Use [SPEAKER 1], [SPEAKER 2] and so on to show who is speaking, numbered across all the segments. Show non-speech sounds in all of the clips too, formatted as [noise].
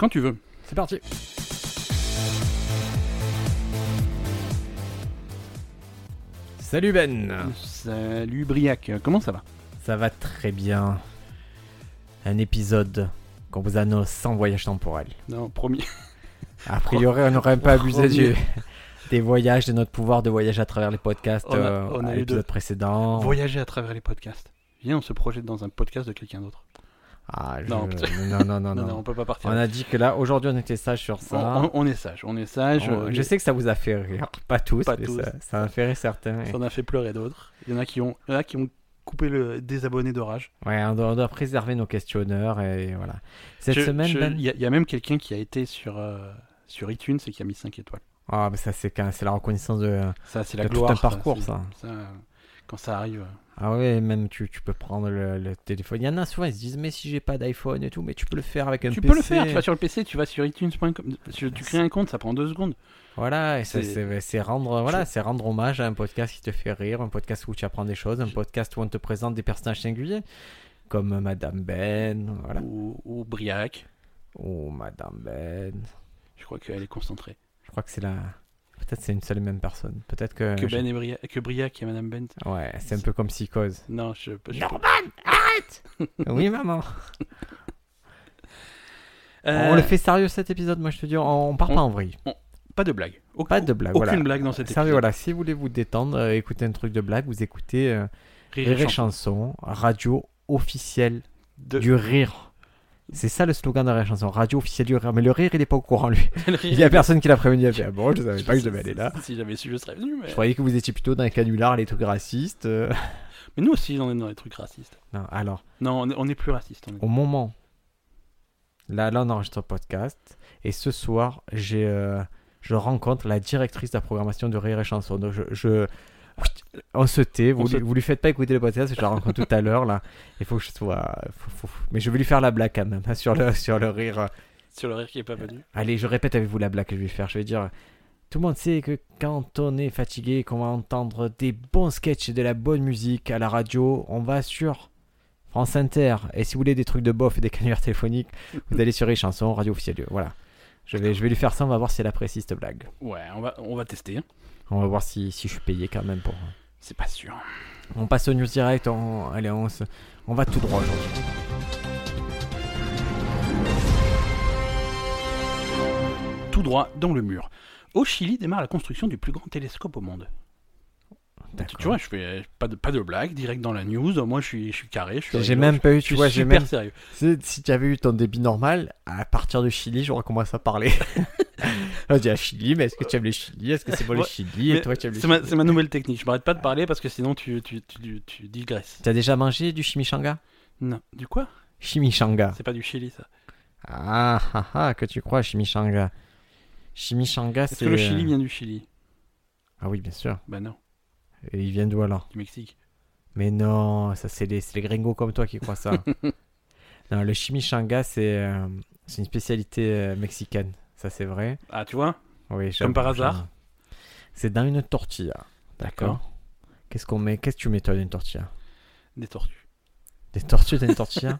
[SPEAKER 1] Quand tu veux. C'est parti.
[SPEAKER 2] Salut Ben
[SPEAKER 1] Salut Briac, comment ça va
[SPEAKER 2] Ça va très bien. Un épisode qu'on vous annonce sans voyage temporel.
[SPEAKER 1] Non, promis.
[SPEAKER 2] A priori, on n'aurait pas abusé
[SPEAKER 1] Premier.
[SPEAKER 2] du- [laughs] des voyages, de notre pouvoir de voyage à travers les podcasts
[SPEAKER 1] On a-
[SPEAKER 2] euh,
[SPEAKER 1] on a
[SPEAKER 2] à
[SPEAKER 1] eu
[SPEAKER 2] l'épisode
[SPEAKER 1] deux.
[SPEAKER 2] précédent.
[SPEAKER 1] Voyager à travers les podcasts. Viens, on se projette dans un podcast de quelqu'un d'autre.
[SPEAKER 2] Ah, je-
[SPEAKER 1] Non,
[SPEAKER 2] non, non,
[SPEAKER 1] [laughs] Non,
[SPEAKER 2] non,
[SPEAKER 1] non,
[SPEAKER 2] non.
[SPEAKER 1] on peut pas partir.
[SPEAKER 2] On a dit que là, aujourd'hui, on était sage sur ça.
[SPEAKER 1] On, on- on est sage, on est sage.
[SPEAKER 2] On-
[SPEAKER 1] euh,
[SPEAKER 2] je sais que ça vous a fait rire. [laughs] Pas tous,
[SPEAKER 1] Pas
[SPEAKER 2] mais
[SPEAKER 1] tous.
[SPEAKER 2] Ça, ça a fait rire certains.
[SPEAKER 1] Ça en a fait pleurer d'autres. Il y en a qui ont, il y en a qui ont coupé le des abonnés d'orage.
[SPEAKER 2] Ouais, on doit, on doit préserver nos questionneurs et voilà. Cette
[SPEAKER 1] Je-
[SPEAKER 2] semaine,
[SPEAKER 1] je-
[SPEAKER 2] Ben
[SPEAKER 1] il y, a- il y a même quelqu'un qui a été sur euh, sur iTunes et qui a mis 5 étoiles.
[SPEAKER 2] Ah, mais ça, c'est quand- c'est la reconnaissance de,
[SPEAKER 1] Ça, c'est
[SPEAKER 2] de
[SPEAKER 1] la
[SPEAKER 2] tout
[SPEAKER 1] gloire.
[SPEAKER 2] un parcours,
[SPEAKER 1] c'est-
[SPEAKER 2] ça.
[SPEAKER 1] ça, euh, quand ça arrive. euh.
[SPEAKER 2] Ah ouais, même tu, tu peux prendre le, le téléphone. Il y en a souvent, ils se disent, mais si j'ai pas d'iPhone et tout, mais tu peux le faire avec un
[SPEAKER 1] Tu
[SPEAKER 2] PC.
[SPEAKER 1] peux le faire, tu vas sur le PC, tu vas sur iTunes.com, tu tu crées un compte, ça prend deux secondes.
[SPEAKER 2] Voilà, et ça,
[SPEAKER 1] C'est-
[SPEAKER 2] c'est c'est rendre, voilà, c'est rendre hommage à un podcast qui te fait rire, un podcast où tu apprends des choses, un podcast où on te présente des personnages singuliers, comme Madame Ben, voilà,
[SPEAKER 1] Ou, ou Briac,
[SPEAKER 2] ou Madame Ben.
[SPEAKER 1] je crois qu'elle est concentrée.
[SPEAKER 2] Je crois que c'est la... Peut-être c'est une seule et même personne. Peut-être que...
[SPEAKER 1] que
[SPEAKER 2] Euh, je-
[SPEAKER 1] Ben et Briac, que Briac et Madame Ben.
[SPEAKER 2] Ouais, c'est un peu
[SPEAKER 1] [laughs]
[SPEAKER 2] comme Psychose.
[SPEAKER 1] Non, je. je-
[SPEAKER 2] oui, maman.
[SPEAKER 1] Euh,
[SPEAKER 2] On le fait sérieux cet épisode, moi je te dis, on, on part
[SPEAKER 1] on-
[SPEAKER 2] pas en vrille.
[SPEAKER 1] Pas de blague. Au-
[SPEAKER 2] Pas de blague,
[SPEAKER 1] Aucune
[SPEAKER 2] voilà.
[SPEAKER 1] blague dans cet épisode.
[SPEAKER 2] Sérieux, voilà, si vous voulez vous détendre, euh, écoutez un truc de blague, vous écoutez euh,
[SPEAKER 1] Rire et
[SPEAKER 2] Rire et
[SPEAKER 1] chanson.
[SPEAKER 2] Chanson, radio officielle
[SPEAKER 1] De-
[SPEAKER 2] du rire. C'est ça le slogan de Rire et Chanson, radio officielle du rire. Mais le rire, il est pas au courant,
[SPEAKER 1] [laughs]
[SPEAKER 2] lui.
[SPEAKER 1] Le
[SPEAKER 2] [laughs]
[SPEAKER 1] [laughs]
[SPEAKER 2] Il
[SPEAKER 1] rire-
[SPEAKER 2] y a personne qui l'a prévenu. Il a fait, ah bon, je savais pas que je devais aller là.
[SPEAKER 1] Si j'avais su, je serais venu. Mais,
[SPEAKER 2] Je croyais que vous étiez plutôt dans les canulars, les trucs racistes. euh.
[SPEAKER 1] mais nous aussi, on est dans les trucs racistes.
[SPEAKER 2] Non, alors,
[SPEAKER 1] Non, on est, on est plus racistes. on est-
[SPEAKER 2] au moment. Là, là, on enregistre le podcast. Et ce soir, j'ai, euh, je rencontre la directrice de la programmation de Rire et Chanson. Donc, je, je- on se tait. Vous,
[SPEAKER 1] On
[SPEAKER 2] lui-
[SPEAKER 1] se-
[SPEAKER 2] vous lui faites pas écouter le podcast, je la rencontre tout à l'heure. Là, il faut que je sois. faut- faut- Mais je vais lui faire la blague quand même [laughs] hein, sur le, sur le rire.
[SPEAKER 1] Sur le rire qui est pas venu.
[SPEAKER 2] Allez, je répète avec vous la blague que je vais faire. Je vais dire. Tout le monde sait que quand on est fatigué, et qu'on va entendre des bons sketchs et de la bonne musique à la radio, on va sur France Inter. Et si vous voulez des trucs de bof et des [laughs] canulars téléphoniques, vous allez sur les chansons, radio officielle. Voilà. Je vais, je vais lui faire ça, on va voir si elle apprécie cette blague.
[SPEAKER 1] Ouais, on va, on va tester. hein.
[SPEAKER 2] On va voir si, si je suis payé quand même pour.
[SPEAKER 1] C'est pas sûr.
[SPEAKER 2] On passe au news direct, on, allez, on, se- on va tout droit aujourd'hui.
[SPEAKER 1] Tout droit dans le mur. Au Chili démarre la construction du plus grand télescope au monde. Tu,
[SPEAKER 2] D'accord.
[SPEAKER 1] tu vois, je fais pas de, pas de blague, direct dans la news. Moi, je suis, je suis carré. je suis
[SPEAKER 2] J'ai
[SPEAKER 1] rigolo,
[SPEAKER 2] même pas eu,
[SPEAKER 1] je
[SPEAKER 2] tu
[SPEAKER 1] suis
[SPEAKER 2] vois, j'ai
[SPEAKER 1] super
[SPEAKER 2] même.
[SPEAKER 1] sérieux.
[SPEAKER 2] Si, si tu avais eu ton débit normal, à partir de Chili, j'aurais commencé
[SPEAKER 1] [laughs]
[SPEAKER 2] à parler. on dit à Chili, mais est-ce que tu aimes le Chili Est-ce que c'est bon le
[SPEAKER 1] Ouais,
[SPEAKER 2] Chili Et
[SPEAKER 1] mais
[SPEAKER 2] toi, tu aimes le
[SPEAKER 1] C'est ma,
[SPEAKER 2] Chili
[SPEAKER 1] c'est ma nouvelle technique. Je m'arrête pas de parler parce que sinon tu, tu, tu, tu digresses.
[SPEAKER 2] T'as déjà mangé du chimichanga
[SPEAKER 1] Non. Du quoi
[SPEAKER 2] Chimichanga.
[SPEAKER 1] C'est pas du Chili ça.
[SPEAKER 2] Ah ah ah, que tu crois, chimichanga. Chimichanga, c'est. euh,
[SPEAKER 1] Est-ce que le Chili vient du Chili
[SPEAKER 2] Ah oui, bien sûr.
[SPEAKER 1] Bah non,
[SPEAKER 2] Et ils viennent d'où alors
[SPEAKER 1] du Mexique.
[SPEAKER 2] Mais non, ça c'est les, c'est les gringos comme toi qui
[SPEAKER 1] [laughs]
[SPEAKER 2] croient ça. non, le chimichanga, c'est euh, c'est une spécialité euh, mexicaine. Ça c'est vrai.
[SPEAKER 1] Ah tu vois
[SPEAKER 2] Oui,
[SPEAKER 1] Comme
[SPEAKER 2] j'avoue,
[SPEAKER 1] par hasard
[SPEAKER 2] j'avoue. C'est dans une tortilla. D'accord. Qu'est-ce qu'on met Qu'est-ce que tu mets toi dans une tortilla
[SPEAKER 1] Des tortues.
[SPEAKER 2] Des tortues dans une tortilla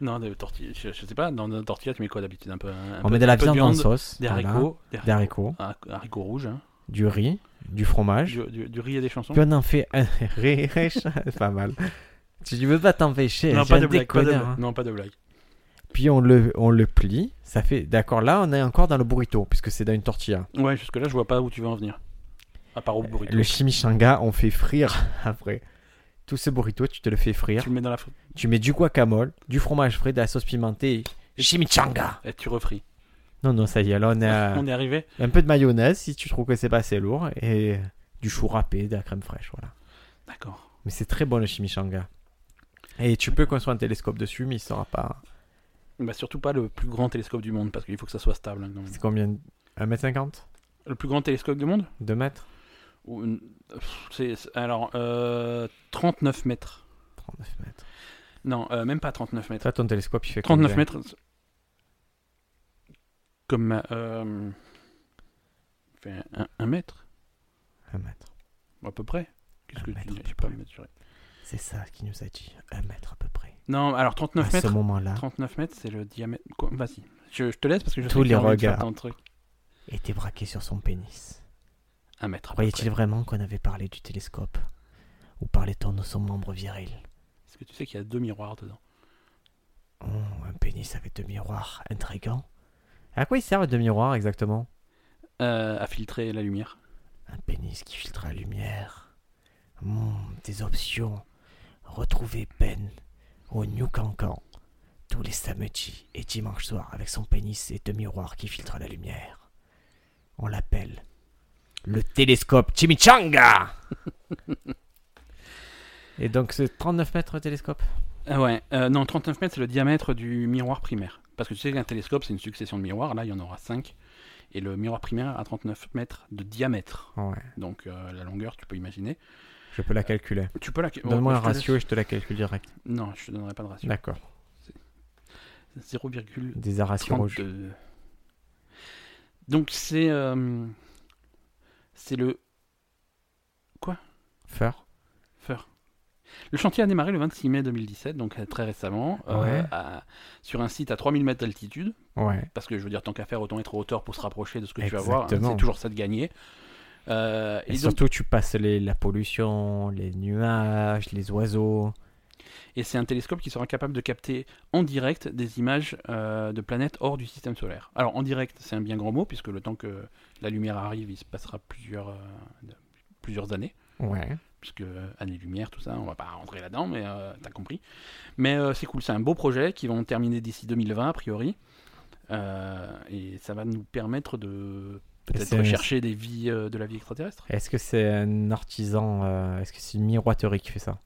[SPEAKER 1] Non, des tortillas. Je, je sais pas, dans un tortilla tu mets quoi d'habitude Un peu. [laughs] un
[SPEAKER 2] On
[SPEAKER 1] peu-
[SPEAKER 2] met de la
[SPEAKER 1] un peu
[SPEAKER 2] viande, en
[SPEAKER 1] viande,
[SPEAKER 2] sauce.
[SPEAKER 1] Des
[SPEAKER 2] voilà,
[SPEAKER 1] haricots.
[SPEAKER 2] Des haricots.
[SPEAKER 1] Un haricot rouge. Hein.
[SPEAKER 2] Du riz. Du fromage.
[SPEAKER 1] Du, du- du riz et des chansons.
[SPEAKER 2] Puis on en fait un [laughs] riz riche. pas mal. Tu ne veux pas t'empêcher.
[SPEAKER 1] Non
[SPEAKER 2] j'ai
[SPEAKER 1] pas,
[SPEAKER 2] un
[SPEAKER 1] de blague, pas de
[SPEAKER 2] déconneur,
[SPEAKER 1] blague.
[SPEAKER 2] hein.
[SPEAKER 1] non, pas de blague.
[SPEAKER 2] Puis on le, on le plie. Ça fait. D'accord, là on est encore dans le burrito puisque c'est dans une tortilla.
[SPEAKER 1] Ouais, jusque-là, je vois pas où tu veux en venir. À part au burrito.
[SPEAKER 2] Euh, Le chimichanga, on fait frire [laughs] après. Tout ce burrito, tu te le fais frire.
[SPEAKER 1] Tu le mets dans la. fr-
[SPEAKER 2] Tu mets du guacamole, du fromage frais, de la sauce pimentée. et Chimichanga.
[SPEAKER 1] Et eh, tu refris.
[SPEAKER 2] Non, non, ça y est, là on a
[SPEAKER 1] On est arrivé.
[SPEAKER 2] un peu de mayonnaise si tu trouves que c'est pas assez lourd et du chou râpé, de la crème fraîche, voilà.
[SPEAKER 1] D'accord.
[SPEAKER 2] Mais c'est très bon le chimichanga. Et tu peux construire un télescope dessus, mais il sera pas.
[SPEAKER 1] Bah surtout pas le plus grand télescope du monde parce qu'il faut que ça soit stable. hein, quand même.
[SPEAKER 2] C'est combien 1m50
[SPEAKER 1] Le plus grand télescope du monde
[SPEAKER 2] 2 mètres
[SPEAKER 1] Ou une- pff, c'est- c'est- Alors, euh, 39 mètres.
[SPEAKER 2] 39 mètres.
[SPEAKER 1] Non, euh, même pas 39 mètres.
[SPEAKER 2] Toi, ton télescope, il fait
[SPEAKER 1] 39
[SPEAKER 2] combien
[SPEAKER 1] mètres. c'est- Comme. Euh, fait un, un mètre,
[SPEAKER 2] Un mètre.
[SPEAKER 1] à peu près. Qu'est-ce
[SPEAKER 2] Un
[SPEAKER 1] que
[SPEAKER 2] mètre,
[SPEAKER 1] tu dis
[SPEAKER 2] à peu
[SPEAKER 1] J'ai pas
[SPEAKER 2] près.
[SPEAKER 1] mesuré.
[SPEAKER 2] C'est ça qui nous a dit. 1 mètre à peu près.
[SPEAKER 1] Non, alors 39
[SPEAKER 2] à ce
[SPEAKER 1] mètres.
[SPEAKER 2] moment-là.
[SPEAKER 1] 39 mètres, c'est le diamètre. quoi, Vas-y, Je, je te laisse parce que je
[SPEAKER 2] Tous
[SPEAKER 1] sais
[SPEAKER 2] les
[SPEAKER 1] que t'as envie de faire
[SPEAKER 2] regards.
[SPEAKER 1] ton truc.
[SPEAKER 2] était braqué sur son pénis.
[SPEAKER 1] Un mètre. à peu près.
[SPEAKER 2] Croyait-il vraiment qu'on avait parlé du télescope Ou parlait-on de son membre viril
[SPEAKER 1] Est-ce que tu sais qu'il y a deux miroirs dedans
[SPEAKER 2] Oh, un pénis avec deux miroirs, intrigant. À quoi il sert les deux miroirs exactement
[SPEAKER 1] Euh, À filtrer la lumière.
[SPEAKER 2] Un pénis qui filtre la lumière. Hmm, des options. Retrouver Ben au New Cancan tous les samedis et dimanches soirs avec son pénis et deux miroirs qui filtrent la lumière. On l'appelle le télescope [laughs] Chimichanga Et donc ce 39 mètres télescope
[SPEAKER 1] Ah ouais, euh, non, 39 mètres, c'est le diamètre du miroir primaire. Parce que tu sais qu'un télescope, c'est une succession de miroirs. Là, il y en aura 5. Et le miroir primaire a 39 mètres de diamètre.
[SPEAKER 2] Ouais,
[SPEAKER 1] Donc, euh, la longueur, tu peux imaginer.
[SPEAKER 2] je peux la calculer.
[SPEAKER 1] Tu peux la. bon,
[SPEAKER 2] Donne-moi
[SPEAKER 1] je
[SPEAKER 2] un
[SPEAKER 1] te laisse-
[SPEAKER 2] ratio et je te la calcule direct.
[SPEAKER 1] Non, je te donnerai pas de ratio.
[SPEAKER 2] D'accord.
[SPEAKER 1] 0,32.
[SPEAKER 2] Des ratios rouges.
[SPEAKER 1] Donc, c'est. euh, c'est le.
[SPEAKER 2] Feur.
[SPEAKER 1] Feur. Le chantier a démarré le 26 mai 2017, donc euh, très récemment, euh,
[SPEAKER 2] Ouais.
[SPEAKER 1] à- sur un site à 3000 mètres d'altitude.
[SPEAKER 2] Ouais.
[SPEAKER 1] Parce que je veux dire, tant qu'à faire, autant être en hauteur pour se rapprocher de ce que tu vas voir. hein.
[SPEAKER 2] Exactement.
[SPEAKER 1] C'est toujours ça de gagner. Euh,
[SPEAKER 2] Et,
[SPEAKER 1] et, donc-
[SPEAKER 2] surtout, tu passes les, la pollution, les nuages, les oiseaux.
[SPEAKER 1] et c'est un télescope qui sera capable de capter en direct des images euh, de planètes hors du système solaire. Alors en direct, c'est un bien grand mot, puisque le temps que la lumière arrive, il se passera plusieurs, euh, de- plusieurs années.
[SPEAKER 2] Ouais.
[SPEAKER 1] puisque euh, année-lumière, tout ça, on va pas rentrer là-dedans, mais euh, t'as compris. Mais euh, c'est cool, c'est un beau projet qui vont terminer d'ici 2020 a priori, Euh, et ça va nous permettre de peut-être
[SPEAKER 2] c'est-
[SPEAKER 1] rechercher des vies, euh, de la vie extraterrestre.
[SPEAKER 2] Est-ce que c'est un artisan euh, Est-ce que c'est une miroiterie qui fait ça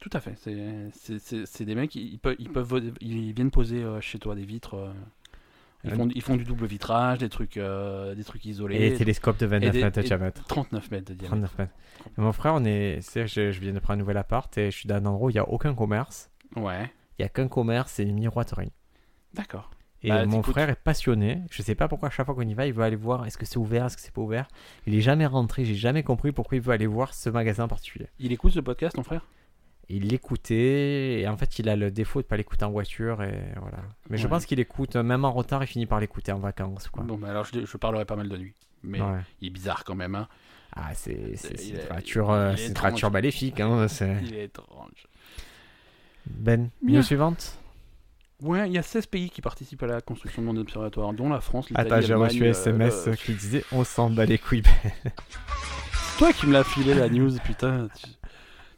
[SPEAKER 1] Tout à fait, c'est- c'est c'est- c'est des mecs, ils, peuvent, ils, peuvent, ils viennent poser euh, chez toi des vitres, euh, ils,
[SPEAKER 2] Euh,
[SPEAKER 1] font, ils font du double vitrage, des trucs, euh, des trucs
[SPEAKER 2] Et,
[SPEAKER 1] isolés,
[SPEAKER 2] les télescopes de 29
[SPEAKER 1] et des-
[SPEAKER 2] mètres de
[SPEAKER 1] et-
[SPEAKER 2] diamètre.
[SPEAKER 1] 39 mètres de diamètre.
[SPEAKER 2] 39 mètres. Et mon frère, on est. tu sais, je, je viens de prendre un nouvel appart et je suis dans un endroit où il n'y a aucun commerce.
[SPEAKER 1] Ouais,
[SPEAKER 2] Il n'y a qu'un commerce et une miroiterie.
[SPEAKER 1] d'accord.
[SPEAKER 2] Et
[SPEAKER 1] Bah,
[SPEAKER 2] mon
[SPEAKER 1] t'écoutes.
[SPEAKER 2] frère est passionné. Je sais pas pourquoi à chaque fois qu'on y va, il veut aller voir est-ce que c'est ouvert, est-ce que c'est pas ouvert. Il est jamais rentré. J'ai jamais compris pourquoi il veut aller voir ce magasin en particulier.
[SPEAKER 1] Il écoute ce podcast, ton frère
[SPEAKER 2] il l'écoutait et en fait il a le défaut de pas l'écouter en voiture et voilà. Mais je
[SPEAKER 1] Ouais.
[SPEAKER 2] pense qu'il écoute euh, même en retard il finit par l'écouter en vacances quoi.
[SPEAKER 1] Bon, bah alors je, je parlerai pas mal de lui, mais
[SPEAKER 2] Ouais.
[SPEAKER 1] il est bizarre quand même, hein.
[SPEAKER 2] Ah c'est c'est-
[SPEAKER 1] Il
[SPEAKER 2] c'est
[SPEAKER 1] est-
[SPEAKER 2] une créature euh,
[SPEAKER 1] il est
[SPEAKER 2] c'est une
[SPEAKER 1] étrange.
[SPEAKER 2] créature maléfique hein, c'est- [laughs]
[SPEAKER 1] Il est étrange.
[SPEAKER 2] Ben
[SPEAKER 1] Bien.
[SPEAKER 2] news suivante.
[SPEAKER 1] Ouais, il y a 16 pays qui participent à la construction de mon observatoire, dont la France, l'Italie,
[SPEAKER 2] Attends j'ai
[SPEAKER 1] l'Allemagne,
[SPEAKER 2] Ah, reçu
[SPEAKER 1] euh,
[SPEAKER 2] un SMS
[SPEAKER 1] le-
[SPEAKER 2] qui disait on s'en bat les couilles. [laughs]
[SPEAKER 1] C'est toi qui me l'as filé la news, putain. Tu,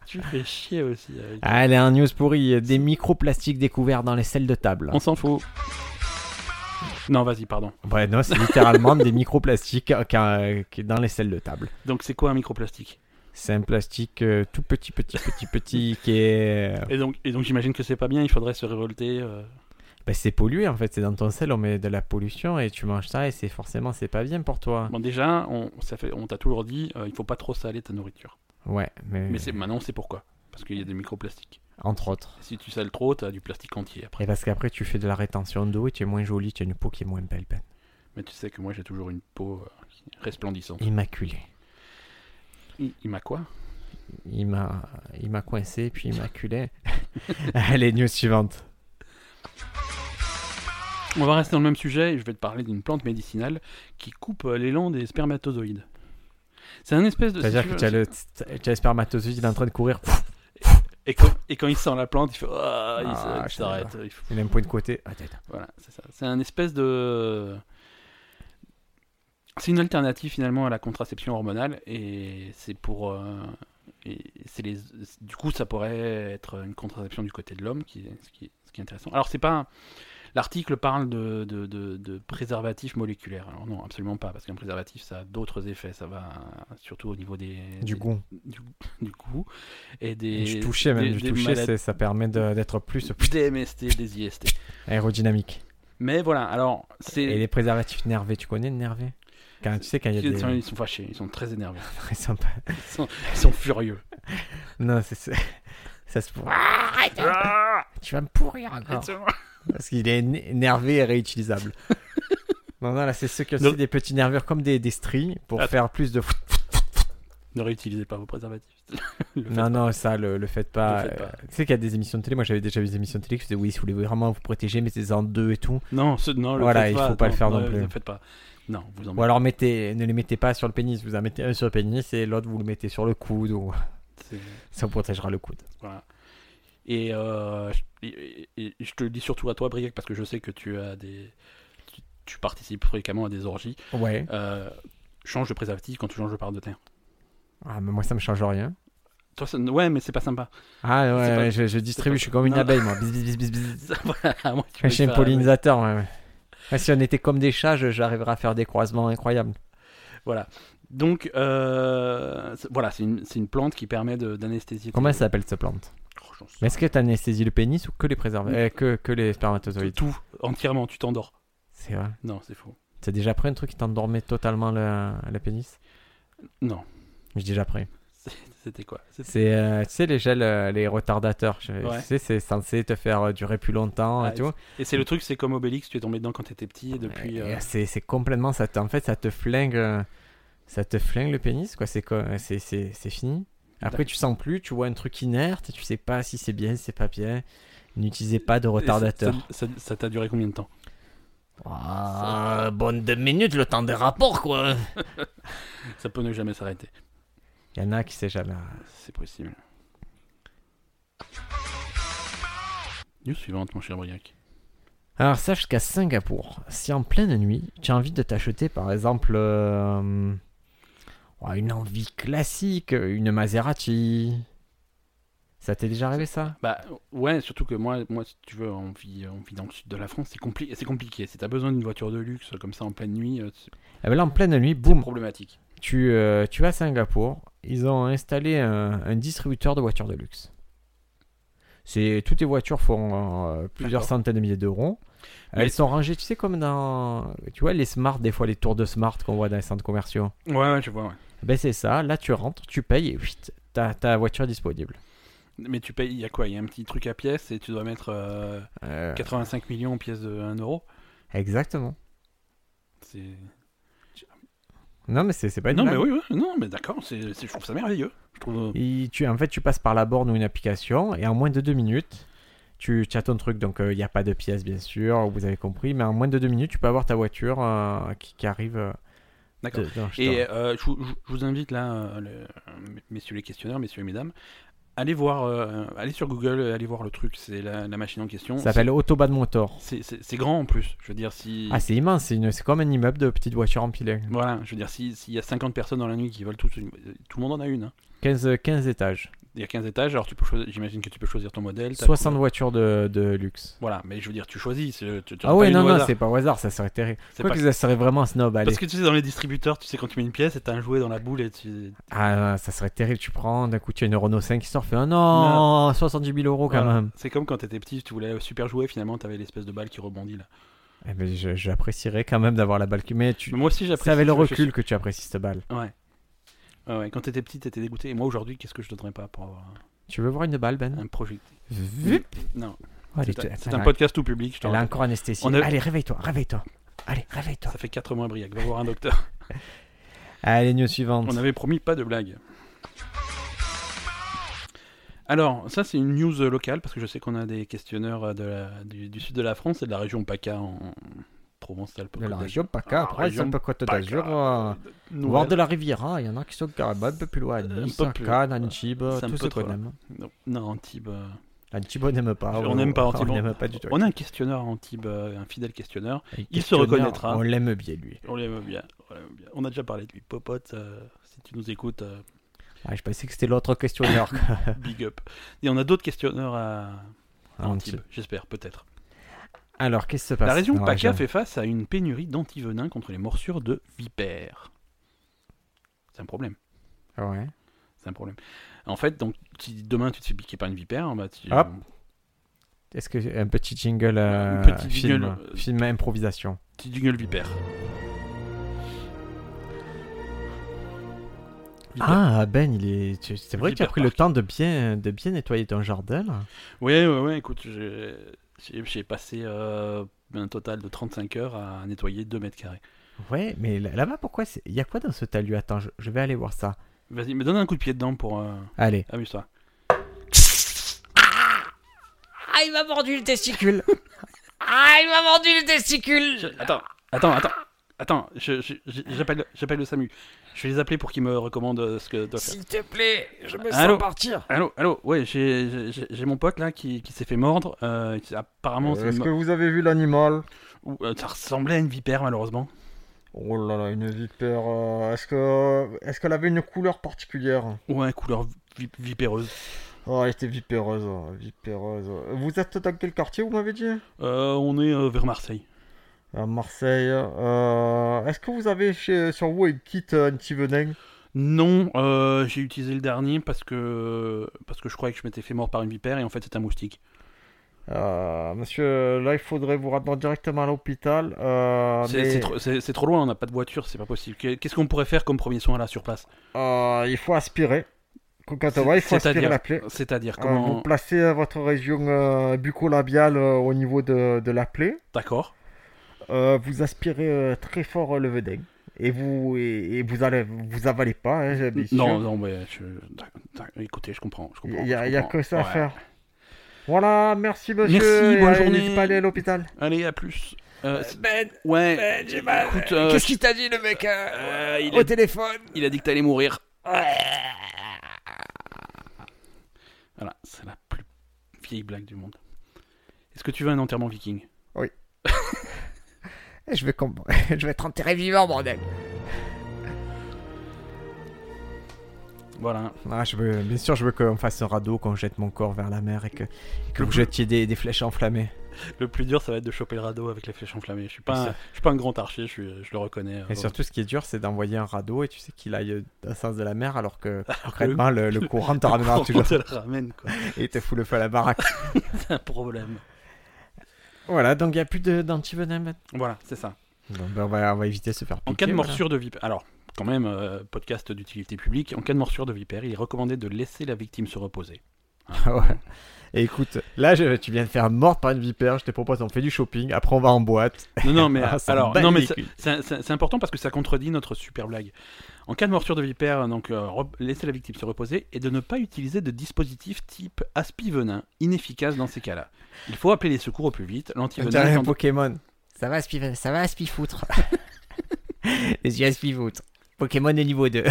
[SPEAKER 1] tu fais chier aussi. avec-
[SPEAKER 2] Allez un news pourri des microplastiques découverts dans les selles de table.
[SPEAKER 1] On s'en fout. Non, vas-y, pardon.
[SPEAKER 2] Ouais non c'est littéralement des microplastiques euh, qu'un- qui- dans les selles de table.
[SPEAKER 1] Donc, c'est quoi un microplastique
[SPEAKER 2] C'est un plastique euh, tout petit petit petit petit qui est euh,
[SPEAKER 1] Et donc, et donc j'imagine que c'est pas bien, il faudrait se révolter. euh.
[SPEAKER 2] Bah, c'est pollué en fait, c'est dans ton sel, on met de la pollution et tu manges ça et c'est forcément c'est pas bien pour toi.
[SPEAKER 1] Bon, déjà, on, ça fait, on t'a toujours dit, euh, il faut pas trop saler ta nourriture.
[SPEAKER 2] Ouais, mais,
[SPEAKER 1] Mais c'est, maintenant, on sait pourquoi. Parce qu'il y a des microplastiques.
[SPEAKER 2] entre autres.
[SPEAKER 1] Si tu sales trop, t'as du plastique entier après.
[SPEAKER 2] Et parce qu'après tu fais de la rétention d'eau et tu es moins jolie, tu as une peau qui est moins belle, ben.
[SPEAKER 1] Mais tu sais que moi, j'ai toujours une peau euh, qui est resplendissante.
[SPEAKER 2] Immaculée. Mm.
[SPEAKER 1] Il, il m'a quoi
[SPEAKER 2] Il m'a il m'a coincé puis il
[SPEAKER 1] [laughs]
[SPEAKER 2] m'a culé. Allez, news suivante.
[SPEAKER 1] On va rester dans le même sujet et je vais te parler d'une plante médicinale qui coupe euh, l'élan des spermatozoïdes. C'est un espèce de.
[SPEAKER 2] C'est-à-dire
[SPEAKER 1] si
[SPEAKER 2] que
[SPEAKER 1] tu
[SPEAKER 2] tu as
[SPEAKER 1] veux,
[SPEAKER 2] le, tu as le spermatozoïde il est en train de courir,
[SPEAKER 1] et, quand, et quand il sent la plante, il fait. Ah, il
[SPEAKER 2] Ah,
[SPEAKER 1] se-
[SPEAKER 2] je
[SPEAKER 1] il s'arrête. Il faut-
[SPEAKER 2] il a un point de côté. Ah, t'as- t'as-
[SPEAKER 1] Voilà, c'est ça. C'est un espèce de. C'est une alternative finalement à la contraception hormonale et c'est pour. euh, et c'est les, du coup, ça pourrait être une contraception du côté de l'homme, qui, est- ce, qui, est- ce qui est intéressant. Alors, c'est pas. L'article parle de, de, de- de préservatif moléculaire. Alors, non, absolument pas, parce qu'un préservatif, ça a d'autres effets. Ça va euh, surtout au niveau des.
[SPEAKER 2] Du
[SPEAKER 1] des-
[SPEAKER 2] goût,
[SPEAKER 1] Du, du goût. Et des.
[SPEAKER 2] du toucher même,
[SPEAKER 1] des-
[SPEAKER 2] du
[SPEAKER 1] des
[SPEAKER 2] toucher,
[SPEAKER 1] maladies-
[SPEAKER 2] c'est- ça permet de- d'être plus
[SPEAKER 1] Des MST, des IST.
[SPEAKER 2] aérodynamique.
[SPEAKER 1] Mais voilà, alors. c'est
[SPEAKER 2] Et les préservatifs nervés, tu connais le nervé Quand tu sais quand il y a
[SPEAKER 1] Ils sont,
[SPEAKER 2] des
[SPEAKER 1] ils sont fâchés, ils sont très
[SPEAKER 2] [laughs]
[SPEAKER 1] énervés,
[SPEAKER 2] ils sont pas-
[SPEAKER 1] ils sont, ils sont furieux.
[SPEAKER 2] Non, c'est [laughs] ça. Ça se pourrit.
[SPEAKER 1] Ah,
[SPEAKER 2] Arrête
[SPEAKER 1] hein.
[SPEAKER 2] Tu vas me pourrir encore. Parce qu'il est né- énervé
[SPEAKER 1] [laughs]
[SPEAKER 2] et réutilisable. non, non, là, c'est ceux qui ont aussi
[SPEAKER 1] Donc-
[SPEAKER 2] des petits nervures comme des, des stries pour
[SPEAKER 1] Attends.
[SPEAKER 2] faire plus de.
[SPEAKER 1] Ne réutilisez pas vos préservatifs. [laughs] Le faites
[SPEAKER 2] Non, non, ça, le, le faites pas.
[SPEAKER 1] Le faites pas.
[SPEAKER 2] Euh, Tu sais qu'il y a des émissions de télé. Moi, j'avais déjà vu des émissions de télé qui faisaient oui, si vous voulez vraiment vous protéger, mettez en deux et tout.
[SPEAKER 1] Non, ce- non, le
[SPEAKER 2] Voilà,
[SPEAKER 1] faites
[SPEAKER 2] il
[SPEAKER 1] pas.
[SPEAKER 2] faut pas le faire non
[SPEAKER 1] ne
[SPEAKER 2] plus.
[SPEAKER 1] le faites pas. Non, vous en
[SPEAKER 2] Ou alors, mettez, ne les mettez pas sur le pénis. Vous en mettez un sur le pénis et l'autre, vous le mettez sur le coude. Ou... [laughs]
[SPEAKER 1] c'est-
[SPEAKER 2] Ça vous protégera le coude.
[SPEAKER 1] Voilà. Et, euh, je- et- et- et je te le dis surtout à toi, Briac, parce que je sais que tu as des. Tu, tu participes fréquemment à des orgies.
[SPEAKER 2] Ouais.
[SPEAKER 1] Euh, change de préservatif quand tu changes de part de terre.
[SPEAKER 2] Ah, mais moi, ça me change rien.
[SPEAKER 1] Toi, ça- ouais, mais c'est pas sympa. [laughs]
[SPEAKER 2] Ah, ouais,
[SPEAKER 1] C'est pas-
[SPEAKER 2] ouais, je, je distribue.
[SPEAKER 1] pas-
[SPEAKER 2] Je suis comme une
[SPEAKER 1] non.
[SPEAKER 2] abeille, moi. Bis, bis, bis, bis, bis.
[SPEAKER 1] Ça, voilà, à moins que tu
[SPEAKER 2] Je
[SPEAKER 1] veuilles
[SPEAKER 2] suis un
[SPEAKER 1] faire-
[SPEAKER 2] pollinisateur, ouais, ouais. Ouais, si on était comme des chats, je- j'arriverais à faire des croisements incroyables.
[SPEAKER 1] Voilà. Donc, euh, c'est- voilà, c'est une, c'est une plante qui permet de- d'anesthésier.
[SPEAKER 2] Comment
[SPEAKER 1] tes-
[SPEAKER 2] ça s'appelle cette plante
[SPEAKER 1] Oh, j'en sais
[SPEAKER 2] Mais est-ce que tu anesthésies le pénis ou que les préservatifs
[SPEAKER 1] Oui.
[SPEAKER 2] euh, que, que les
[SPEAKER 1] rien.
[SPEAKER 2] spermatozoïdes
[SPEAKER 1] Tout, entièrement, tu t'endors.
[SPEAKER 2] C'est vrai.
[SPEAKER 1] Non, c'est faux.
[SPEAKER 2] T'as déjà pris un truc qui t'endormait totalement le, le pénis
[SPEAKER 1] Non,
[SPEAKER 2] Je dis déjà pris.
[SPEAKER 1] C'est- c'était quoi C'était-
[SPEAKER 2] C'est, euh, tu sais, les gels, euh, les retardateurs. je-
[SPEAKER 1] Ouais.
[SPEAKER 2] Tu sais, c'est censé te faire euh, durer plus longtemps
[SPEAKER 1] Ah,
[SPEAKER 2] et tout.
[SPEAKER 1] Et c'est le truc, c'est comme Obélix, tu es tombé dedans quand t'étais petit et depuis.
[SPEAKER 2] Et
[SPEAKER 1] euh,
[SPEAKER 2] c'est, c'est complètement ça. te- En fait, ça te flingue, euh, ça te flingue le pénis, quoi. C'est quoi C'est, c'est, c'est fini. Après,
[SPEAKER 1] D'accord.
[SPEAKER 2] tu sens plus, tu vois un truc inerte, tu sais pas si c'est bien, si c'est pas bien. N'utilisez pas de
[SPEAKER 1] et ça-
[SPEAKER 2] retardateur.
[SPEAKER 1] Ça ça- ça t'a duré combien de temps
[SPEAKER 2] Ah, bonne deux minutes, le temps des rapports, quoi.
[SPEAKER 1] Ça peut ne jamais s'arrêter.
[SPEAKER 2] Il y en a qui sait jamais.
[SPEAKER 1] C'est possible. News suivante, mon cher Briac.
[SPEAKER 2] Alors sache qu'à Singapour, si en pleine nuit, tu as envie de t'acheter par exemple euh, ouais, une envie classique, une Maserati. Ça t'est déjà arrivé ça
[SPEAKER 1] Bah ouais, surtout que moi, moi si tu veux, on vit, on vit dans le sud de la France, c'est compli- c'est compliqué. Si t'as besoin d'une voiture de luxe comme ça en pleine nuit, euh, c'est
[SPEAKER 2] Eh ben là en pleine nuit,
[SPEAKER 1] c'est
[SPEAKER 2] boum,
[SPEAKER 1] problématique.
[SPEAKER 2] tu, euh, tu vas à Singapour, ils ont installé un, un distributeur de voitures de luxe. C'est toutes les voitures font euh, plusieurs
[SPEAKER 1] D'accord.
[SPEAKER 2] centaines de milliers d'euros.
[SPEAKER 1] Mais-
[SPEAKER 2] Elles sont rangées, tu sais comme dans tu vois les Smart des fois les tours de Smart qu'on voit dans les centres commerciaux.
[SPEAKER 1] Ouais, ouais, je vois. ouais.
[SPEAKER 2] Ben c'est ça, là tu rentres, tu payes et whitt, t'as ta voiture disponible.
[SPEAKER 1] Mais tu payes, il y a quoi Il y a un petit truc à pièces et tu dois mettre euh, 85 millions en pièces de 1 euro.
[SPEAKER 2] Exactement.
[SPEAKER 1] C'est...
[SPEAKER 2] Non mais c'est c'est pas une
[SPEAKER 1] Non mais
[SPEAKER 2] blague.
[SPEAKER 1] oui, oui, non mais d'accord, c'est, c'est- je trouve ça merveilleux. Je trouve... euh,
[SPEAKER 2] Et tu, en fait tu passes par la borne ou une application et en moins de deux minutes tu tu as ton truc, donc il n'y a pas de pièces bien sûr, vous avez compris, mais en moins de deux minutes tu peux avoir ta voiture euh, qui, qui arrive. euh,
[SPEAKER 1] D'accord.
[SPEAKER 2] de- dans-
[SPEAKER 1] Et
[SPEAKER 2] dans-
[SPEAKER 1] euh, je, vous- je vous invite là, euh, le- euh, messieurs les questionnaires, messieurs et mesdames, allez voir, euh, allez sur Google, euh, allez voir le truc, c'est la, la machine en question.
[SPEAKER 2] ça s'appelle Autobahn Motor.
[SPEAKER 1] C'est- C'est c'est grand en plus. Je veux dire si,
[SPEAKER 2] Ah c'est immense, c'est une- c'est comme un immeuble de petites voitures empilées.
[SPEAKER 1] voilà, je veux dire si- s'il y a 50 personnes dans la nuit qui veulent tous, une- euh, tout le monde en a une. hein.
[SPEAKER 2] 15, 15 étages,
[SPEAKER 1] Il y a 15 étages, alors tu peux, choisir- j'imagine que tu peux choisir ton modèle. ta
[SPEAKER 2] 60
[SPEAKER 1] couleur.
[SPEAKER 2] voitures de, de luxe.
[SPEAKER 1] Voilà, mais je veux dire tu choisis. c'est- tu- tu
[SPEAKER 2] Ah
[SPEAKER 1] as
[SPEAKER 2] ouais,
[SPEAKER 1] pas
[SPEAKER 2] non,
[SPEAKER 1] une au
[SPEAKER 2] non,
[SPEAKER 1] hasard.
[SPEAKER 2] c'est pas au hasard, ça serait terrible.
[SPEAKER 1] C'est
[SPEAKER 2] Quoi
[SPEAKER 1] pas-
[SPEAKER 2] que ça serait vraiment snob, allez.
[SPEAKER 1] Parce que tu sais dans les distributeurs, tu sais quand tu mets une pièce, et t'as un jouet dans la boule et tu.
[SPEAKER 2] Ah, ça serait terrible, tu prends, d'un coup tu as une Renault 5 qui sort, fait, ah non, 70 000 euros quand
[SPEAKER 1] Voilà.
[SPEAKER 2] même.
[SPEAKER 1] C'est comme quand t'étais petit, tu voulais un super jouet, finalement t'avais l'espèce de balle qui rebondit là.
[SPEAKER 2] Eh ben, je- J'apprécierais quand même d'avoir la balle qui... Mais tu...
[SPEAKER 1] Mais moi aussi
[SPEAKER 2] c'est
[SPEAKER 1] j'apprécie.
[SPEAKER 2] avec le
[SPEAKER 1] je- je suis-
[SPEAKER 2] recul que tu apprécies cette balle.
[SPEAKER 1] Ouais. Ouais, ouais. Quand t'étais petit, t'étais dégoûté. Et moi, aujourd'hui, qu'est-ce que je donnerais pas pour avoir un-
[SPEAKER 2] Tu veux voir une balle, Ben
[SPEAKER 1] un projectile
[SPEAKER 2] Vup
[SPEAKER 1] Non.
[SPEAKER 2] Oh, elle
[SPEAKER 1] Ah. C'est
[SPEAKER 2] est-
[SPEAKER 1] un- c'est
[SPEAKER 2] elle
[SPEAKER 1] un
[SPEAKER 2] a-
[SPEAKER 1] podcast tout public, je t'en
[SPEAKER 2] Elle a
[SPEAKER 1] rappelle.
[SPEAKER 2] encore anesthésie.
[SPEAKER 1] On a-
[SPEAKER 2] Allez, réveille-toi, réveille-toi. Allez, réveille-toi.
[SPEAKER 1] Ça fait 4 mois, Briac. Va voir un docteur.
[SPEAKER 2] Allez, news suivante.
[SPEAKER 1] On avait promis pas de blague. Alors, ça, c'est une news euh, locale, parce que je sais qu'on a des questionneurs euh, de la- du, du sud de la France et de la région PACA en Provence-Alpes.
[SPEAKER 2] De la région PACA,
[SPEAKER 1] Ah,
[SPEAKER 2] après c'est un
[SPEAKER 1] région
[SPEAKER 2] peu Côte
[SPEAKER 1] PACA.
[SPEAKER 2] d'Azur, euh, voire de la Riviera, il y en a qui sont carrément un peu plus loin,
[SPEAKER 1] Euh, Un
[SPEAKER 2] Nice,
[SPEAKER 1] peu plus-
[SPEAKER 2] Cannes, Antibes,
[SPEAKER 1] c'est un
[SPEAKER 2] tout
[SPEAKER 1] peu
[SPEAKER 2] ce
[SPEAKER 1] trop
[SPEAKER 2] qu'on
[SPEAKER 1] loin.
[SPEAKER 2] aime.
[SPEAKER 1] Non, non, Antibes. euh,
[SPEAKER 2] Antibes on n'aime pas.
[SPEAKER 1] on n'aime pas Antibes.
[SPEAKER 2] Ah On n'aime pas du tout.
[SPEAKER 1] On a un questionneur à Antibes, euh, un fidèle questionneur.
[SPEAKER 2] Et
[SPEAKER 1] il se
[SPEAKER 2] questionneur,
[SPEAKER 1] reconnaîtra.
[SPEAKER 2] On l'aime bien lui.
[SPEAKER 1] On l'aime bien, on l'aime bien. On a déjà parlé de lui. Popote, euh, si tu nous écoutes, euh,
[SPEAKER 2] Ah, je pensais que c'était l'autre questionneur.
[SPEAKER 1] [laughs] big up. Et on a d'autres questionneurs à à
[SPEAKER 2] Antibes.
[SPEAKER 1] Antibes, j'espère, peut-être.
[SPEAKER 2] Alors, qu'est-ce qui se passe
[SPEAKER 1] La région
[SPEAKER 2] dans
[SPEAKER 1] PACA
[SPEAKER 2] région
[SPEAKER 1] fait face à une pénurie d'antivenins contre les morsures de vipères. C'est un problème.
[SPEAKER 2] Ouais.
[SPEAKER 1] C'est un problème. En fait, donc, si demain tu te fais piquer par une vipère, bah, tu-
[SPEAKER 2] Hop. Est-ce que un petit jingle,
[SPEAKER 1] Un
[SPEAKER 2] euh,
[SPEAKER 1] petit
[SPEAKER 2] film,
[SPEAKER 1] jingle, euh,
[SPEAKER 2] film à improvisation
[SPEAKER 1] tu gueules vipère. Vipère.
[SPEAKER 2] Ah Ben, il est. tu- C'est vrai que tu as
[SPEAKER 1] Hyper
[SPEAKER 2] pris le temps de bien, de bien nettoyer ton jardin. là.
[SPEAKER 1] Ouais, ouais, ouais, écoute, j'ai j'ai- j'ai passé euh, un total de 35 heures à nettoyer 2 mètres carrés.
[SPEAKER 2] Ouais, mais là- là-bas, pourquoi c'est- Il y a quoi dans ce talus Attends, je, je vais aller voir ça.
[SPEAKER 1] Vas-y, mais donne un coup de pied dedans pour. euh,
[SPEAKER 2] Allez.
[SPEAKER 1] Amuse-toi.
[SPEAKER 2] Ah, il m'a mordu le testicule. ah, il m'a mordu le testicule.
[SPEAKER 1] Je- Attends, attends, attends. Attends, je- je- je- j'appelle j'appelle le SAMU. Je vais les appeler pour qu'ils me recommandent euh, ce que doit faire.
[SPEAKER 2] S'il te plaît, je me
[SPEAKER 1] Allô
[SPEAKER 2] sens partir.
[SPEAKER 1] Allô, allô, ouais, j'ai- j'ai j'ai- j'ai mon pote là qui, qui s'est fait mordre. euh, qui- apparemment, c'est
[SPEAKER 3] Est-ce
[SPEAKER 1] une-
[SPEAKER 3] que vous avez vu l'animal
[SPEAKER 1] ou, euh, ça ressemblait à une vipère malheureusement.
[SPEAKER 3] Oh là là, une vipère. euh, Est-ce que est-ce qu'elle avait une couleur particulière
[SPEAKER 1] Ouais, couleur vi- vipéreuse.
[SPEAKER 3] Oh, elle était vipéreuse, euh, vipéreuse. Vous êtes dans quel quartier, vous m'avez dit
[SPEAKER 1] Euh, on est euh, vers Marseille.
[SPEAKER 3] À Marseille. euh, Est-ce que vous avez chez, sur vous une euh, kit anti-venin
[SPEAKER 1] Non, euh, j'ai utilisé le dernier parce que parce que je croyais que je m'étais fait mordre par une vipère et en fait c'est un moustique.
[SPEAKER 3] Euh, Monsieur, là, il faudrait vous rendre directement à l'hôpital. euh,
[SPEAKER 1] C'est
[SPEAKER 3] mais,
[SPEAKER 1] c'est trop, c'est- c'est trop loin, on n'a pas de voiture, c'est pas possible. Que- Qu'est-ce qu'on pourrait faire comme premier soin là sur place
[SPEAKER 3] euh, il faut aspirer. Quand on va, il faut aspirer
[SPEAKER 1] C'est-à-dire-
[SPEAKER 3] la plaie.
[SPEAKER 1] C'est-à-dire
[SPEAKER 3] Euh,
[SPEAKER 1] comment
[SPEAKER 3] vous placez euh, votre région euh, bucco-labiale euh, au niveau de, de la plaie.
[SPEAKER 1] D'accord.
[SPEAKER 3] Euh, vous aspirez euh, très fort euh, le venin. Et vous, et, et vous, allez, vous avalez pas, hein, j'ai- bien sûr.
[SPEAKER 1] Non, non, mais je... d'ac- d'ac- écoutez, je comprends, je comprends.
[SPEAKER 3] Il n'y a,
[SPEAKER 1] je
[SPEAKER 3] il y a
[SPEAKER 1] comprends.
[SPEAKER 3] que ça à
[SPEAKER 1] Ouais.
[SPEAKER 3] faire. Voilà, merci monsieur.
[SPEAKER 1] Merci,
[SPEAKER 3] et
[SPEAKER 1] bonne
[SPEAKER 3] allez,
[SPEAKER 1] journée.
[SPEAKER 3] N'hésitez pas à aller à l'hôpital.
[SPEAKER 1] Allez, à plus. Euh, c'est-
[SPEAKER 2] Ben,
[SPEAKER 1] ouais,
[SPEAKER 2] ben, j'ai mal.
[SPEAKER 1] écoute, euh,
[SPEAKER 2] Qu'est-ce qu'il t'a dit le mec euh,
[SPEAKER 1] Euh, il
[SPEAKER 2] au
[SPEAKER 1] est-
[SPEAKER 2] téléphone
[SPEAKER 1] il a dit que t'allais mourir.
[SPEAKER 2] Ouais.
[SPEAKER 1] Voilà, c'est la plus vieille blague du monde. Est-ce que tu veux un enterrement viking
[SPEAKER 2] Je vais, com- [laughs] je vais être enterré vivant, bordel.
[SPEAKER 1] Voilà.
[SPEAKER 2] [laughs] Ah, je veux... Bien sûr, je veux qu'on fasse un radeau, qu'on jette mon corps vers la mer et que, et que
[SPEAKER 1] Le
[SPEAKER 2] vous
[SPEAKER 1] plus-
[SPEAKER 2] jetiez des, des flèches enflammées.
[SPEAKER 1] Le plus dur, ça va être de choper le radeau avec les flèches enflammées. Je suis pas,
[SPEAKER 2] C'est
[SPEAKER 1] un, je suis pas un grand archer, je, suis- je le reconnais.
[SPEAKER 2] Et
[SPEAKER 1] euh,
[SPEAKER 2] surtout, ce qui est dur, c'est d'envoyer un radeau et tu sais qu'il aille euh, dans le sens de la mer alors que
[SPEAKER 1] Alors que Ah, le-
[SPEAKER 2] concrètement, le, le courant te
[SPEAKER 1] le
[SPEAKER 2] ramènera
[SPEAKER 1] courant
[SPEAKER 2] toujours
[SPEAKER 1] te le ramène, quoi.
[SPEAKER 2] et te fout le feu à la baraque.
[SPEAKER 1] [laughs] C'est un problème.
[SPEAKER 2] voilà, donc il n'y a plus de- d'antivenin maintenant.
[SPEAKER 1] Voilà, c'est ça.
[SPEAKER 2] Bon, ben, on, va, on va éviter de se faire piquer.
[SPEAKER 1] En cas de
[SPEAKER 2] voilà.
[SPEAKER 1] morsure de vipère, alors quand même, euh, podcast d'utilité publique, en cas de morsure de vipère, il est recommandé de laisser la victime se [laughs] reposer.
[SPEAKER 2] Ah ouais. Et écoute, là, je- tu viens de faire mort par une vipère. Je te propose, on fait du shopping. Après, on va en boîte.
[SPEAKER 1] Non, non, mais
[SPEAKER 2] Ah, ça me
[SPEAKER 1] alors,
[SPEAKER 2] bat
[SPEAKER 1] non,
[SPEAKER 2] les
[SPEAKER 1] mais ça-
[SPEAKER 2] couilles.
[SPEAKER 1] ça- ça- c'est important parce que ça contredit notre super blague. En cas de morsure de vipère, donc euh, re- laisser la victime se reposer et de ne pas utiliser de dispositif type aspi-venin, inefficace dans ces cas-là. Il faut appeler les secours au plus vite.
[SPEAKER 2] T'as
[SPEAKER 1] L'antivenin,
[SPEAKER 2] un
[SPEAKER 1] quand-
[SPEAKER 2] Pokémon. Ça va, Spiven, ça va,
[SPEAKER 1] [laughs]
[SPEAKER 2] Spifoutre. Les yeux à Spifoutre. Pokémon est
[SPEAKER 1] [laughs]
[SPEAKER 2] niveau 2.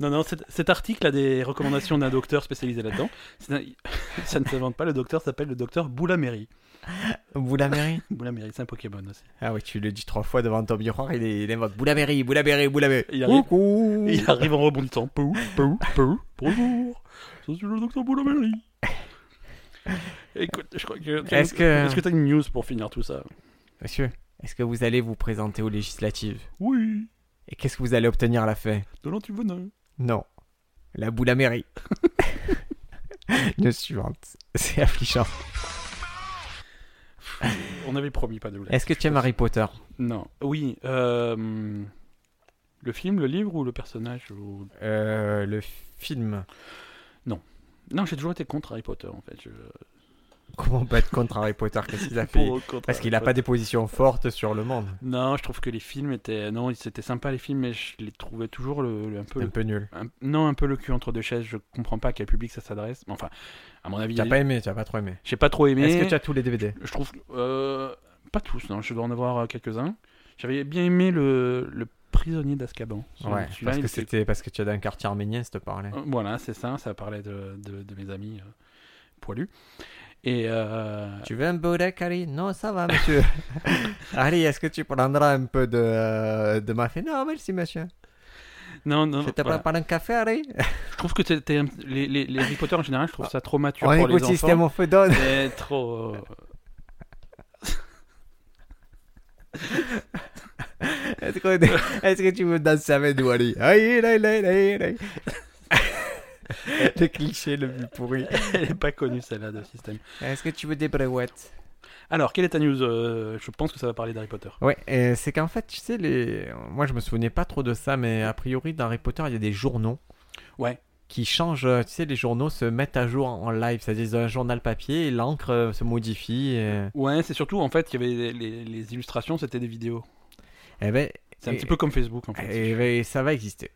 [SPEAKER 1] Non, non, cet, cet article a des recommandations d'un docteur spécialisé là-dedans. C'est un- [laughs] Ça ne s'invente pas, le docteur s'appelle le docteur Boulameri.
[SPEAKER 2] Au bout de la mairie
[SPEAKER 1] Boulameri, c'est un Pokémon aussi.
[SPEAKER 2] Ah oui, tu le dis trois fois devant ton miroir, il est, il est en mode Boulaberry, Boulaberry, Boulaberry.
[SPEAKER 1] Il arrive.
[SPEAKER 2] Coucou
[SPEAKER 1] Et il arrive en rebondissant. Pou, pou, pou. Bonjour, je suis le docteur Boulameri. Écoute, je crois que.
[SPEAKER 2] Est-ce que-
[SPEAKER 1] Est-ce que t'as une news pour finir tout ça
[SPEAKER 2] Monsieur, est-ce que vous allez vous présenter aux législatives
[SPEAKER 1] Oui,
[SPEAKER 2] Et qu'est-ce que vous allez obtenir à la fin
[SPEAKER 1] de l'antivenin.
[SPEAKER 2] Non. La [laughs] Boulaberry. News suivante. C'est affligeant.
[SPEAKER 1] On avait promis pas de blague.
[SPEAKER 2] Est-ce que tu aimes Harry Potter
[SPEAKER 1] Non. Oui, euh, Le film, le livre ou le personnage ou-
[SPEAKER 2] Euh, le film.
[SPEAKER 1] Non, j'ai toujours été contre Harry Potter en fait. Je...
[SPEAKER 2] Comment on peut être contre Harry Potter Qu'est-ce qu'il a fait
[SPEAKER 1] Pour- contre
[SPEAKER 2] Parce
[SPEAKER 1] Harry
[SPEAKER 2] qu'il n'a
[SPEAKER 1] Potter.
[SPEAKER 2] pas des positions fortes sur le monde.
[SPEAKER 1] Non, je trouve que les films étaient. Non, c'était sympa les films, mais je les trouvais toujours le, le- un peu.
[SPEAKER 2] Un
[SPEAKER 1] le-
[SPEAKER 2] peu nul.
[SPEAKER 1] un- non, un peu le cul entre deux chaises. Je comprends pas à quel public ça s'adresse. Mais Enfin, à mon avis,
[SPEAKER 2] Tu n'as pas aimé, tu n'as pas trop aimé.
[SPEAKER 1] j'ai pas trop aimé.
[SPEAKER 2] Est-ce que tu as tous les DVD
[SPEAKER 1] Je trouve. euh, pas tous, non. Je dois en avoir euh, quelques-uns. J'avais bien aimé le, le prisonnier d'Azkaban. Celui-
[SPEAKER 2] Ouais,
[SPEAKER 1] celui-là,
[SPEAKER 2] parce
[SPEAKER 1] il
[SPEAKER 2] que
[SPEAKER 1] était-
[SPEAKER 2] c'était parce que tu es d'un quartier arménien, ça te parlait.
[SPEAKER 1] Euh, Voilà, c'est ça. Ça parlait de, de, de mes amis euh, poilus. Et euh,
[SPEAKER 2] Tu veux un burek, Ali Non, ça
[SPEAKER 1] [laughs]
[SPEAKER 2] va, monsieur. [laughs] Ali, est-ce que tu prendras un peu de, euh, de mafé Non, merci, monsieur.
[SPEAKER 1] non, non,
[SPEAKER 2] Je te
[SPEAKER 1] voilà.
[SPEAKER 2] prépare un café, Ali
[SPEAKER 1] je trouve que c'était un- les, les, les Harry Potter en général,
[SPEAKER 2] Ah.
[SPEAKER 1] je trouve ça trop mature
[SPEAKER 2] On
[SPEAKER 1] pour les
[SPEAKER 2] écoute
[SPEAKER 1] enfants.
[SPEAKER 2] Système of a Down.
[SPEAKER 1] C'est trop. euh,
[SPEAKER 2] Est-ce que, est-ce que tu veux danser avec nous, Ali Aïe, aïe, aïe, aïe, aïe, [laughs] aïe. Le cliché le plus pourri.
[SPEAKER 1] Elle n'est pas connue celle-là de système.
[SPEAKER 2] Est-ce que tu veux des brouettes
[SPEAKER 1] Alors, quelle est ta news Euh, Je pense que ça va parler d'Harry Potter.
[SPEAKER 2] Ouais, euh, c'est qu'en fait, tu sais, les... moi je me souvenais pas trop de ça, mais a priori, dans Harry Potter, il y a des journaux.
[SPEAKER 1] Ouais.
[SPEAKER 2] Qui changent, euh, tu sais, les journaux se mettent à jour en en live. C'est-à-dire, ils ont un journal papier et l'encre euh, se modifie. euh. Et...
[SPEAKER 1] Ouais, c'est surtout en fait qu'il y avait les, les- les illustrations, c'était des vidéos.
[SPEAKER 2] Eh ben,
[SPEAKER 1] C'est un
[SPEAKER 2] Et-
[SPEAKER 1] petit peu comme Facebook en fait.
[SPEAKER 2] eh ben, ça va exister.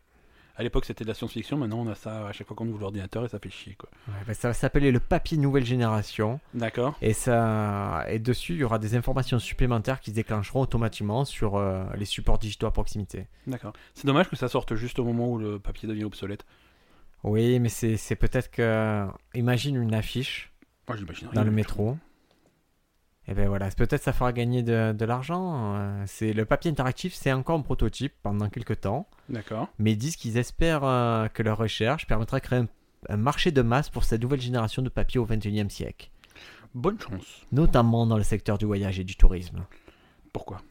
[SPEAKER 1] À l'époque, c'était de la science-fiction. Maintenant, on a ça à chaque fois qu'on ouvre l'ordinateur et ça fait chier. Quoi.
[SPEAKER 2] Ouais, bah, ça va s'appeler le papier nouvelle génération.
[SPEAKER 1] D'accord.
[SPEAKER 2] Et, ça... et dessus, il y aura des informations supplémentaires qui se déclencheront automatiquement sur euh, les supports digitaux à proximité.
[SPEAKER 1] D'accord. C'est dommage que ça sorte juste au moment où le papier devient obsolète.
[SPEAKER 2] Oui, mais c'est c'est peut-être que. Imagine une affiche
[SPEAKER 1] Moi, j'imagine. rien
[SPEAKER 2] dans le
[SPEAKER 1] du
[SPEAKER 2] métro. Et ben voilà, peut-être ça fera gagner de, de l'argent. euh, C'est Le papier interactif, c'est encore un prototype pendant quelques temps.
[SPEAKER 1] tout. D'accord.
[SPEAKER 2] mais ils disent qu'ils espèrent euh, que leur recherche permettra de créer un, un marché de masse pour cette nouvelle génération de papier au XXIe siècle,
[SPEAKER 1] Bonne chance.
[SPEAKER 2] notamment dans le secteur du voyage et du tourisme.
[SPEAKER 1] Pourquoi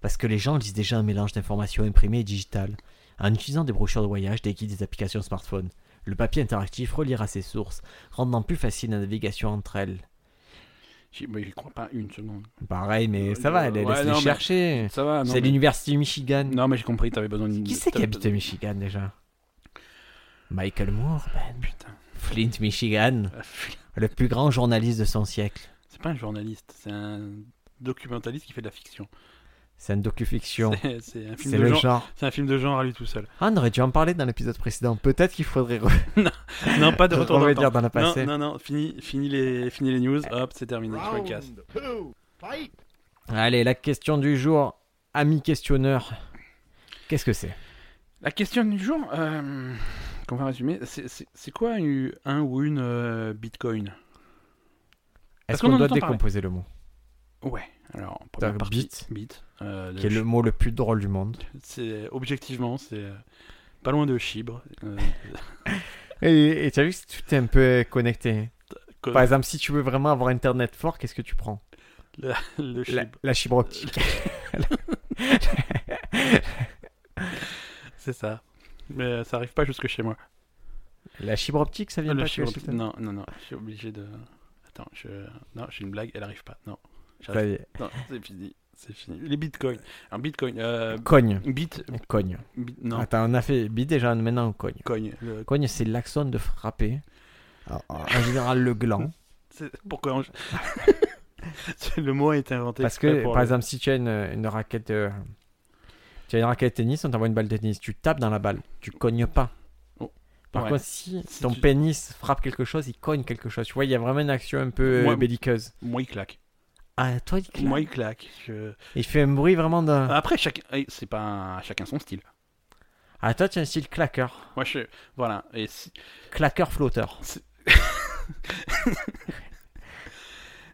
[SPEAKER 2] Parce que les gens lisent déjà un mélange d'informations imprimées et digitales, en utilisant des brochures de voyage, des guides, des applications smartphones. Le papier interactif reliera ses sources, rendant plus facile la navigation entre elles.
[SPEAKER 1] J'y mais j'y crois pas une seconde.
[SPEAKER 2] Pareil, mais ça va,
[SPEAKER 1] Euh,
[SPEAKER 2] les-
[SPEAKER 1] ouais,
[SPEAKER 2] laisse-les
[SPEAKER 1] non, mais-
[SPEAKER 2] chercher.
[SPEAKER 1] Ça va, non
[SPEAKER 2] C'est
[SPEAKER 1] mais...
[SPEAKER 2] l'université du Michigan.
[SPEAKER 1] Non, mais j'ai compris, t'avais besoin d'une.
[SPEAKER 2] Qui c'est qui habite au Michigan déjà Michael Moore, Ben.
[SPEAKER 1] Putain. Ah,
[SPEAKER 2] Flint, Michigan. Le plus grand journaliste de son siècle.
[SPEAKER 1] C'est pas un journaliste, c'est un documentaliste qui fait de la fiction.
[SPEAKER 2] C'est une docu-fiction.
[SPEAKER 1] C'est c'est un, film
[SPEAKER 2] C'est
[SPEAKER 1] de
[SPEAKER 2] le
[SPEAKER 1] genre-
[SPEAKER 2] genre.
[SPEAKER 1] c'est un film de genre à lui tout seul.
[SPEAKER 2] Ah, on aurait dû en parler dans l'épisode précédent. Peut-être qu'il faudrait re-
[SPEAKER 1] Non,
[SPEAKER 2] [laughs]
[SPEAKER 1] pas [laughs] de retour dans le
[SPEAKER 2] revenir
[SPEAKER 1] temps.
[SPEAKER 2] dans le
[SPEAKER 1] Non,
[SPEAKER 2] passé.
[SPEAKER 1] non, non, fini, fini, les, fini les news, hop, c'est terminé, je me casse.
[SPEAKER 2] Allez, la question du jour. Ami questionneur. Qu'est-ce que c'est
[SPEAKER 1] La question du jour, euh, qu'on va résumer, c'est- c'est c'est quoi une- un ou une euh, Bitcoin
[SPEAKER 2] Est-ce
[SPEAKER 1] Parce
[SPEAKER 2] qu'on
[SPEAKER 1] qu'on en
[SPEAKER 2] doit
[SPEAKER 1] entend parler.
[SPEAKER 2] décomposer le mot
[SPEAKER 1] Ouais, alors, première
[SPEAKER 2] Donc,
[SPEAKER 1] partie,
[SPEAKER 2] bit.
[SPEAKER 1] bit euh, de
[SPEAKER 2] Qui est le
[SPEAKER 1] chi-
[SPEAKER 2] mot le plus drôle du monde.
[SPEAKER 1] c'est- objectivement, c'est euh, pas loin de chibre. euh, [laughs]
[SPEAKER 2] Et et t'as vu que tout est un peu connecté.
[SPEAKER 1] que-
[SPEAKER 2] Par exemple, si tu veux vraiment avoir Internet fort, qu'est-ce que tu prends
[SPEAKER 1] le chibre.
[SPEAKER 2] la, la fibre optique.
[SPEAKER 1] C'est ça. Mais euh, ça arrive pas jusque chez moi.
[SPEAKER 2] La fibre optique, ça vient
[SPEAKER 1] Le
[SPEAKER 2] pas de
[SPEAKER 1] chibre-
[SPEAKER 2] Washington
[SPEAKER 1] Non, non, non, je suis obligé de. Attends, je. Non, j'ai une blague, elle arrive pas. Non,
[SPEAKER 2] Ça y est.
[SPEAKER 1] non c'est fini. C'est fini. Les bitcoins. Un bitcoin. Euh,
[SPEAKER 2] Cogne.
[SPEAKER 1] bit.
[SPEAKER 2] Cogne.
[SPEAKER 1] bit- Non,
[SPEAKER 2] Attends, on a fait bid déjà, maintenant on cogne.
[SPEAKER 1] coin. Le-
[SPEAKER 2] Cogne, c'est l'axone de frapper. En général, le gland.
[SPEAKER 1] c'est- Pourquoi on-
[SPEAKER 2] [laughs]
[SPEAKER 1] C'est- Le mot a été inventé.
[SPEAKER 2] Parce
[SPEAKER 1] exprès
[SPEAKER 2] que,
[SPEAKER 1] pour
[SPEAKER 2] par
[SPEAKER 1] le-
[SPEAKER 2] exemple, si tu as une, une raquette. euh, tu as une raquette tennis, on t'envoie une balle de tennis, tu tapes dans la balle, tu cognes pas.
[SPEAKER 1] Oh,
[SPEAKER 2] Par
[SPEAKER 1] ouais.
[SPEAKER 2] contre, si,
[SPEAKER 1] Si
[SPEAKER 2] ton
[SPEAKER 1] tu-
[SPEAKER 2] pénis frappe quelque chose, il cogne quelque chose. Tu vois, il y a vraiment une action un peu euh,
[SPEAKER 1] Moi-
[SPEAKER 2] belliqueuse.
[SPEAKER 1] Moi, il claque.
[SPEAKER 2] Ah, toi, il, claque. Ah.
[SPEAKER 1] Moi, il claque. Je-
[SPEAKER 2] Il fait un bruit vraiment d'un.
[SPEAKER 1] Après, chacun. eh, C'est pas un- chacun son style.
[SPEAKER 2] Ah, toi, tu as un style claqueur.
[SPEAKER 1] Moi, je. Voilà. Et si,
[SPEAKER 2] Claqueur flotteur.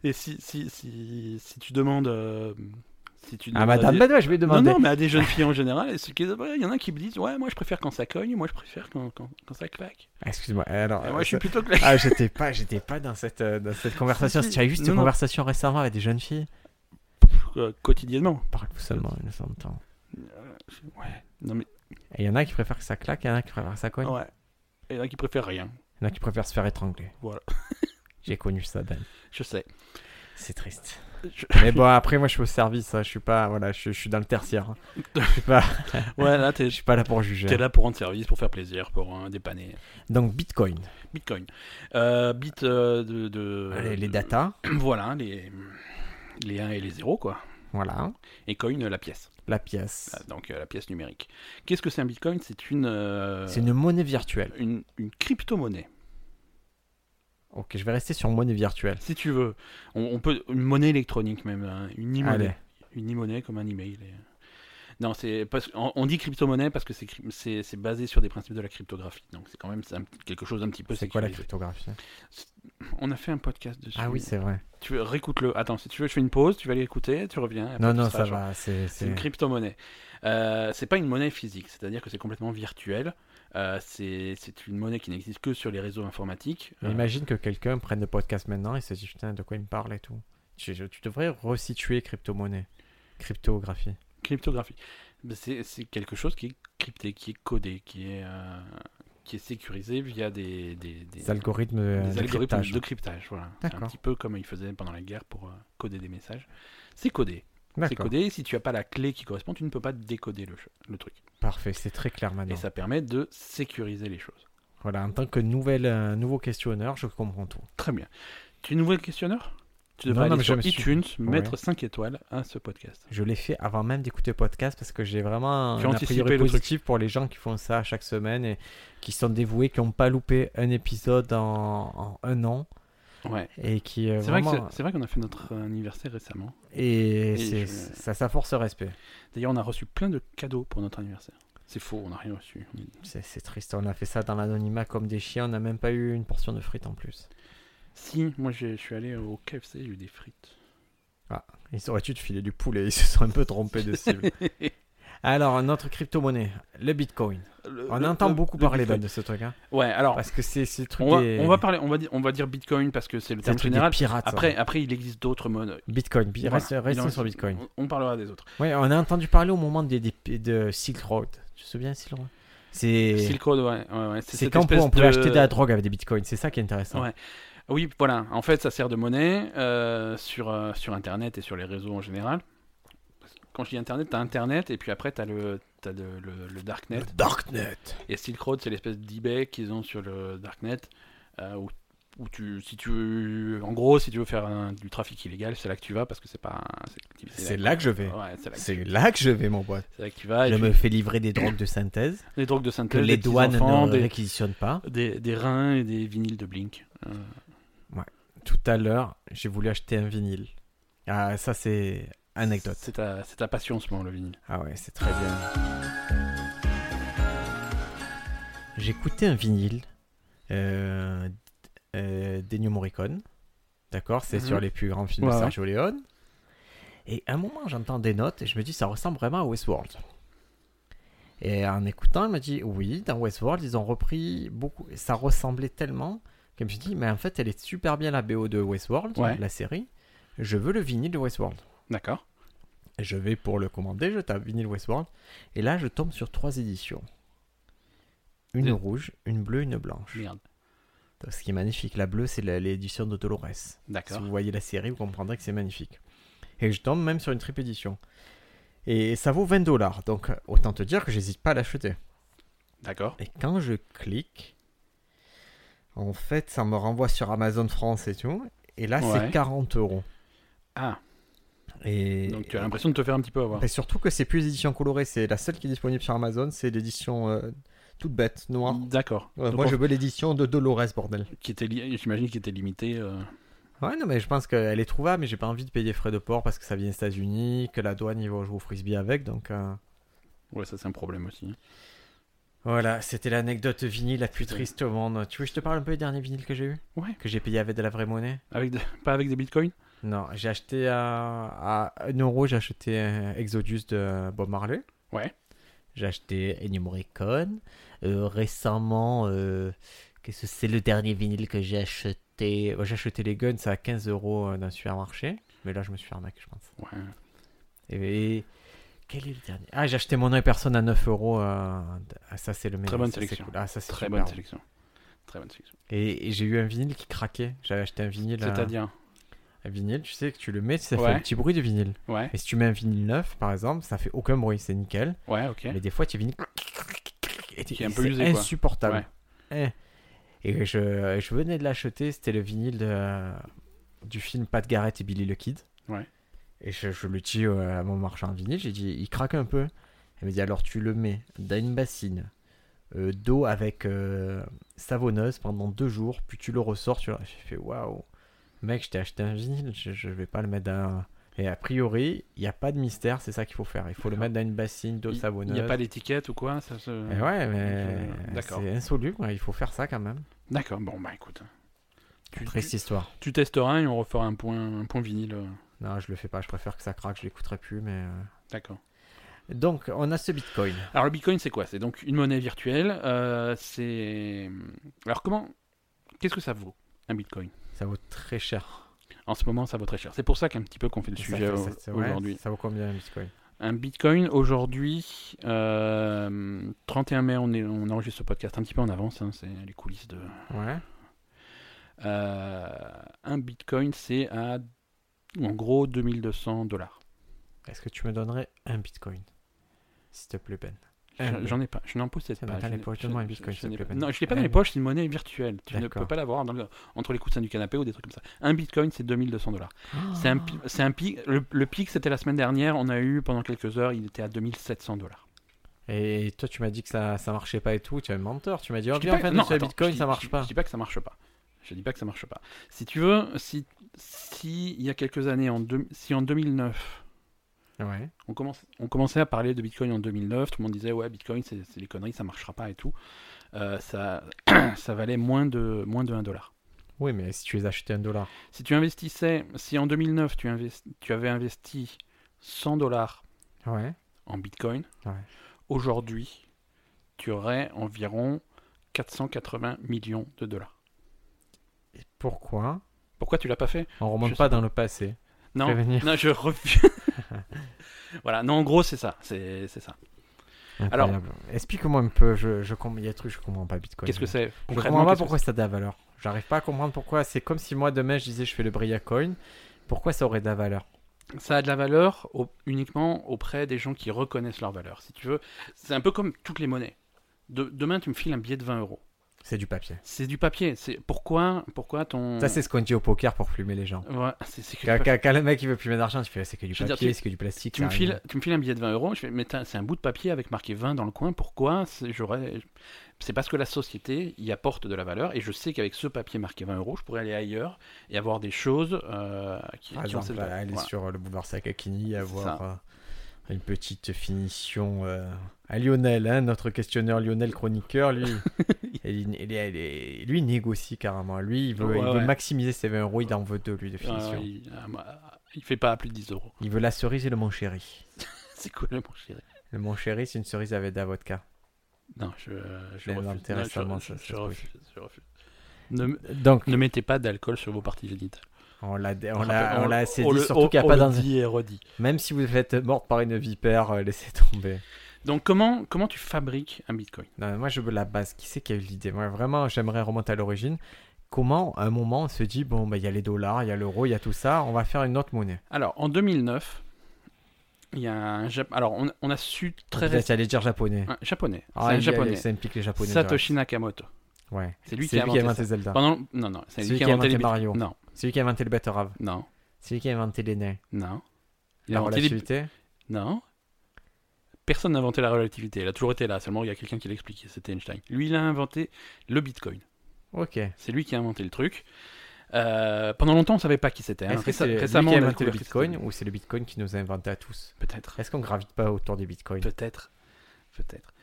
[SPEAKER 1] et si, si, si, si tu demandes. euh, Si tu
[SPEAKER 2] Ah,
[SPEAKER 1] demandes à
[SPEAKER 2] madame,
[SPEAKER 1] des-
[SPEAKER 2] ben ouais, je vais demander.
[SPEAKER 1] Non, non, mais à des jeunes filles en général, et ceux qui- ouais, il y en a qui me disent Ouais, moi je préfère quand ça cogne, moi je préfère quand, quand, quand ça claque.
[SPEAKER 2] Excuse-moi. eh, Alors,
[SPEAKER 1] Et moi je suis
[SPEAKER 2] ça-
[SPEAKER 1] plutôt claque.
[SPEAKER 2] Ah, j'étais pas, j'étais pas dans cette, euh, dans cette conversation.
[SPEAKER 1] Si,
[SPEAKER 2] Si
[SPEAKER 1] si.
[SPEAKER 2] tu as eu cette
[SPEAKER 1] Non, non.
[SPEAKER 2] conversation récemment avec des jeunes filles,
[SPEAKER 1] [laughs] Euh, quotidiennement.
[SPEAKER 2] parle-vous seulement une seconde temps.
[SPEAKER 1] Euh, Ouais. Non, mais.
[SPEAKER 2] Et il y en a qui préfèrent que ça claque, il y en a qui préfèrent que ça cogne.
[SPEAKER 1] Ouais. Et il y en a qui préfèrent rien.
[SPEAKER 2] Il y en a qui préfèrent se faire étrangler.
[SPEAKER 1] Voilà.
[SPEAKER 2] [laughs] J'ai connu ça, Ben.
[SPEAKER 1] Je sais.
[SPEAKER 2] C'est triste. [laughs]
[SPEAKER 1] Je-
[SPEAKER 2] Mais bon, après, moi, je suis au service. hein. Je suis pas, voilà, je, je suis dans le tertiaire. Je suis pas,
[SPEAKER 1] Ouais, là t'es
[SPEAKER 2] je suis pas là pour
[SPEAKER 1] t'es
[SPEAKER 2] juger. hein.
[SPEAKER 1] là pour rendre service, pour faire plaisir, pour euh, dépanner.
[SPEAKER 2] Donc, Bitcoin,
[SPEAKER 1] Bitcoin. Euh, bit euh, de. de-
[SPEAKER 2] les, les datas,
[SPEAKER 1] [clears throat] Voilà, les. Les 1 et les 0, quoi.
[SPEAKER 2] voilà,
[SPEAKER 1] Et coin, euh, la pièce.
[SPEAKER 2] la pièce.
[SPEAKER 1] Ah, Donc euh, la pièce numérique. Qu'est-ce que c'est un bitcoin C'est une. euh,
[SPEAKER 2] C'est une monnaie virtuelle.
[SPEAKER 1] une, une crypto-monnaie.
[SPEAKER 2] Ok, je vais rester sur monnaie virtuelle.
[SPEAKER 1] Si tu veux, on, on peut une monnaie électronique même, hein, une
[SPEAKER 2] Allez.
[SPEAKER 1] e-monnaie, une e-monnaie comme un email. et- euh. Non, c'est parce qu'on on dit crypto-monnaie parce que c'est cryp- c'est c'est basé sur des principes de la cryptographie, donc c'est quand même c'est un- quelque chose d'un petit peu
[SPEAKER 2] C'est quoi la
[SPEAKER 1] sécurisé.
[SPEAKER 2] cryptographie
[SPEAKER 1] On a fait un podcast dessus.
[SPEAKER 2] Ah oui, c'est vrai.
[SPEAKER 1] Tu veux- réécoute-le. Attends, si tu veux, je fais une pause, tu vas l'écouter, tu reviens. et après
[SPEAKER 2] Non,
[SPEAKER 1] tu
[SPEAKER 2] non,
[SPEAKER 1] seras
[SPEAKER 2] ça
[SPEAKER 1] genre-
[SPEAKER 2] va. C'est
[SPEAKER 1] hein. C'est
[SPEAKER 2] c'est-
[SPEAKER 1] une crypto-monnaie. Euh, c'est pas une monnaie physique, c'est-à-dire que c'est complètement virtuel. Euh, c'est c'est une monnaie qui n'existe que sur les réseaux informatiques.
[SPEAKER 2] Mais
[SPEAKER 1] Euh,
[SPEAKER 2] Imagine que quelqu'un prenne le podcast maintenant et se dit putain de quoi il me parle et tout. Tu, je- tu devrais resituer crypto-monnaie, cryptographie.
[SPEAKER 1] Cryptographie. Ben, C'est c'est quelque chose qui est crypté, qui est codé, qui est, euh, qui est sécurisé via des, des, des-
[SPEAKER 2] Des algorithmes
[SPEAKER 1] des
[SPEAKER 2] de, de
[SPEAKER 1] algorithmes
[SPEAKER 2] cryptage.
[SPEAKER 1] de cryptage. Voilà. C'est un
[SPEAKER 2] D'accord.
[SPEAKER 1] petit peu comme ils faisaient pendant la guerre pour euh, coder des messages. C'est codé. C'est
[SPEAKER 2] D'accord.
[SPEAKER 1] codé. Si tu n'as pas la clé qui correspond, tu ne peux pas décoder le, ch- le truc.
[SPEAKER 2] Parfait, c'est très clair maintenant.
[SPEAKER 1] Et ça permet de sécuriser les choses.
[SPEAKER 2] Voilà, en tant que nouvelle, euh, nouveau questionneur, je comprends tout.
[SPEAKER 1] Très bien. Tu es nouveau questionneur tu devrais
[SPEAKER 2] Non, non,
[SPEAKER 1] aller
[SPEAKER 2] mais je
[SPEAKER 1] sur
[SPEAKER 2] me suis-
[SPEAKER 1] iTunes, mettre
[SPEAKER 2] Ouais.
[SPEAKER 1] 5 étoiles à ce podcast.
[SPEAKER 2] Je l'ai fait avant même d'écouter le podcast parce que j'ai vraiment
[SPEAKER 1] Tu
[SPEAKER 2] un a
[SPEAKER 1] anticipais
[SPEAKER 2] priori
[SPEAKER 1] le truc.
[SPEAKER 2] positif pour les gens qui font ça chaque semaine et qui sont dévoués, qui n'ont pas loupé un épisode en, en un an
[SPEAKER 1] Ouais.
[SPEAKER 2] et qui euh,
[SPEAKER 1] C'est vrai que
[SPEAKER 2] vraiment-
[SPEAKER 1] c'est- c'est vrai qu'on a fait notre anniversaire récemment.
[SPEAKER 2] et
[SPEAKER 1] Et
[SPEAKER 2] c'est-
[SPEAKER 1] je-
[SPEAKER 2] ça, ça force le respect.
[SPEAKER 1] D'ailleurs, on a reçu plein de cadeaux pour notre anniversaire. C'est faux, on n'a rien reçu. On est-
[SPEAKER 2] C'est c'est triste, on a fait ça dans l'anonymat comme des chiens, on n'a même pas eu une portion de frites en plus.
[SPEAKER 1] Si, moi j'ai- je suis allé au KFC, j'ai eu des frites.
[SPEAKER 2] Ils auraient dû te filer du poulet, ils se sont un peu trompés de cible. [laughs] Alors, notre crypto-monnaie, le bitcoin.
[SPEAKER 1] Le-
[SPEAKER 2] On
[SPEAKER 1] le-
[SPEAKER 2] entend
[SPEAKER 1] le-
[SPEAKER 2] beaucoup
[SPEAKER 1] le
[SPEAKER 2] parler
[SPEAKER 1] Bitcoin.
[SPEAKER 2] Dan, de ce truc, hein,
[SPEAKER 1] Ouais, alors
[SPEAKER 2] parce que c'est c'est le truc
[SPEAKER 1] on va,
[SPEAKER 2] des-
[SPEAKER 1] on va parler, on va dire, on va dire Bitcoin parce que c'est le
[SPEAKER 2] c'est
[SPEAKER 1] terme
[SPEAKER 2] le truc des
[SPEAKER 1] général.
[SPEAKER 2] pirates. ça.
[SPEAKER 1] Après, après, il existe d'autres modes.
[SPEAKER 2] Bitcoin, bi-
[SPEAKER 1] Voilà.
[SPEAKER 2] reste- restons
[SPEAKER 1] Il en-
[SPEAKER 2] sur Bitcoin.
[SPEAKER 1] On, on parlera des autres.
[SPEAKER 2] Oui, on a entendu parler au moment des, des- de Silk Road. Tu te souviens Silk Road C'est
[SPEAKER 1] Silk Road, ouais, ouais, ouais, c'est
[SPEAKER 2] c'est
[SPEAKER 1] cette
[SPEAKER 2] quand on
[SPEAKER 1] espèce
[SPEAKER 2] pouvait- on pouvait
[SPEAKER 1] de-
[SPEAKER 2] acheter de la drogue avec des bitcoins, c'est ça qui est intéressant.
[SPEAKER 1] Ouais. Oui, voilà. En fait, ça sert de monnaie euh, sur, euh, sur Internet et sur les réseaux en général. Parce que Quand je dis Internet, t'as Internet et puis après t'as le, t'as de- le, le Darknet.
[SPEAKER 2] Darknet.
[SPEAKER 1] Et Silk Road, c'est l'espèce d'eBay qu'ils ont sur le Darknet. euh, où, où tu, si tu, en gros, si tu veux faire un- du trafic illégal, c'est là que tu vas parce que c'est pas. un-
[SPEAKER 2] C'est là que je vais.
[SPEAKER 1] Ouais, c'est là, que-
[SPEAKER 2] C'est là que je vais, mon pote.
[SPEAKER 1] c'est là que tu vas. Ah, et
[SPEAKER 2] Je
[SPEAKER 1] puis
[SPEAKER 2] me fais livrer des drogues de synthèse
[SPEAKER 1] Des drogues de
[SPEAKER 2] que
[SPEAKER 1] synthèse,
[SPEAKER 2] les
[SPEAKER 1] des petits
[SPEAKER 2] douanes
[SPEAKER 1] enfants,
[SPEAKER 2] ne
[SPEAKER 1] des,
[SPEAKER 2] réquisitionnent pas.
[SPEAKER 1] des- des reins et des vinyles de Blink. Euh,
[SPEAKER 2] Tout à l'heure, j'ai voulu acheter un vinyle. Ah, ça, c'est anecdote.
[SPEAKER 1] C'est ta, c'est ta passion en ce moment, le vinyle.
[SPEAKER 2] Ah ouais, c'est très bien. J'écoutais un vinyle euh, euh, d'Ennio Morricone. D'accord C'est
[SPEAKER 1] Mhm.
[SPEAKER 2] sur les plus grands films
[SPEAKER 1] Ouais,
[SPEAKER 2] de
[SPEAKER 1] ouais.
[SPEAKER 2] Sergio Leone. Et à un moment, j'entends des notes et je me dis, ça ressemble vraiment à Westworld. Et en écoutant, elle m'a dit, oui, dans Westworld, ils ont repris beaucoup. Et ça ressemblait tellement que je me suis dit, mais en fait, elle est super bien la BO de Westworld,
[SPEAKER 1] Ouais.
[SPEAKER 2] la série. Je veux le vinyle de Westworld.
[SPEAKER 1] D'accord.
[SPEAKER 2] Et Je vais pour le commander, je tape vinyle Westworld. Et là, je tombe sur trois éditions. Une
[SPEAKER 1] Deux.
[SPEAKER 2] rouge, une bleue, une blanche.
[SPEAKER 1] Merde.
[SPEAKER 2] Ce qui est magnifique, la bleue, c'est la- l'édition de Dolores. Si
[SPEAKER 1] D'accord.
[SPEAKER 2] vous voyez la série, vous comprendrez que c'est magnifique. Et je tombe même sur une triple édition. Et ça vaut 20 dollars, donc autant te dire que j'hésite pas à l'acheter.
[SPEAKER 1] D'accord.
[SPEAKER 2] Et quand je clique, en fait, ça me renvoie sur Amazon France et tout. Et là,
[SPEAKER 1] Ouais.
[SPEAKER 2] c'est 40 euros.
[SPEAKER 1] Ah,
[SPEAKER 2] Et
[SPEAKER 1] donc tu as l'impression de te faire un petit peu avoir.
[SPEAKER 2] Et surtout que c'est plus l'édition colorée, c'est la seule qui est disponible sur Amazon, c'est l'édition euh, toute bête,
[SPEAKER 1] Mm.
[SPEAKER 2] noire.
[SPEAKER 1] D'accord.
[SPEAKER 2] Ouais,
[SPEAKER 1] Donc,
[SPEAKER 2] moi
[SPEAKER 1] en-
[SPEAKER 2] je veux l'édition de Dolores, bordel.
[SPEAKER 1] qui était li- J'imagine qu'il était limité. euh,
[SPEAKER 2] Ouais, non, mais je pense qu'elle est trouvable, mais j'ai pas envie de payer frais de port parce que ça vient des États-Unis, que la douane, ils vont jouer au frisbee avec, donc. euh,
[SPEAKER 1] Ouais, ça c'est un problème aussi.
[SPEAKER 2] Voilà, c'était l'anecdote vinyle la plus triste au monde. Tu veux que je te parle un peu des derniers vinyles que j'ai eu
[SPEAKER 1] Ouais.
[SPEAKER 2] Que j'ai payé avec de la vraie monnaie
[SPEAKER 1] Avec de- Pas avec des bitcoins
[SPEAKER 2] Non, j'ai acheté à, à 1 euro, j'ai acheté euh, Exodus de Bob Marley.
[SPEAKER 1] Ouais.
[SPEAKER 2] J'ai acheté Ennio Morricone. Euh, récemment, euh, qu'est-ce que c'est le dernier vinyle que j'ai acheté Bon, J'ai acheté les Guns à 15 euros euh, dans le supermarché. Mais là, je me suis arnaqué, je pense.
[SPEAKER 1] Ouais.
[SPEAKER 2] Et, et quel est le dernier Ah, j'ai acheté Mon œil personne à 9 euros. euh, Ah, ça, c'est le meilleur.
[SPEAKER 1] Très bonne
[SPEAKER 2] ça, c'est
[SPEAKER 1] sélection.
[SPEAKER 2] cool. Ah, ça, c'est
[SPEAKER 1] Très
[SPEAKER 2] super
[SPEAKER 1] bonne
[SPEAKER 2] bon.
[SPEAKER 1] sélection. Très bonne sélection.
[SPEAKER 2] Et, et j'ai eu un vinyle qui craquait. J'avais acheté un vinyle. euh,
[SPEAKER 1] C'est-à-dire
[SPEAKER 2] Un vinyle, tu sais que tu le mets, ça
[SPEAKER 1] Ouais.
[SPEAKER 2] fait un petit bruit de vinyle.
[SPEAKER 1] Ouais,
[SPEAKER 2] Et si tu mets un vinyle neuf, par exemple, ça fait aucun bruit, c'est nickel.
[SPEAKER 1] ouais, ok.
[SPEAKER 2] Mais des fois, tu vinis. Et
[SPEAKER 1] Qui est un
[SPEAKER 2] et
[SPEAKER 1] peu
[SPEAKER 2] c'est
[SPEAKER 1] usé, quoi.
[SPEAKER 2] insupportable. Eh. Et je, je venais de l'acheter, c'était le vinyle de- du film Pat Garrett et Billy le Kid.
[SPEAKER 1] Ouais.
[SPEAKER 2] Et je, je le dis euh, à mon marchand de vinyle, j'ai dit, il craque un peu. Elle me dit, alors tu le mets dans une bassine euh, d'eau avec euh, savonneuse pendant deux jours, puis tu le ressors. Tu... vois. J'ai fait, waouh, mec, je t'ai acheté un vinyle, je, je vais pas le mettre dans. Et a priori, il n'y a pas de mystère, c'est ça qu'il faut faire. Il faut le
[SPEAKER 1] D'accord.
[SPEAKER 2] mettre dans une bassine d'eau
[SPEAKER 1] Il- Il
[SPEAKER 2] savonneuse.
[SPEAKER 1] n'y a pas d'étiquette ou quoi ça se...
[SPEAKER 2] Eh ouais, mais
[SPEAKER 1] Je- d'accord.
[SPEAKER 2] c'est insoluble, ouais, il faut faire ça quand même.
[SPEAKER 1] D'accord, bon bah écoute. Tu,
[SPEAKER 2] Triste
[SPEAKER 1] tu,
[SPEAKER 2] histoire.
[SPEAKER 1] tu testeras et on refera un point, un point vinyle. euh,
[SPEAKER 2] Non, je le fais pas, je préfère que ça craque, je l'écouterai plus, mais... euh.
[SPEAKER 1] D'accord.
[SPEAKER 2] Donc, on a ce Bitcoin.
[SPEAKER 1] Alors le Bitcoin, c'est quoi C'est donc une monnaie virtuelle. euh, c'est alors comment Qu'est-ce que ça vaut un Bitcoin
[SPEAKER 2] Ça vaut très cher.
[SPEAKER 1] En ce moment, ça vaut très cher. C'est pour ça qu'un petit peu qu'on fait le
[SPEAKER 2] Ça
[SPEAKER 1] sujet
[SPEAKER 2] fait-
[SPEAKER 1] au-
[SPEAKER 2] ça- ça- ouais,
[SPEAKER 1] aujourd'hui.
[SPEAKER 2] Ça vaut combien un Bitcoin
[SPEAKER 1] Un Bitcoin aujourd'hui, euh, 31 mai, on, est, on enregistre ce podcast un petit peu en avance. hein, c'est les coulisses de.
[SPEAKER 2] Ouais.
[SPEAKER 1] Euh, un Bitcoin, c'est à en gros 2200 dollars.
[SPEAKER 2] Est-ce que tu me donnerais un Bitcoin S'il te plaît, Ben.
[SPEAKER 1] J'en- J'en ai pas, je n'en possède
[SPEAKER 2] Ça
[SPEAKER 1] pas.
[SPEAKER 2] m'attend
[SPEAKER 1] Je
[SPEAKER 2] les
[SPEAKER 1] n'ai-
[SPEAKER 2] poches de
[SPEAKER 1] je-
[SPEAKER 2] moi, un
[SPEAKER 1] je-
[SPEAKER 2] bitcoin,
[SPEAKER 1] je
[SPEAKER 2] s'il te
[SPEAKER 1] n'ai
[SPEAKER 2] plaît,
[SPEAKER 1] pas-
[SPEAKER 2] maintenant.
[SPEAKER 1] Non, je l'ai pas dans les
[SPEAKER 2] Ouais.
[SPEAKER 1] poches, c'est une monnaie virtuelle. Tu ne
[SPEAKER 2] D'accord.
[SPEAKER 1] peux pas l'avoir dans le- entre les coussins du canapé ou des trucs comme ça. Un bitcoin, c'est 2200 dollars. C'est
[SPEAKER 2] Ah.
[SPEAKER 1] un, pi- c'est un pic. Le, le pic, c'était la semaine dernière. On a eu pendant quelques heures, il était à 2700 dollars.
[SPEAKER 2] Et toi, tu m'as dit que ça, ça marchait pas et tout. Tu es un menteur. Tu m'as dit, oh, viens, en fait, sur le Bitcoin, ça marche pas.
[SPEAKER 1] Je dis pas que ça marche pas. Je dis pas que ça marche pas. Si tu veux, si, si il y a quelques années, en deux- si en 2009,
[SPEAKER 2] Ouais.
[SPEAKER 1] on, commence, on commençait à parler de Bitcoin en 2009, tout le monde disait ouais, Bitcoin, c'est c'est des conneries, ça marchera pas et tout. Euh, ça, [clears throat] ça valait moins de, moins de 1 dollar.
[SPEAKER 2] Oui, mais si tu les achetais un dollar.
[SPEAKER 1] Si tu investissais, si en 2009 tu, invest- tu avais investi 100 dollars
[SPEAKER 2] Ouais.
[SPEAKER 1] en Bitcoin,
[SPEAKER 2] Ouais.
[SPEAKER 1] aujourd'hui tu aurais environ 480 millions de dollars.
[SPEAKER 2] Et pourquoi
[SPEAKER 1] Pourquoi tu l'as pas fait
[SPEAKER 2] on remonte
[SPEAKER 1] Je
[SPEAKER 2] pas
[SPEAKER 1] sais
[SPEAKER 2] dans le passé
[SPEAKER 1] Non,
[SPEAKER 2] Prévenir.
[SPEAKER 1] non, je
[SPEAKER 2] [laughs]
[SPEAKER 1] refuse. voilà, non, en gros c'est ça, c'est c'est ça. Alors-
[SPEAKER 2] Incroyable. explique-moi un peu. Je, je, com- il y a des trucs, que je comprends pas Bitcoin.
[SPEAKER 1] Qu'est-ce que c'est
[SPEAKER 2] Je comprends pas
[SPEAKER 1] qu'est-ce que
[SPEAKER 2] pourquoi ça a de la valeur. J'arrive pas à comprendre pourquoi. C'est comme si moi demain je disais je fais le Briacoin. Pourquoi ça aurait de la valeur
[SPEAKER 1] ça a de la valeur au- uniquement auprès des gens qui reconnaissent leur valeur. Si tu veux, c'est un peu comme toutes les monnaies. De- demain tu me files un billet de 20 euros.
[SPEAKER 2] C'est du papier.
[SPEAKER 1] C'est du papier. C'est pourquoi, pourquoi ton
[SPEAKER 2] Ça, c'est ce qu'on dit au poker pour plumer les gens.
[SPEAKER 1] Ouais, c'est c'est que
[SPEAKER 2] Quand,
[SPEAKER 1] du
[SPEAKER 2] quand- quand le mec il veut plumer d'argent, tu fais c'est que du
[SPEAKER 1] Je veux dire,
[SPEAKER 2] papier,
[SPEAKER 1] tu-
[SPEAKER 2] c'est que du plastique.
[SPEAKER 1] Tu me,
[SPEAKER 2] ça
[SPEAKER 1] files,
[SPEAKER 2] arrive.
[SPEAKER 1] tu me files un billet de 20 euros, je fais, mais t'as- c'est un bout de papier avec marqué 20 dans le coin, pourquoi C'est j'aurais- c'est parce que la société y apporte de la valeur, et je sais qu'avec ce papier marqué 20 euros, je pourrais aller ailleurs et avoir des choses euh, qui,
[SPEAKER 2] Par
[SPEAKER 1] qui ont cette
[SPEAKER 2] exemple,
[SPEAKER 1] valeur.
[SPEAKER 2] aller
[SPEAKER 1] Voilà.
[SPEAKER 2] sur le boulevard Sakakini, avoir
[SPEAKER 1] ça.
[SPEAKER 2] euh, une petite finition euh, à Lionel, hein, notre questionneur Lionel
[SPEAKER 1] [laughs]
[SPEAKER 2] chroniqueur, lui, il, il- il- il- lui il négocie carrément. Lui, il veut,
[SPEAKER 1] Ouais,
[SPEAKER 2] il veut
[SPEAKER 1] ouais.
[SPEAKER 2] maximiser ses 20 euros, il en veut deux, lui, de
[SPEAKER 1] Ah,
[SPEAKER 2] finition.
[SPEAKER 1] il, ah, moi, il fait pas à plus de 10 euros. [laughs]
[SPEAKER 2] Il veut la cerise et le mon chéri.
[SPEAKER 1] C'est quoi le mon chéri
[SPEAKER 2] Le mon chéri, c'est une cerise avec de la vodka.
[SPEAKER 1] Non, je, je
[SPEAKER 2] Mais non,
[SPEAKER 1] refuse. Non, je-
[SPEAKER 2] récemment,
[SPEAKER 1] je,
[SPEAKER 2] ça, ça
[SPEAKER 1] je
[SPEAKER 2] se
[SPEAKER 1] refuse. je refuse. Ne, me-
[SPEAKER 2] Donc,
[SPEAKER 1] ne mettez pas d'alcool sur vos parties génitales.
[SPEAKER 2] on l'a on
[SPEAKER 1] Rappel-
[SPEAKER 2] l'a- on l'a assez
[SPEAKER 1] Ah, on
[SPEAKER 2] dit,
[SPEAKER 1] le-
[SPEAKER 2] surtout
[SPEAKER 1] on-
[SPEAKER 2] qu'il n'y a
[SPEAKER 1] on
[SPEAKER 2] pas
[SPEAKER 1] le
[SPEAKER 2] dans...
[SPEAKER 1] dit et redit.
[SPEAKER 2] Même si vous êtes morte par une vipère, euh, laissez tomber.
[SPEAKER 1] Donc comment, comment tu fabriques un bitcoin
[SPEAKER 2] Non, mais moi je veux la base. Qui c'est qui a eu l'idée Moi vraiment, j'aimerais remonter à l'origine. Comment, à un moment, on se dit bon, bah, il y a les dollars, il y a l'euro, il y a tout ça, on va faire une autre monnaie.
[SPEAKER 1] Alors, en 2009, il y a un Jap- Alors, on, on a su très
[SPEAKER 2] Peut-être
[SPEAKER 1] récemment.
[SPEAKER 2] j'allais dire japonais.
[SPEAKER 1] Un japonais. c'est
[SPEAKER 2] Ah,
[SPEAKER 1] un
[SPEAKER 2] il y a-
[SPEAKER 1] japonais.
[SPEAKER 2] Ça implique les japonais.
[SPEAKER 1] Satoshi Nakamoto.
[SPEAKER 2] direct. Ouais.
[SPEAKER 1] C'est lui qui a inventé. ça.
[SPEAKER 2] Zelda.
[SPEAKER 1] Pendant... Non, non, c'est lui qui a inventé les bit-
[SPEAKER 2] Mario.
[SPEAKER 1] Non,
[SPEAKER 2] C'est lui qui a inventé le betterave.
[SPEAKER 1] non,
[SPEAKER 2] C'est lui qui a inventé les nains.
[SPEAKER 1] non. Il a
[SPEAKER 2] La
[SPEAKER 1] inventé les-
[SPEAKER 2] relativité.
[SPEAKER 1] Non. Personne n'a inventé la relativité. Elle a toujours été là. Seulement, il y a quelqu'un qui l'a expliqué. C'était Einstein. Lui, il a inventé le bitcoin.
[SPEAKER 2] Ok. Est-ce
[SPEAKER 1] C'est lui qui a inventé le truc. Euh, pendant longtemps, on savait pas qui c'était. hein.
[SPEAKER 2] que
[SPEAKER 1] Réce-
[SPEAKER 2] c'est lui qui a
[SPEAKER 1] Récemment, on a
[SPEAKER 2] inventé le
[SPEAKER 1] découvert que c'était
[SPEAKER 2] bitcoin ou c'est le bitcoin qui nous a inventé à tous
[SPEAKER 1] lui. Peut-être.
[SPEAKER 2] Est-ce qu'on gravite pas autour du bitcoin
[SPEAKER 1] Peut-être. Peut-être.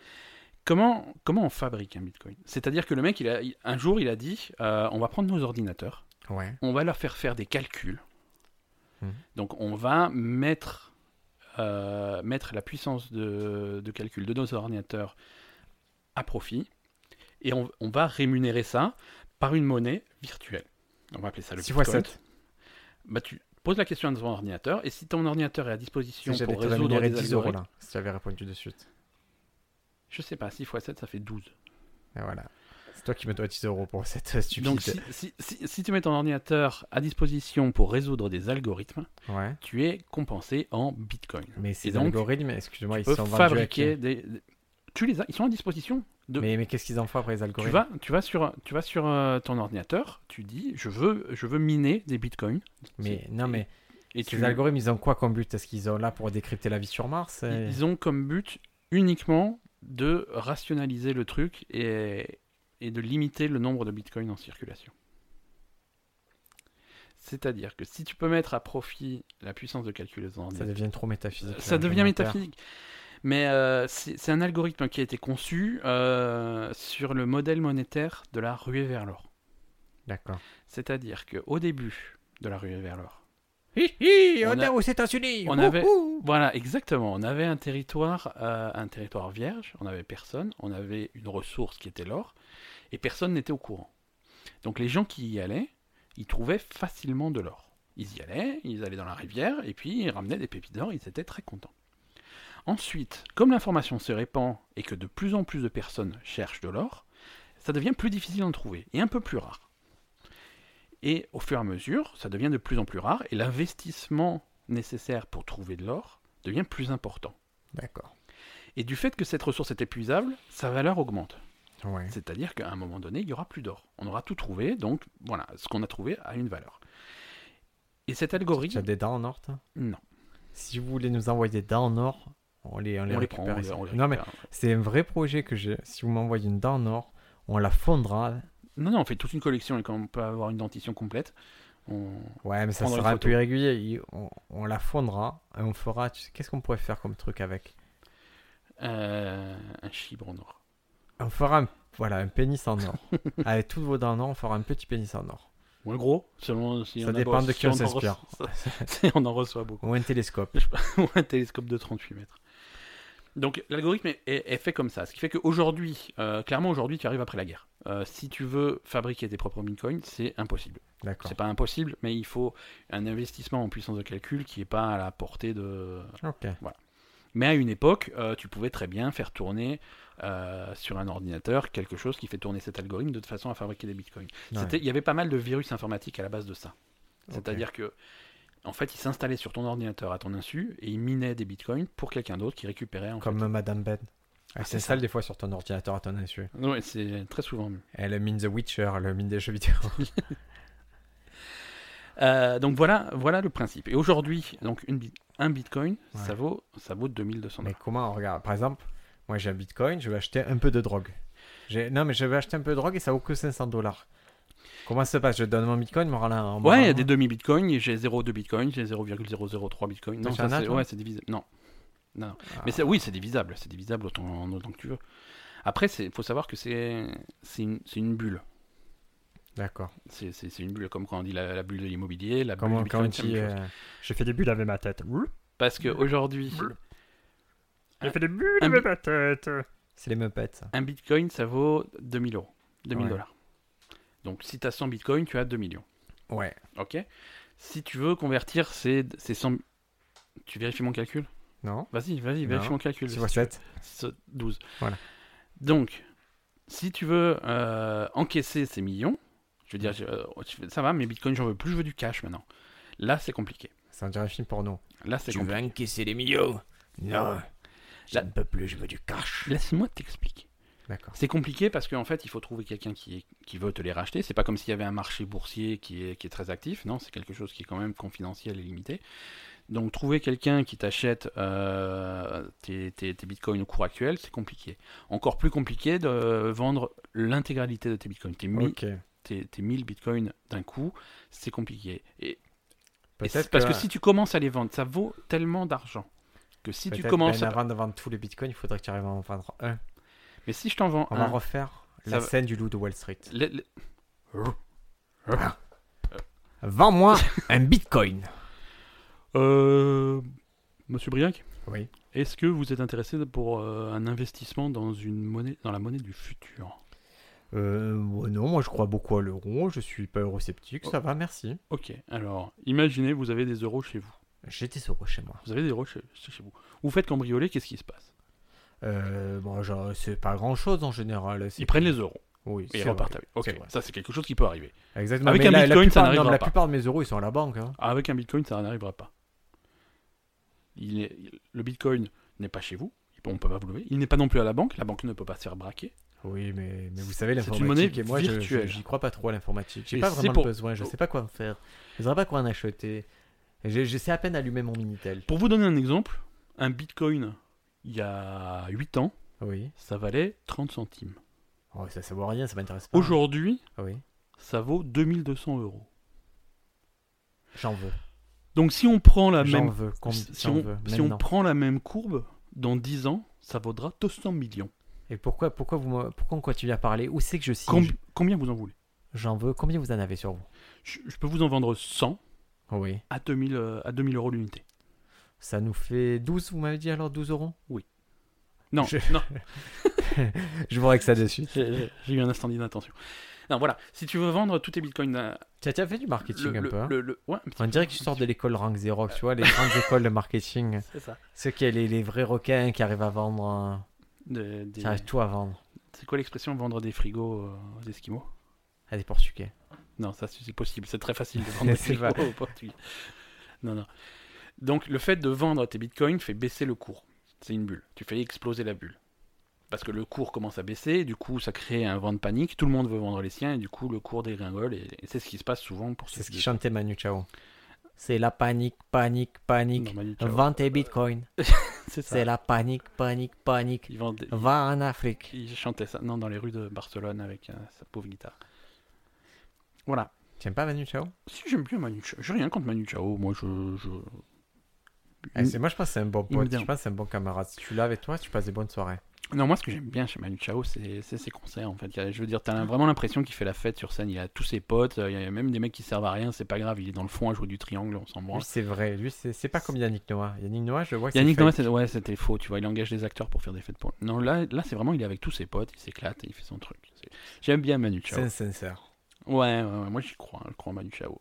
[SPEAKER 1] Comment, comment on fabrique un bitcoin C'est-à-dire que le mec, il a, il- un jour, il a dit euh, on va prendre nos ordinateurs,
[SPEAKER 2] Ouais.
[SPEAKER 1] on va leur faire faire des calculs.
[SPEAKER 2] Mhm.
[SPEAKER 1] Donc, on va mettre, euh, mettre la puissance de, de calcul de nos ordinateurs à profit et on, on va rémunérer ça par une monnaie virtuelle. On va appeler ça le
[SPEAKER 2] Six fois
[SPEAKER 1] bitcoin.
[SPEAKER 2] sept.
[SPEAKER 1] Bah, tu poses la question à ton ordinateur et si ton ordinateur est à disposition
[SPEAKER 2] Si j'avais
[SPEAKER 1] pour
[SPEAKER 2] te
[SPEAKER 1] résoudre
[SPEAKER 2] rémunéré
[SPEAKER 1] des
[SPEAKER 2] 10 euros
[SPEAKER 1] algorithmes,
[SPEAKER 2] là, si tu avais répondu de suite.
[SPEAKER 1] je sais pas, 6 x 7, ça fait 12.
[SPEAKER 2] Et voilà. C'est toi qui me dois 10 euros pour cette euh, stupide.
[SPEAKER 1] Donc, si, si- si- si tu mets ton ordinateur à disposition pour résoudre des algorithmes,
[SPEAKER 2] Ouais.
[SPEAKER 1] tu es compensé en bitcoin.
[SPEAKER 2] Mais ces
[SPEAKER 1] donc,
[SPEAKER 2] algorithmes, excuse-moi,
[SPEAKER 1] tu
[SPEAKER 2] ils
[SPEAKER 1] peux
[SPEAKER 2] sont vendus à qui
[SPEAKER 1] fabriquer des. des- Tu les as, ils sont à disposition. de-
[SPEAKER 2] Mais, mais qu'est-ce qu'ils en font après les
[SPEAKER 1] Tu
[SPEAKER 2] algorithmes
[SPEAKER 1] vas, tu vas sur, tu vas sur euh, ton ordinateur, tu dis je veux, je veux miner des bitcoins.
[SPEAKER 2] Mais non, mais
[SPEAKER 1] Et
[SPEAKER 2] ces
[SPEAKER 1] tu,
[SPEAKER 2] algorithmes, ils ont quoi comme but Est-ce qu'ils ont là pour décrypter la vie sur Mars
[SPEAKER 1] ils,
[SPEAKER 2] euh,
[SPEAKER 1] ils ont comme but uniquement de rationaliser le truc et, et de limiter le nombre de bitcoins en circulation. C'est-à-dire que si tu peux mettre à profit la puissance de calcul des
[SPEAKER 2] Ça
[SPEAKER 1] ordinateurs,
[SPEAKER 2] devient trop métaphysique.
[SPEAKER 1] Ça
[SPEAKER 2] là,
[SPEAKER 1] devient
[SPEAKER 2] commentaire.
[SPEAKER 1] métaphysique. Mais euh, c'est c'est un algorithme qui a été conçu euh, sur le modèle monétaire de la ruée vers l'or.
[SPEAKER 2] D'accord.
[SPEAKER 1] C'est-à-dire qu'au début de la ruée vers l'or,
[SPEAKER 2] Hi hi,
[SPEAKER 1] On
[SPEAKER 2] on,
[SPEAKER 1] a-
[SPEAKER 2] est aux États-Unis
[SPEAKER 1] on
[SPEAKER 2] wouhou
[SPEAKER 1] avait- voilà, exactement, on avait un territoire, euh, un territoire vierge, on n'avait personne, on avait une ressource qui était l'or, et personne n'était au courant. Donc les gens qui y allaient, ils trouvaient facilement de l'or. Ils y allaient, ils allaient dans la rivière, et puis ils ramenaient des pépites d'or, ils étaient très contents. Ensuite, comme l'information se répand et que de plus en plus de personnes cherchent de l'or, ça devient plus difficile d'en trouver et un peu plus rare. Et au fur et à mesure, ça devient de plus en plus rare et l'investissement nécessaire pour trouver de l'or devient plus important.
[SPEAKER 2] D'accord.
[SPEAKER 1] Et du fait que cette ressource est épuisable, sa valeur augmente.
[SPEAKER 2] Ouais.
[SPEAKER 1] C'est-à-dire qu'à un moment donné, il n'y aura plus d'or. On aura tout trouvé, donc voilà, ce qu'on a trouvé a une valeur. Et cet
[SPEAKER 2] Tu as
[SPEAKER 1] algorithme,
[SPEAKER 2] des dents en or, toi
[SPEAKER 1] non,
[SPEAKER 2] Si vous voulez nous envoyer des dents en or, on les, on les
[SPEAKER 1] on les prend,
[SPEAKER 2] récupère
[SPEAKER 1] on les, on les
[SPEAKER 2] ici. Non, mais
[SPEAKER 1] récupère.
[SPEAKER 2] c'est un vrai projet que j'ai. Si vous m'envoyez une dent en or, on la fondra.
[SPEAKER 1] Non, non, on fait toute une collection et quand on peut avoir une dentition complète, on...
[SPEAKER 2] Ouais, mais ça
[SPEAKER 1] Prendre une
[SPEAKER 2] sera un peu
[SPEAKER 1] photo.
[SPEAKER 2] irrégulier. Il- On, on la fondra et on fera. tu sais, Qu'est-ce qu'on pourrait faire comme truc avec
[SPEAKER 1] euh, un chibre en or.
[SPEAKER 2] On fera un, voilà, un pénis [laughs] en or. avec toutes vos dents en or, on fera un petit pénis en or.
[SPEAKER 1] Ou un gros, selon si
[SPEAKER 2] Ça
[SPEAKER 1] on en
[SPEAKER 2] dépend de
[SPEAKER 1] reçoit-
[SPEAKER 2] qui
[SPEAKER 1] si
[SPEAKER 2] on
[SPEAKER 1] en reçoit- [laughs]
[SPEAKER 2] s'inspire.
[SPEAKER 1] si on en reçoit beaucoup.
[SPEAKER 2] [laughs] Ou un télescope.
[SPEAKER 1] [laughs] ou un télescope de 38 mètres. Donc l'algorithme est, est- est fait comme ça, ce qui fait qu'aujourd'hui, euh, clairement aujourd'hui, tu arrives après la guerre. Euh, si tu veux fabriquer tes propres bitcoins, c'est impossible.
[SPEAKER 2] D'accord.
[SPEAKER 1] C'est pas impossible, mais il faut un investissement en puissance de calcul qui n'est pas à la portée de.
[SPEAKER 2] Ok.
[SPEAKER 1] Mais à une époque, euh, tu pouvais très bien faire tourner euh, sur un ordinateur quelque chose qui fait tourner cet algorithme de façon à fabriquer des bitcoins. C'était- Il y avait pas mal de virus informatiques à la base de ça. C'est-à-dire que, en fait, ils s'installaient sur ton ordinateur à ton insu et ils minaient des bitcoins pour quelqu'un d'autre qui récupérait. En
[SPEAKER 2] Comme Madame Ben. Elle
[SPEAKER 1] c'est
[SPEAKER 2] s'installe des fois sur ton ordinateur à ton insu.
[SPEAKER 1] fait. Ouais, c'est très souvent.
[SPEAKER 2] Elle mine The Witcher, elle mine des jeux vidéo.
[SPEAKER 1] Euh, donc voilà, voilà le principe. Et aujourd'hui, donc une bit- un bitcoin,
[SPEAKER 2] Ouais.
[SPEAKER 1] ça vaut, ça vaut 2200
[SPEAKER 2] Mais
[SPEAKER 1] dollars.
[SPEAKER 2] comment on regarde Par exemple, moi j'ai un bitcoin, je vais acheter un peu de drogue. J'ai- Non, mais je vais acheter un peu de drogue et ça vaut que 500 dollars. Comment ça se passe Je donne mon bitcoin, me rends là en
[SPEAKER 1] Ouais, il y a des demi-bitcoins, et j'ai 0,2 bitcoin, j'ai 0,003 bitcoin.
[SPEAKER 2] Toi,
[SPEAKER 1] Non,
[SPEAKER 2] tu en
[SPEAKER 1] ça,
[SPEAKER 2] as,
[SPEAKER 1] c'est
[SPEAKER 2] toi
[SPEAKER 1] ouais, c'est divisible. Non. Non. non.
[SPEAKER 2] Ah.
[SPEAKER 1] Mais c'est- oui, c'est divisable. C'est divisable autant, autant que tu veux. Après, il faut savoir que c'est c'est une, c'est une bulle.
[SPEAKER 2] D'accord.
[SPEAKER 1] C'est c'est- c'est une bulle, comme quand on dit la, la bulle de l'immobilier, la bulle
[SPEAKER 2] Comment
[SPEAKER 1] du
[SPEAKER 2] quand euh, on
[SPEAKER 1] bitcoin, c'est la
[SPEAKER 2] dit.
[SPEAKER 1] même chose.
[SPEAKER 2] euh, J'ai fait des bulles avec ma tête.
[SPEAKER 1] Parce que aujourd'hui, euh,
[SPEAKER 2] J'ai fait des bulles
[SPEAKER 1] un
[SPEAKER 2] avec
[SPEAKER 1] bi-
[SPEAKER 2] ma tête. C'est les meupettes, ça.
[SPEAKER 1] un bitcoin, ça vaut 2000 euros. 2000
[SPEAKER 2] Ouais.
[SPEAKER 1] dollars. Donc si tu as 100 bitcoins, tu as 2 millions.
[SPEAKER 2] Ouais.
[SPEAKER 1] Ok Si tu veux convertir ces, ces 100. Tu vérifies mon calcul
[SPEAKER 2] Non
[SPEAKER 1] Vas-y, vas-y,
[SPEAKER 2] Non.
[SPEAKER 1] vérifie mon calcul.
[SPEAKER 2] Tu vois 7
[SPEAKER 1] Ce- 12.
[SPEAKER 2] Voilà.
[SPEAKER 1] Donc, si tu veux euh, encaisser ces millions, je veux dire, je- euh, tu- ça va, mes bitcoins, j'en veux plus, je veux du cash maintenant. Là, c'est compliqué.
[SPEAKER 2] Ça en dirait un film porno.
[SPEAKER 1] Là, c'est compliqué.
[SPEAKER 2] encaisser les millions Non.
[SPEAKER 1] je
[SPEAKER 2] ne peux plus, je veux du cash.
[SPEAKER 1] Laisse-moi t'expliquer.
[SPEAKER 2] D'accord.
[SPEAKER 1] C'est compliqué parce qu'en fait, il faut trouver quelqu'un qui, qui veut te les racheter. C'est pas comme s'il y avait un marché boursier qui est, qui est très actif. Non, c'est quelque chose qui est quand même confidentiel et limité. Donc, trouver quelqu'un qui t'achète euh, tes, tes- tes bitcoins au cours actuel, c'est compliqué. Encore plus compliqué de vendre l'intégralité de tes bitcoins. Tes, mi-
[SPEAKER 2] Ok.
[SPEAKER 1] tes, tes 1000 bitcoins d'un coup, c'est compliqué. Et, et
[SPEAKER 2] Peut-être
[SPEAKER 1] c'est parce que... si tu commences à les vendre, ça vaut tellement d'argent que si tu
[SPEAKER 2] peut-être,
[SPEAKER 1] commences.
[SPEAKER 2] Ben,
[SPEAKER 1] à-
[SPEAKER 2] avant de vendre tous les bitcoins, il faudrait que tu arrives à en vendre un.
[SPEAKER 1] Mais si je t'en vends
[SPEAKER 2] On
[SPEAKER 1] un,
[SPEAKER 2] va refaire
[SPEAKER 1] Hein Ça
[SPEAKER 2] la
[SPEAKER 1] va.
[SPEAKER 2] scène du loup de Wall Street.
[SPEAKER 1] le- le- [laughs]
[SPEAKER 2] Vends-moi un bitcoin.
[SPEAKER 1] Euh, Monsieur Briac,
[SPEAKER 2] Oui.
[SPEAKER 1] est-ce que vous êtes intéressé pour euh, un investissement dans une monnaie, dans la monnaie du futur
[SPEAKER 2] Euh, ouais, non, moi je crois beaucoup à l'euro, je suis pas eurosceptique, ça va, merci.
[SPEAKER 1] Ok. Alors, imaginez, vous avez des euros chez vous.
[SPEAKER 2] J'ai des euros chez moi.
[SPEAKER 1] Vous avez des euros chez, chez vous. Vous faites cambrioler, qu'est-ce qui se passe
[SPEAKER 2] Euh, bon, genre, c'est pas grand chose en général. c'est-
[SPEAKER 1] Ils prennent les euros
[SPEAKER 2] Oui,
[SPEAKER 1] et
[SPEAKER 2] c'est
[SPEAKER 1] ils repartent
[SPEAKER 2] vrai.
[SPEAKER 1] avec. Ok.
[SPEAKER 2] vrai.
[SPEAKER 1] Ça, c'est quelque chose qui peut arriver.
[SPEAKER 2] Exactement.
[SPEAKER 1] Avec
[SPEAKER 2] mais
[SPEAKER 1] un
[SPEAKER 2] la- la
[SPEAKER 1] bitcoin, ça
[SPEAKER 2] plupart- non,
[SPEAKER 1] n'arrivera
[SPEAKER 2] La
[SPEAKER 1] pas.
[SPEAKER 2] plupart de mes euros, ils sont à la banque. hein.
[SPEAKER 1] Ah, Avec un bitcoin, ça n'arrivera pas. Il est- il- le bitcoin n'est pas chez vous. On ne peut pas vous lever. Il n'est pas non plus à la banque. La banque ne peut pas se faire braquer.
[SPEAKER 2] Oui, mais, mais vous savez,
[SPEAKER 1] C'est une
[SPEAKER 2] l'informatique.
[SPEAKER 1] monnaie
[SPEAKER 2] et moi, je- je-
[SPEAKER 1] virtuelle.
[SPEAKER 2] J'y crois pas trop à l'informatique. J'ai
[SPEAKER 1] Et
[SPEAKER 2] pas
[SPEAKER 1] c'est
[SPEAKER 2] vraiment le
[SPEAKER 1] pour- Oh.
[SPEAKER 2] besoin, je sais pas quoi en faire. Je saurais pas quoi en acheter. J'ai- Je sais à peine allumer mon Minitel.
[SPEAKER 1] Pour vous donner un exemple, un bitcoin, il y a 8 ans,
[SPEAKER 2] Oui.
[SPEAKER 1] ça valait 30 centimes.
[SPEAKER 2] Oh, ça, ça vaut rien, ça m'intéresse pas. Ah
[SPEAKER 1] Aujourd'hui,
[SPEAKER 2] Oui.
[SPEAKER 1] ça vaut 2200 euros.
[SPEAKER 2] J'en veux.
[SPEAKER 1] Donc si on prend la
[SPEAKER 2] J'en
[SPEAKER 1] Ah, même
[SPEAKER 2] veux. com-
[SPEAKER 1] si,
[SPEAKER 2] j'en
[SPEAKER 1] on,
[SPEAKER 2] veux,
[SPEAKER 1] si on
[SPEAKER 2] maintenant.
[SPEAKER 1] prend la même courbe dans 10 ans, ça vaudra 200 millions.
[SPEAKER 2] Et pourquoi, pourquoi, vous, me- pourquoi on continue à parler Où c'est que je signe
[SPEAKER 1] Combi- combien vous en voulez
[SPEAKER 2] J'en veux. Combien vous en avez sur vous
[SPEAKER 1] je, je peux vous en vendre 100
[SPEAKER 2] Oui.
[SPEAKER 1] à 2000 euh, à 2000 euros l'unité.
[SPEAKER 2] Ça nous fait 12, vous m'avez dit alors 12 euros [laughs]
[SPEAKER 1] Non,
[SPEAKER 2] Je-
[SPEAKER 1] non,
[SPEAKER 2] [laughs] Je vous règle ça de suite.
[SPEAKER 1] j'ai j'ai eu un instant d'inattention. Non, voilà, si tu veux vendre tous tes bitcoins à-
[SPEAKER 2] Tu as déjà fait du marketing
[SPEAKER 1] le-
[SPEAKER 2] un
[SPEAKER 1] le-
[SPEAKER 2] peu hein
[SPEAKER 1] le- le- ouais, un petit
[SPEAKER 2] On
[SPEAKER 1] peu,
[SPEAKER 2] dirait que tu
[SPEAKER 1] un
[SPEAKER 2] sors
[SPEAKER 1] petit
[SPEAKER 2] de l'école Rank Xerox, tu vois,
[SPEAKER 1] [laughs]
[SPEAKER 2] les grandes écoles de marketing.
[SPEAKER 1] peu, c'est
[SPEAKER 2] [laughs]
[SPEAKER 1] ça.
[SPEAKER 2] Ceux qui les, les vrais requins qui arrivent à vendre,
[SPEAKER 1] De- des-
[SPEAKER 2] euh, qui arrivent tout à vendre
[SPEAKER 1] C'est quoi l'expression vendre des frigos euh, aux Esquimaux
[SPEAKER 2] à des Portugais.
[SPEAKER 1] Non, ça c'est c'est possible, c'est très facile
[SPEAKER 2] [laughs]
[SPEAKER 1] de vendre des
[SPEAKER 2] C'est
[SPEAKER 1] frigos aux Portugais. Non, non. Donc le fait de vendre tes bitcoins fait baisser le cours. c'est une bulle. Tu fais exploser la bulle. Parce que le cours commence à baisser, du coup ça crée un vent de panique, tout le monde veut vendre les siens, et du coup le cours dégringole, et, et c'est ce qui se passe souvent pour
[SPEAKER 2] C'est
[SPEAKER 1] ceux
[SPEAKER 2] ce qu'il chantait Manu Chao. C'est la panique, panique, panique.
[SPEAKER 1] Normalement, ciao.
[SPEAKER 2] Vends tes bitcoins.
[SPEAKER 1] C'est euh, ça.
[SPEAKER 2] C'est la panique, panique, panique.
[SPEAKER 1] Ils vendent-
[SPEAKER 2] Va en Afrique.
[SPEAKER 1] Il chantait ça non, dans les rues de Barcelone avec euh, sa pauvre guitare. Voilà.
[SPEAKER 2] T'aimes pas Manu Chao
[SPEAKER 1] Si j'aime bien Manu Chao, j'ai rien contre Manu Chao. Moi, je. je...
[SPEAKER 2] Eh, c'est- Moi, je pense que c'est un bon
[SPEAKER 1] Il me
[SPEAKER 2] pote.
[SPEAKER 1] dit-
[SPEAKER 2] Je pense que c'est un bon camarade. Si tu l'as avec toi, tu passes des bonnes soirées.
[SPEAKER 1] Non, moi, ce que j'aime bien chez Manu Chao, c'est c'est ses concerts. En fait, Il y a- je veux dire,
[SPEAKER 2] Ah.
[SPEAKER 1] t'as vraiment l'impression qu'il fait la fête sur scène. Il a tous ses potes. euh, Il y a même des mecs qui servent à rien. C'est pas grave. Il est dans le fond à jouer du triangle. On s'en branle.
[SPEAKER 2] Lui, c'est vrai. Lui, c'est c'est pas comme Yannick Noah. Yannick Noah, je vois que c'est
[SPEAKER 1] Yannick
[SPEAKER 2] fake.
[SPEAKER 1] Noah, c'est- ouais, c'était faux, tu vois, il engage des acteurs pour faire des fêtes pour. Non, là, là c'est vraiment, il est avec tous ses potes, il s'éclate, il fait son truc. C'est- J'aime bien Manu Chao.
[SPEAKER 2] C'est un sincère.
[SPEAKER 1] Ouais, ouais, ouais, moi j'y crois, hein, je crois en Manu Chao.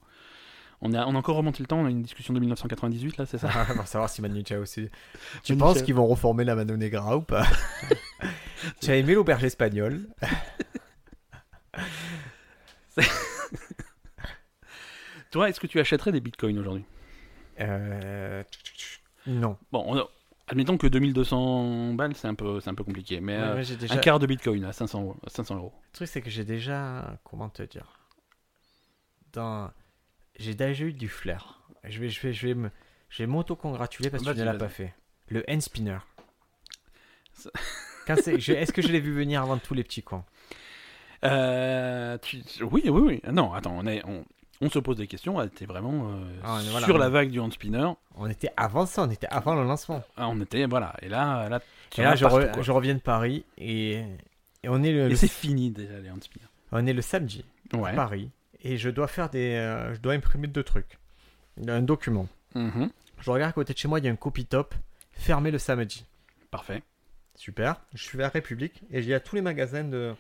[SPEAKER 1] On a, on a encore remonté le temps, on a une discussion de 1998 là, c'est ça
[SPEAKER 2] [laughs] Pour savoir si Manu Chao aussi. Tu
[SPEAKER 1] Manu
[SPEAKER 2] penses
[SPEAKER 1] Chao.
[SPEAKER 2] qu'ils vont reformer la Mano Negra
[SPEAKER 1] [laughs]
[SPEAKER 2] ou pas Tu as aimé l'auberge espagnole
[SPEAKER 1] Toi, est-ce que tu achèterais des bitcoins aujourd'hui
[SPEAKER 2] Euh, Non.
[SPEAKER 1] Bon, on- admettons que 2200 balles, c'est un peu, c'est un peu compliqué, mais euh,
[SPEAKER 2] Ouais, j'ai déjà...
[SPEAKER 1] un quart de bitcoin à 500, euros- 500 euros.
[SPEAKER 2] Le truc, c'est que j'ai déjà. Comment te dire Dans... J'ai déjà eu du flair. Je vais, je vais, je vais, me... je vais m'auto-congratuler parce que tu
[SPEAKER 1] Vas-y,
[SPEAKER 2] ne l'as
[SPEAKER 1] vas-y.
[SPEAKER 2] pas fait. Le hand spinner.
[SPEAKER 1] Ça-
[SPEAKER 2] Quand c'est- je- Est-ce que je l'ai vu venir avant tous les petits coins
[SPEAKER 1] Euh, tu- oui, oui, oui. Ah Non, attends, on, est, on, on se pose des questions, ah, t'es vraiment euh,
[SPEAKER 2] Ah, mais
[SPEAKER 1] sur
[SPEAKER 2] voilà,
[SPEAKER 1] la
[SPEAKER 2] on-
[SPEAKER 1] vague du hand spinner.
[SPEAKER 2] On était avant ça, on était avant le lancement.
[SPEAKER 1] Ah, on était, voilà, et là, là, tu
[SPEAKER 2] Et là,
[SPEAKER 1] vas
[SPEAKER 2] je,
[SPEAKER 1] partout,
[SPEAKER 2] re-
[SPEAKER 1] quoi.
[SPEAKER 2] je reviens de Paris et, et on, est le,
[SPEAKER 1] Et
[SPEAKER 2] le-
[SPEAKER 1] c'est fini déjà les hand spinners.
[SPEAKER 2] on est le samedi à
[SPEAKER 1] Ouais.
[SPEAKER 2] Paris et je dois faire des. euh, je dois imprimer deux trucs. Un document.
[SPEAKER 1] Mhm.
[SPEAKER 2] Je regarde à côté de chez moi, il y a un copy top fermé le samedi.
[SPEAKER 1] Parfait.
[SPEAKER 2] Super. Je suis à la République et il y a tous les magasins de,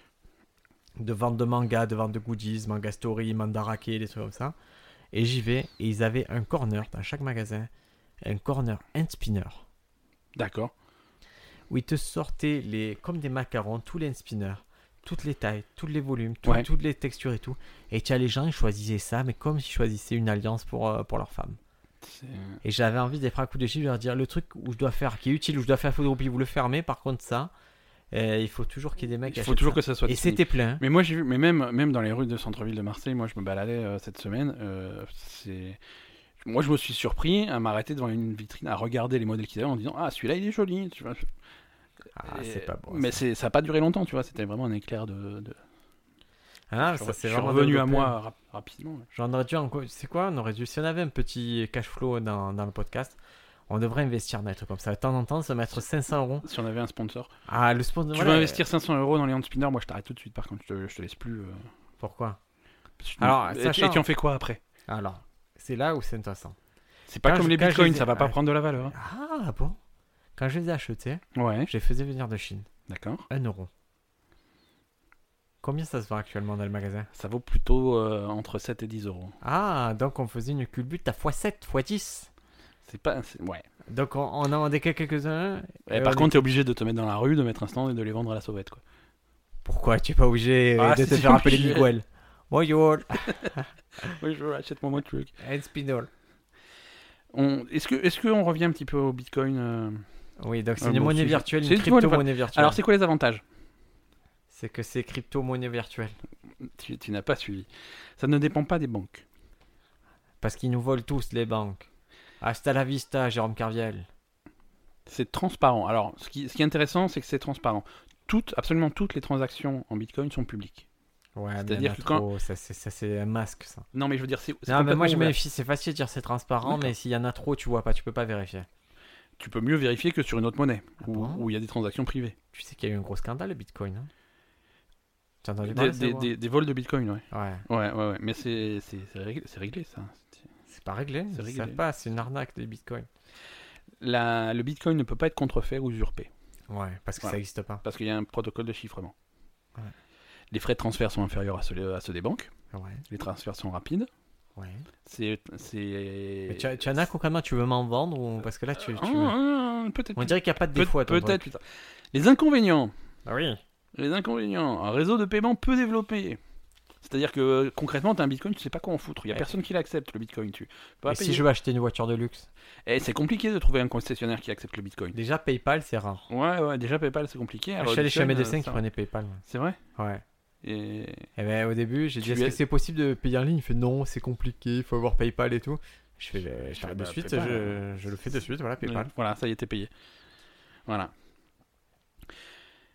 [SPEAKER 2] de vente de manga, de vente de goodies, manga story, mandarake, des trucs comme ça. Et j'y vais et ils avaient un corner dans chaque magasin, un corner hand spinner
[SPEAKER 1] D'accord.
[SPEAKER 2] où ils te sortaient les, comme des macarons tous les hand spinners, toutes les tailles, tous les volumes, tout-
[SPEAKER 1] Ouais.
[SPEAKER 2] toutes les textures et tout. Et tu as les gens, ils choisissaient ça, mais comme s'ils choisissaient une alliance pour, euh, pour leur femme.
[SPEAKER 1] C'est-
[SPEAKER 2] Et j'avais envie d'être à coup de chiffre, de leur dire le truc où je dois faire, qui est utile, où je dois faire photocopie, vous le fermez. Par contre, ça, euh, il faut toujours qu'il y ait des mecs qui
[SPEAKER 1] Il faut
[SPEAKER 2] achètent
[SPEAKER 1] toujours
[SPEAKER 2] ça.
[SPEAKER 1] que ça soit.
[SPEAKER 2] Et
[SPEAKER 1] fini.
[SPEAKER 2] c'était plein.
[SPEAKER 1] Mais moi j'ai vu, mais même même dans les rues de centre-ville de Marseille, moi je me baladais euh, cette semaine. euh, c'est moi, je me suis surpris à m'arrêter devant une vitrine, à regarder les modèles qu'ils avaient en disant Ah, celui-là, il est joli. Tu vois, je-
[SPEAKER 2] Ah,
[SPEAKER 1] Et-
[SPEAKER 2] c'est pas bon.
[SPEAKER 1] Mais
[SPEAKER 2] ça.
[SPEAKER 1] c'est- ça n'a pas duré longtemps, tu vois. C'était vraiment un éclair de. de...
[SPEAKER 2] Ah,
[SPEAKER 1] je
[SPEAKER 2] ça,
[SPEAKER 1] suis-
[SPEAKER 2] c'est
[SPEAKER 1] je suis
[SPEAKER 2] vraiment
[SPEAKER 1] revenu à
[SPEAKER 2] développé.
[SPEAKER 1] moi rap- rapidement.
[SPEAKER 2] J'en aurais dû. en- C'est quoi On aurait dû. Si on avait un petit cash flow dans, dans le podcast, on devrait investir dans des trucs comme ça. De temps en temps, se mettre 500 euros.
[SPEAKER 1] Si on avait un sponsor.
[SPEAKER 2] Ah, le sponsor.
[SPEAKER 1] Tu
[SPEAKER 2] voilà.
[SPEAKER 1] veux investir 500 euros dans les hand spinners Moi, je t'arrête tout de suite. Par contre, je te, je te laisse plus. euh,
[SPEAKER 2] Pourquoi
[SPEAKER 1] parce que-
[SPEAKER 2] Alors,
[SPEAKER 1] et,
[SPEAKER 2] sachant-
[SPEAKER 1] et tu en fais quoi après
[SPEAKER 2] Alors, c'est là où c'est intéressant.
[SPEAKER 1] C'est pas
[SPEAKER 2] Quand
[SPEAKER 1] comme
[SPEAKER 2] je-
[SPEAKER 1] les
[SPEAKER 2] quand je
[SPEAKER 1] bitcoins,
[SPEAKER 2] les ai-
[SPEAKER 1] ça va pas
[SPEAKER 2] ouais.
[SPEAKER 1] prendre de la valeur. hein.
[SPEAKER 2] Ah bon Quand je les ai achetés,
[SPEAKER 1] Ouais,
[SPEAKER 2] je les faisais venir de Chine.
[SPEAKER 1] d'accord.
[SPEAKER 2] 1 euro. Combien ça se vend actuellement dans le magasin
[SPEAKER 1] Ça vaut plutôt euh, entre 7 et 10 euros.
[SPEAKER 2] Ah, donc on faisait une culbute à x7, x10.
[SPEAKER 1] C'est pas. c'est- Ouais.
[SPEAKER 2] Donc on, on en vendait que quelques-uns.
[SPEAKER 1] Et
[SPEAKER 2] Et
[SPEAKER 1] par
[SPEAKER 2] on
[SPEAKER 1] contre, t'es obligé de te mettre dans la rue, de mettre un stand et de les vendre à la sauvette. Quoi.
[SPEAKER 2] Pourquoi tu es pas obligé euh,
[SPEAKER 1] Ah,
[SPEAKER 2] de
[SPEAKER 1] si,
[SPEAKER 2] te
[SPEAKER 1] si,
[SPEAKER 2] faire appeler
[SPEAKER 1] obligé.
[SPEAKER 2] Miguel Bonjour,
[SPEAKER 1] Oui, je achète-moi mon truc.
[SPEAKER 2] and spinol.
[SPEAKER 1] On... Est-ce que, est-ce que on revient un petit peu au bitcoin euh
[SPEAKER 2] Oui, donc c'est
[SPEAKER 1] Ah,
[SPEAKER 2] une
[SPEAKER 1] bon,
[SPEAKER 2] monnaie
[SPEAKER 1] c'est-
[SPEAKER 2] virtuelle,
[SPEAKER 1] c'est
[SPEAKER 2] une
[SPEAKER 1] une monnaie-
[SPEAKER 2] crypto-monnaie virtuelle.
[SPEAKER 1] Alors, c'est quoi les avantages
[SPEAKER 2] c'est que c'est crypto-monnaie virtuelle.
[SPEAKER 1] Tu, tu n'as pas suivi. Ça ne dépend pas des banques.
[SPEAKER 2] Parce qu'ils nous volent tous les banques. Hasta la vista, Jérôme Carviel.
[SPEAKER 1] C'est transparent. Alors, ce qui, ce qui est intéressant, c'est que c'est transparent. Toutes, absolument toutes les transactions en bitcoin sont publiques.
[SPEAKER 2] Ouais, mais
[SPEAKER 1] C'est-à-dire
[SPEAKER 2] il y en a
[SPEAKER 1] que quand-
[SPEAKER 2] trop, ça c'est ça, c'est un masque ça.
[SPEAKER 1] Non, mais je veux dire, c'est. c'est
[SPEAKER 2] Non, mais moi je
[SPEAKER 1] complètement ouvert.
[SPEAKER 2] méfie, c'est facile de dire c'est transparent, mais s'il y en a trop, tu vois pas, tu peux pas vérifier.
[SPEAKER 1] Tu peux mieux vérifier que sur une autre monnaie,
[SPEAKER 2] Ah
[SPEAKER 1] où-
[SPEAKER 2] bon
[SPEAKER 1] où il y a des transactions privées.
[SPEAKER 2] Tu sais qu'il y a eu un gros scandale le Bitcoin. Hein T'as entendu
[SPEAKER 1] Des,
[SPEAKER 2] parler
[SPEAKER 1] des,
[SPEAKER 2] ça,
[SPEAKER 1] des- des vols de bitcoin, ouais.
[SPEAKER 2] ou pas Ouais,
[SPEAKER 1] Ouais, ouais, ouais. Mais c'est c'est- c'est réglé, c'est réglé, ça.
[SPEAKER 2] c'est pas réglé,
[SPEAKER 1] C'est
[SPEAKER 2] ils
[SPEAKER 1] réglé.
[SPEAKER 2] savent pas, c'est une arnaque des Bitcoins.
[SPEAKER 1] La- le bitcoin ne peut pas être contrefait ou usurpé,
[SPEAKER 2] Ouais, parce que
[SPEAKER 1] Voilà.
[SPEAKER 2] ça existe pas.
[SPEAKER 1] parce qu'il y a un protocole de chiffrement.
[SPEAKER 2] Ouais.
[SPEAKER 1] Les frais de transfert sont inférieurs à ceux, à ceux des banques,
[SPEAKER 2] Ouais,
[SPEAKER 1] les transferts sont rapides.
[SPEAKER 2] ouais.
[SPEAKER 1] C'est. c'est-
[SPEAKER 2] Mais tu, tu en as concrètement, tu veux m'en vendre ou parce que là tu. tu-
[SPEAKER 1] Ah, ah, Peut-être.
[SPEAKER 2] On dirait qu'il n'y a pas de
[SPEAKER 1] peut-
[SPEAKER 2] défaut à ton
[SPEAKER 1] Peut-être.
[SPEAKER 2] truc.
[SPEAKER 1] putain. Les inconvénients.
[SPEAKER 2] Ah oui.
[SPEAKER 1] Les inconvénients. Un réseau de paiement peu développé. C'est-à-dire que euh, concrètement, tu as un bitcoin, tu sais pas quoi en foutre. Il y a
[SPEAKER 2] Ouais.
[SPEAKER 1] personne qui l'accepte, le bitcoin. Tu peux pas
[SPEAKER 2] Mais
[SPEAKER 1] payer.
[SPEAKER 2] si je veux acheter une voiture de luxe,
[SPEAKER 1] Et c'est compliqué de trouver un concessionnaire qui accepte le bitcoin.
[SPEAKER 2] déjà PayPal c'est rare.
[SPEAKER 1] Ouais, ouais, déjà PayPal, c'est compliqué.
[SPEAKER 2] Je
[SPEAKER 1] Alors,
[SPEAKER 2] suis allé chez
[SPEAKER 1] Bitcoin,
[SPEAKER 2] mes
[SPEAKER 1] euh,
[SPEAKER 2] dessins qui
[SPEAKER 1] ça-
[SPEAKER 2] prenaient PayPal. moi.
[SPEAKER 1] C'est vrai
[SPEAKER 2] Ouais.
[SPEAKER 1] Et-
[SPEAKER 2] Et ben au début, j'ai dit
[SPEAKER 1] Tu
[SPEAKER 2] est-ce
[SPEAKER 1] es-
[SPEAKER 2] que c'est possible de payer en ligne Il fait non, c'est compliqué, il faut avoir PayPal et tout. Je fais, euh, je
[SPEAKER 1] Ah
[SPEAKER 2] fais de
[SPEAKER 1] bah,
[SPEAKER 2] suite, hein.
[SPEAKER 1] PayPal,
[SPEAKER 2] je, je le fais de suite, voilà PayPal.
[SPEAKER 1] Ouais, Voilà, ça y était payé. Voilà.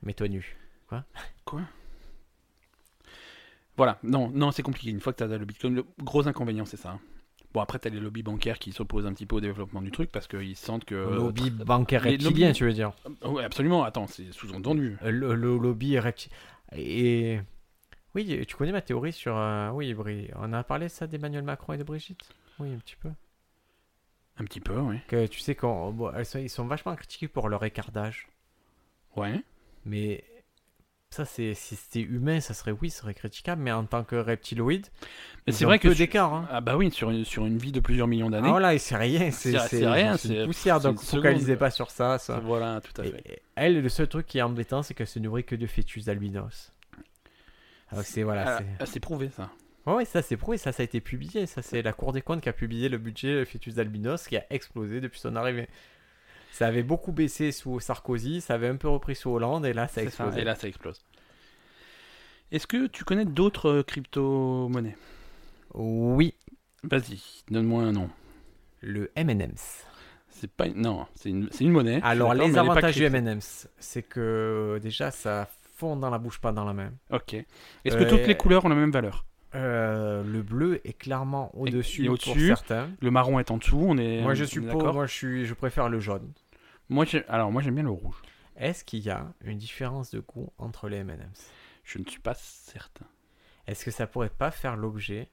[SPEAKER 2] Mais toi nu.
[SPEAKER 1] Voilà, non, non c'est compliqué. Une fois que tu as le Bitcoin, le gros inconvénient, c'est ça. hein. Bon, après, tu as les lobbies bancaires qui s'opposent un petit peu au développement du truc parce qu'ils sentent que. euh,
[SPEAKER 2] lobby bancaire
[SPEAKER 1] les
[SPEAKER 2] reptilien,
[SPEAKER 1] lobbies-
[SPEAKER 2] tu veux dire
[SPEAKER 1] Oui, Ah absolument, attends, c'est sous-entendu.
[SPEAKER 2] Euh, Le, le lobby reptilien. Et. Oui, tu connais ma théorie sur. euh, Oui, Bri- on a parlé ça d'Emmanuel Macron et de Brigitte Oui, un petit peu.
[SPEAKER 1] Un petit peu, oui.
[SPEAKER 2] Que tu sais qu'on bon, elles sont- ils sont vachement critiqués pour leur écart d'âge.
[SPEAKER 1] Ouais.
[SPEAKER 2] Mais ça, c'est si c'était humain, ça serait oui, ça serait critiquable. Mais en tant que reptiloïde,
[SPEAKER 1] Mais
[SPEAKER 2] ils
[SPEAKER 1] c'est
[SPEAKER 2] ont
[SPEAKER 1] vrai que.
[SPEAKER 2] peu
[SPEAKER 1] sur-
[SPEAKER 2] d'écart. hein.
[SPEAKER 1] Ah, bah oui, sur une, sur une vie de plusieurs millions
[SPEAKER 2] Ah
[SPEAKER 1] d'années.
[SPEAKER 2] voilà, et c'est rien, c'est
[SPEAKER 1] C'est-
[SPEAKER 2] c'est-
[SPEAKER 1] c'est rien,
[SPEAKER 2] c'est une
[SPEAKER 1] c'est-
[SPEAKER 2] poussière.
[SPEAKER 1] c'est une
[SPEAKER 2] Donc focalisez
[SPEAKER 1] seconde.
[SPEAKER 2] pas sur ça. ça.
[SPEAKER 1] voilà, tout à
[SPEAKER 2] Et-
[SPEAKER 1] fait.
[SPEAKER 2] et elle, le seul truc qui est embêtant, c'est qu'elle se nourrit que de fœtus albinos. Alors que c'est voilà.
[SPEAKER 1] Ah,
[SPEAKER 2] c'est-
[SPEAKER 1] ah, c'est prouvé, ça.
[SPEAKER 2] Ouais, ouais, ça c'est prouvé, ça ça a été publié, ça c'est la Cour des comptes qui a publié le budget fœtus d'Albinos qui a explosé depuis son arrivée. Ça avait beaucoup baissé sous Sarkozy, ça avait un peu repris sous Hollande et là ça a
[SPEAKER 1] C'est ça,
[SPEAKER 2] explosé.
[SPEAKER 1] Et là, ça explose. Est-ce que tu connais d'autres euh, crypto-monnaies
[SPEAKER 2] Oui,
[SPEAKER 1] Vas-y, donne-moi un nom.
[SPEAKER 2] le M&M's.
[SPEAKER 1] C'est pas une... Non, c'est une, c'est une monnaie. je suis
[SPEAKER 2] Alors
[SPEAKER 1] d'accord,
[SPEAKER 2] les
[SPEAKER 1] mais elle est pas
[SPEAKER 2] avantages du
[SPEAKER 1] crypto.
[SPEAKER 2] M&M's, c'est que déjà ça fond dans la bouche pas dans la main.
[SPEAKER 1] Ok. Est-ce que
[SPEAKER 2] Euh,
[SPEAKER 1] toutes les couleurs ont la même valeur
[SPEAKER 2] Euh, le bleu est clairement
[SPEAKER 1] et
[SPEAKER 2] au-dessus pour
[SPEAKER 1] au-dessus,
[SPEAKER 2] certains.
[SPEAKER 1] Le marron est en dessous, on est.
[SPEAKER 2] Moi je
[SPEAKER 1] on est
[SPEAKER 2] suis pour,
[SPEAKER 1] d'accord
[SPEAKER 2] moi je suis je préfère le jaune.
[SPEAKER 1] Moi, j'ai- alors moi j'aime bien le rouge.
[SPEAKER 2] Est-ce qu'il y a une différence de goût entre les M&M's
[SPEAKER 1] Je ne suis pas certain.
[SPEAKER 2] Est-ce que ça pourrait pas faire l'objet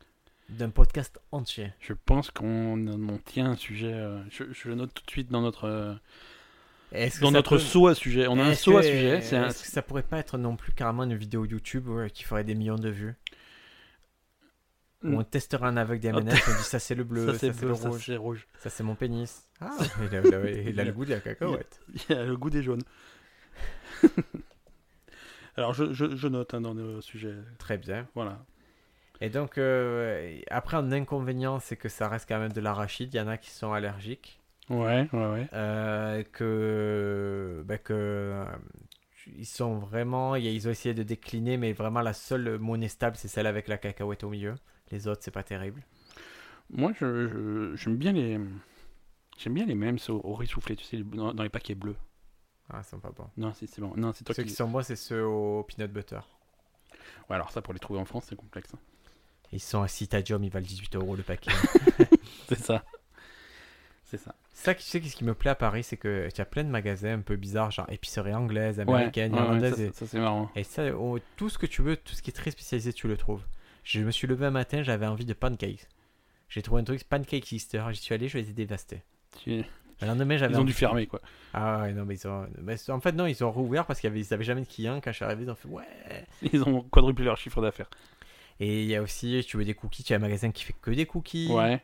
[SPEAKER 2] d'un podcast entier
[SPEAKER 1] Je pense qu'on on tient un sujet. euh, Je, je le note tout de suite dans notre euh,
[SPEAKER 2] Est-ce que
[SPEAKER 1] dans
[SPEAKER 2] ça
[SPEAKER 1] notre
[SPEAKER 2] peut-
[SPEAKER 1] saut à sujet. On a un
[SPEAKER 2] Est-ce
[SPEAKER 1] saut à
[SPEAKER 2] que-
[SPEAKER 1] sujet. C'est un-
[SPEAKER 2] Est-ce que ça pourrait pas être non plus carrément une vidéo YouTube ouais, qui ferait des millions de vues
[SPEAKER 1] Mm.
[SPEAKER 2] Où on testera un aveugle des
[SPEAKER 1] Ah,
[SPEAKER 2] M&M's,
[SPEAKER 1] [laughs]
[SPEAKER 2] on dit ça c'est le bleu,
[SPEAKER 1] ça c'est
[SPEAKER 2] le
[SPEAKER 1] bleu, ça
[SPEAKER 2] rouge,
[SPEAKER 1] c'est rouge. [laughs]
[SPEAKER 2] ça c'est mon pénis. Ah, [laughs] il a, il a- il a le goût de la cacahuète.
[SPEAKER 1] Il y a le goût des jaunes. [laughs] alors je, je, je note hein, dans le sujet.
[SPEAKER 2] Très bien.
[SPEAKER 1] Voilà.
[SPEAKER 2] Et donc, euh, après, un inconvénient, c'est que ça reste quand même de l'arachide. Il y en a qui sont allergiques.
[SPEAKER 1] Ouais, ouais, ouais.
[SPEAKER 2] Euh, que, bah, que euh, ils sont vraiment, il y a- ils ont essayé de décliner, mais vraiment la seule monnaie stable, c'est celle avec la cacahuète au milieu. Les autres, c'est pas terrible.
[SPEAKER 1] Moi, je, je- j'aime bien les. J'aime bien les mêmes au, au riz soufflé, tu sais, les- dans, dans les paquets bleus.
[SPEAKER 2] Ah, ils sont pas bons.
[SPEAKER 1] Non, si, c'est bon. Non, c'est toi
[SPEAKER 2] Ceux
[SPEAKER 1] qui.
[SPEAKER 2] qui sont bons, c'est ceux au peanut butter.
[SPEAKER 1] Ouais, alors ça, pour les trouver en France, c'est complexe. hein.
[SPEAKER 2] Ils sont à Citadium, ils valent 18 euros
[SPEAKER 1] [laughs]
[SPEAKER 2] le paquet.
[SPEAKER 1] C'est ça. C'est ça.
[SPEAKER 2] Ça, tu sais, ce qui me plaît à Paris, c'est que tu as plein de magasins un peu bizarres, genre épicerie anglaise, américaine,
[SPEAKER 1] ouais, ouais,
[SPEAKER 2] irlandaise.
[SPEAKER 1] ça,
[SPEAKER 2] et-
[SPEAKER 1] ça, ça, c'est marrant.
[SPEAKER 2] Et ça, au- tout ce que tu veux, tout ce qui est très spécialisé, tu le trouves. Je me suis levé un matin, j'avais envie de pancakes. J'ai trouvé un truc pancake sister, j'y suis allé, je les ai dévastés.
[SPEAKER 1] Tu-
[SPEAKER 2] Le lendemain, j'avais.
[SPEAKER 1] Ils ont
[SPEAKER 2] envie-
[SPEAKER 1] dû fermer, quoi. [laughs]
[SPEAKER 2] Ah ouais, non, mais ils ont. mais c'est- en fait, non, ils ont rouvert parce qu'ils n'avaient jamais de clients. Quand je suis arrivé, ils ont fait ouais.
[SPEAKER 1] Ils ont quadruplé leur chiffre d'affaires.
[SPEAKER 2] Et il y a aussi, tu veux des cookies, tu as un magasin qui fait que des cookies.
[SPEAKER 1] Ouais.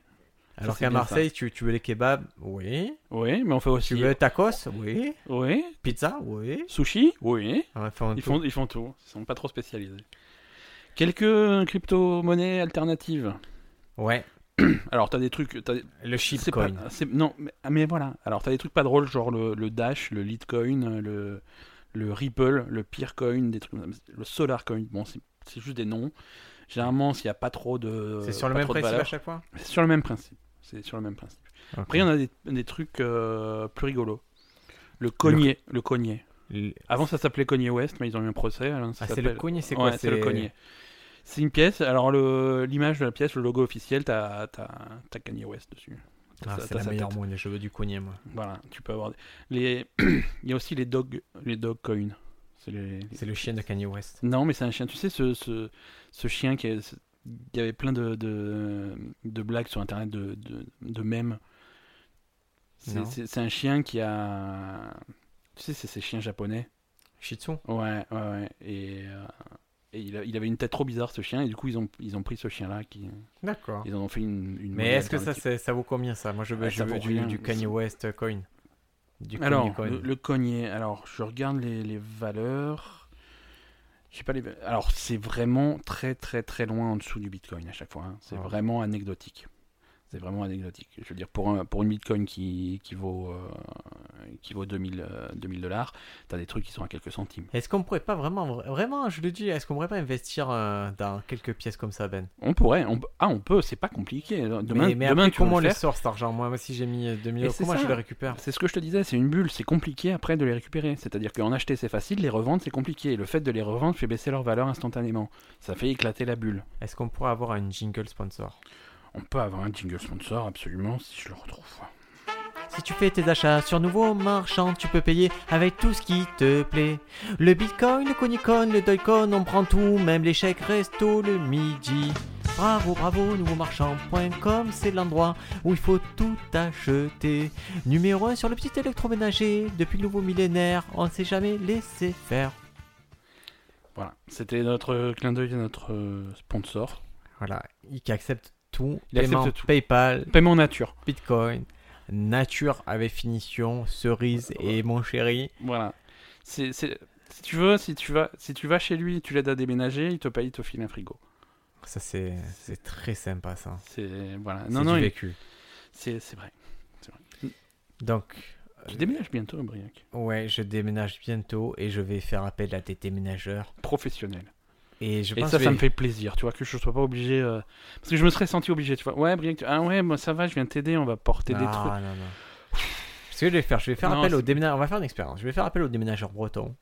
[SPEAKER 2] Alors
[SPEAKER 1] Ça, c'est
[SPEAKER 2] qu'à
[SPEAKER 1] bien,
[SPEAKER 2] Marseille, tu, tu veux les kebabs, oui.
[SPEAKER 1] Oui, mais on fait aussi.
[SPEAKER 2] Tu veux tacos, oui.
[SPEAKER 1] Oui.
[SPEAKER 2] Pizza, oui.
[SPEAKER 1] Sushi Oui.
[SPEAKER 2] Enfin,
[SPEAKER 1] Ils
[SPEAKER 2] tout.
[SPEAKER 1] font, ils font tout. Ils sont pas trop spécialisés. Quelques euh, crypto-monnaies alternatives.
[SPEAKER 2] Ouais.
[SPEAKER 1] Alors, t'as des trucs. t'as-
[SPEAKER 2] Le
[SPEAKER 1] C'est pas-
[SPEAKER 2] chipcoin.
[SPEAKER 1] c'est- non, mais, ah, mais voilà. Alors, t'as des trucs pas drôles, genre le, le Dash, le Litecoin, euh, le, le Ripple, le Peercoin, des trucs, comme ça. le Solarcoin. Bon, c'est c'est juste des noms. Généralement, s'il n'y a pas trop de.
[SPEAKER 2] C'est sur le
[SPEAKER 1] pas
[SPEAKER 2] même
[SPEAKER 1] trop de
[SPEAKER 2] principe à
[SPEAKER 1] valeur,
[SPEAKER 2] chaque fois.
[SPEAKER 1] C'est sur le même principe. C'est sur le même principe. Après, il y en a des, des trucs euh, plus rigolos. Le cognier. Le, cognier.
[SPEAKER 2] Le-
[SPEAKER 1] Avant, ça s'appelait Cognier West, mais ils ont eu un procès. alors ça
[SPEAKER 2] Ah, c'est le
[SPEAKER 1] s'appelle-
[SPEAKER 2] cogné, c'est
[SPEAKER 1] Ouais,
[SPEAKER 2] quoi
[SPEAKER 1] c'est le cognier. C'est une pièce. Alors, le- l'image de la pièce, le logo officiel, t'as t'as- t'as Kanye West dessus.
[SPEAKER 2] Ah,
[SPEAKER 1] Ça-
[SPEAKER 2] c'est
[SPEAKER 1] t'as
[SPEAKER 2] la
[SPEAKER 1] sa
[SPEAKER 2] meilleure
[SPEAKER 1] tête.
[SPEAKER 2] monnaie, je veux du cogné, moi.
[SPEAKER 1] Voilà, tu peux avoir. des- Les... [clears throat] Il y a aussi les dog, les dog coins. C'est les...
[SPEAKER 2] C'est le chien de Kanye West.
[SPEAKER 1] Non, mais c'est un chien. Tu sais, ce, ce, ce chien qui est. ce- Il y avait plein de, de, de blagues sur internet, de, de, de mèmes. C'est-
[SPEAKER 2] Non.
[SPEAKER 1] C'est c'est un chien qui a. Tu sais, c'est ces chiens japonais.
[SPEAKER 2] Shih Tzu
[SPEAKER 1] Ouais, ouais, ouais. Et, euh, et il, a- il avait une tête trop bizarre, ce chien. Et du coup, ils ont, ils ont pris ce chien-là. Qui...
[SPEAKER 2] D'accord.
[SPEAKER 1] Ils en ont fait une. une
[SPEAKER 2] Mais
[SPEAKER 1] monnaie
[SPEAKER 2] est-ce que ça,
[SPEAKER 1] alternative.
[SPEAKER 2] c'est- ça vaut combien ça Moi je veux,
[SPEAKER 1] Ah,
[SPEAKER 2] je
[SPEAKER 1] ça
[SPEAKER 2] veux
[SPEAKER 1] vaut
[SPEAKER 2] du,
[SPEAKER 1] rien.
[SPEAKER 2] du Kanye West coin. Du Kanye
[SPEAKER 1] Alors,
[SPEAKER 2] coin.
[SPEAKER 1] le, le cognier. Alors, je regarde les, les valeurs. Je sais pas les. Alors c'est vraiment très très très loin en dessous du Bitcoin à chaque fois. hein. C'est
[SPEAKER 2] Ah.
[SPEAKER 1] vraiment anecdotique. C'est vraiment anecdotique. Je veux dire pour un pour une Bitcoin qui qui vaut euh, qui vaut 2000 euh, 2000 dollars, t'as des trucs qui sont à quelques centimes.
[SPEAKER 2] Est-ce qu'on pourrait pas vraiment, vra- vraiment, je le dis, est-ce qu'on pourrait pas investir euh, dans quelques pièces comme ça, Ben
[SPEAKER 1] On pourrait, on... ah on peut, c'est pas compliqué. Demain,
[SPEAKER 2] Mais, mais
[SPEAKER 1] demain
[SPEAKER 2] après,
[SPEAKER 1] tu
[SPEAKER 2] comment
[SPEAKER 1] peux
[SPEAKER 2] on
[SPEAKER 1] le
[SPEAKER 2] les
[SPEAKER 1] faire.
[SPEAKER 2] sort cet argent Moi aussi j'ai mis euh, 2000
[SPEAKER 1] Et
[SPEAKER 2] euros,
[SPEAKER 1] c'est
[SPEAKER 2] comment
[SPEAKER 1] ça.
[SPEAKER 2] je le récupère
[SPEAKER 1] C'est ce que je te disais, c'est une bulle, c'est compliqué après de les récupérer. C'est-à-dire qu'en acheter c'est facile, les revendre c'est compliqué. Et le fait de les revendre fait baisser leur valeur instantanément. Ça fait éclater la bulle.
[SPEAKER 2] Est-ce qu'on pourrait avoir un jingle sponsor
[SPEAKER 1] On peut avoir un jingle sponsor absolument si je le retrouve.
[SPEAKER 2] Si tu fais tes achats sur Nouveau Marchand, tu peux payer avec tout ce qui te plaît. Le Bitcoin, le Conicon, le Dogecoin, on prend tout, même les chèques resto le midi. Bravo, bravo, nouveaumarchand.com, c'est l'endroit où il faut tout acheter. Numéro 1 sur le petit électroménager, depuis le nouveau millénaire, on ne s'est jamais laissé faire.
[SPEAKER 1] Voilà, c'était notre clin d'œil à notre euh, sponsor.
[SPEAKER 2] Voilà, il accepte tout,
[SPEAKER 1] Il accepte
[SPEAKER 2] paiement,
[SPEAKER 1] tout.
[SPEAKER 2] PayPal,
[SPEAKER 1] Paiement nature.
[SPEAKER 2] Bitcoin, nature avec finition, cerise et mon chéri.
[SPEAKER 1] Voilà. C'est, c'est- Si tu veux, si tu vas, si tu vas chez lui, tu l'aides à déménager, il te paye, il te file un frigo.
[SPEAKER 2] Ça, c'est c'est très sympa, ça.
[SPEAKER 1] C'est voilà. Ah,
[SPEAKER 2] C'est
[SPEAKER 1] Non,
[SPEAKER 2] du
[SPEAKER 1] non, il-
[SPEAKER 2] vécu.
[SPEAKER 1] c'est, c'est vrai.
[SPEAKER 2] Donc, Euh,
[SPEAKER 1] Tu déménages bientôt, Briac.
[SPEAKER 2] ouais, je déménage bientôt et je vais faire appel à des déménageurs.
[SPEAKER 1] Professionnel.
[SPEAKER 2] Et je
[SPEAKER 1] Et
[SPEAKER 2] pense
[SPEAKER 1] ça,
[SPEAKER 2] que
[SPEAKER 1] ça me fait plaisir, tu vois, que je sois pas obligé. euh, Parce que je me serais senti obligé, tu vois. Ouais, Briac, tu- ah ouais, moi ça va, je viens t'aider, on va porter des
[SPEAKER 2] Ah,
[SPEAKER 1] trucs.
[SPEAKER 2] non, non. Ce que je vais faire, je vais faire
[SPEAKER 1] Non,
[SPEAKER 2] appel aux
[SPEAKER 1] c'est-
[SPEAKER 2] déménageurs. On va faire une expérience. Je vais faire appel aux déménageurs bretons.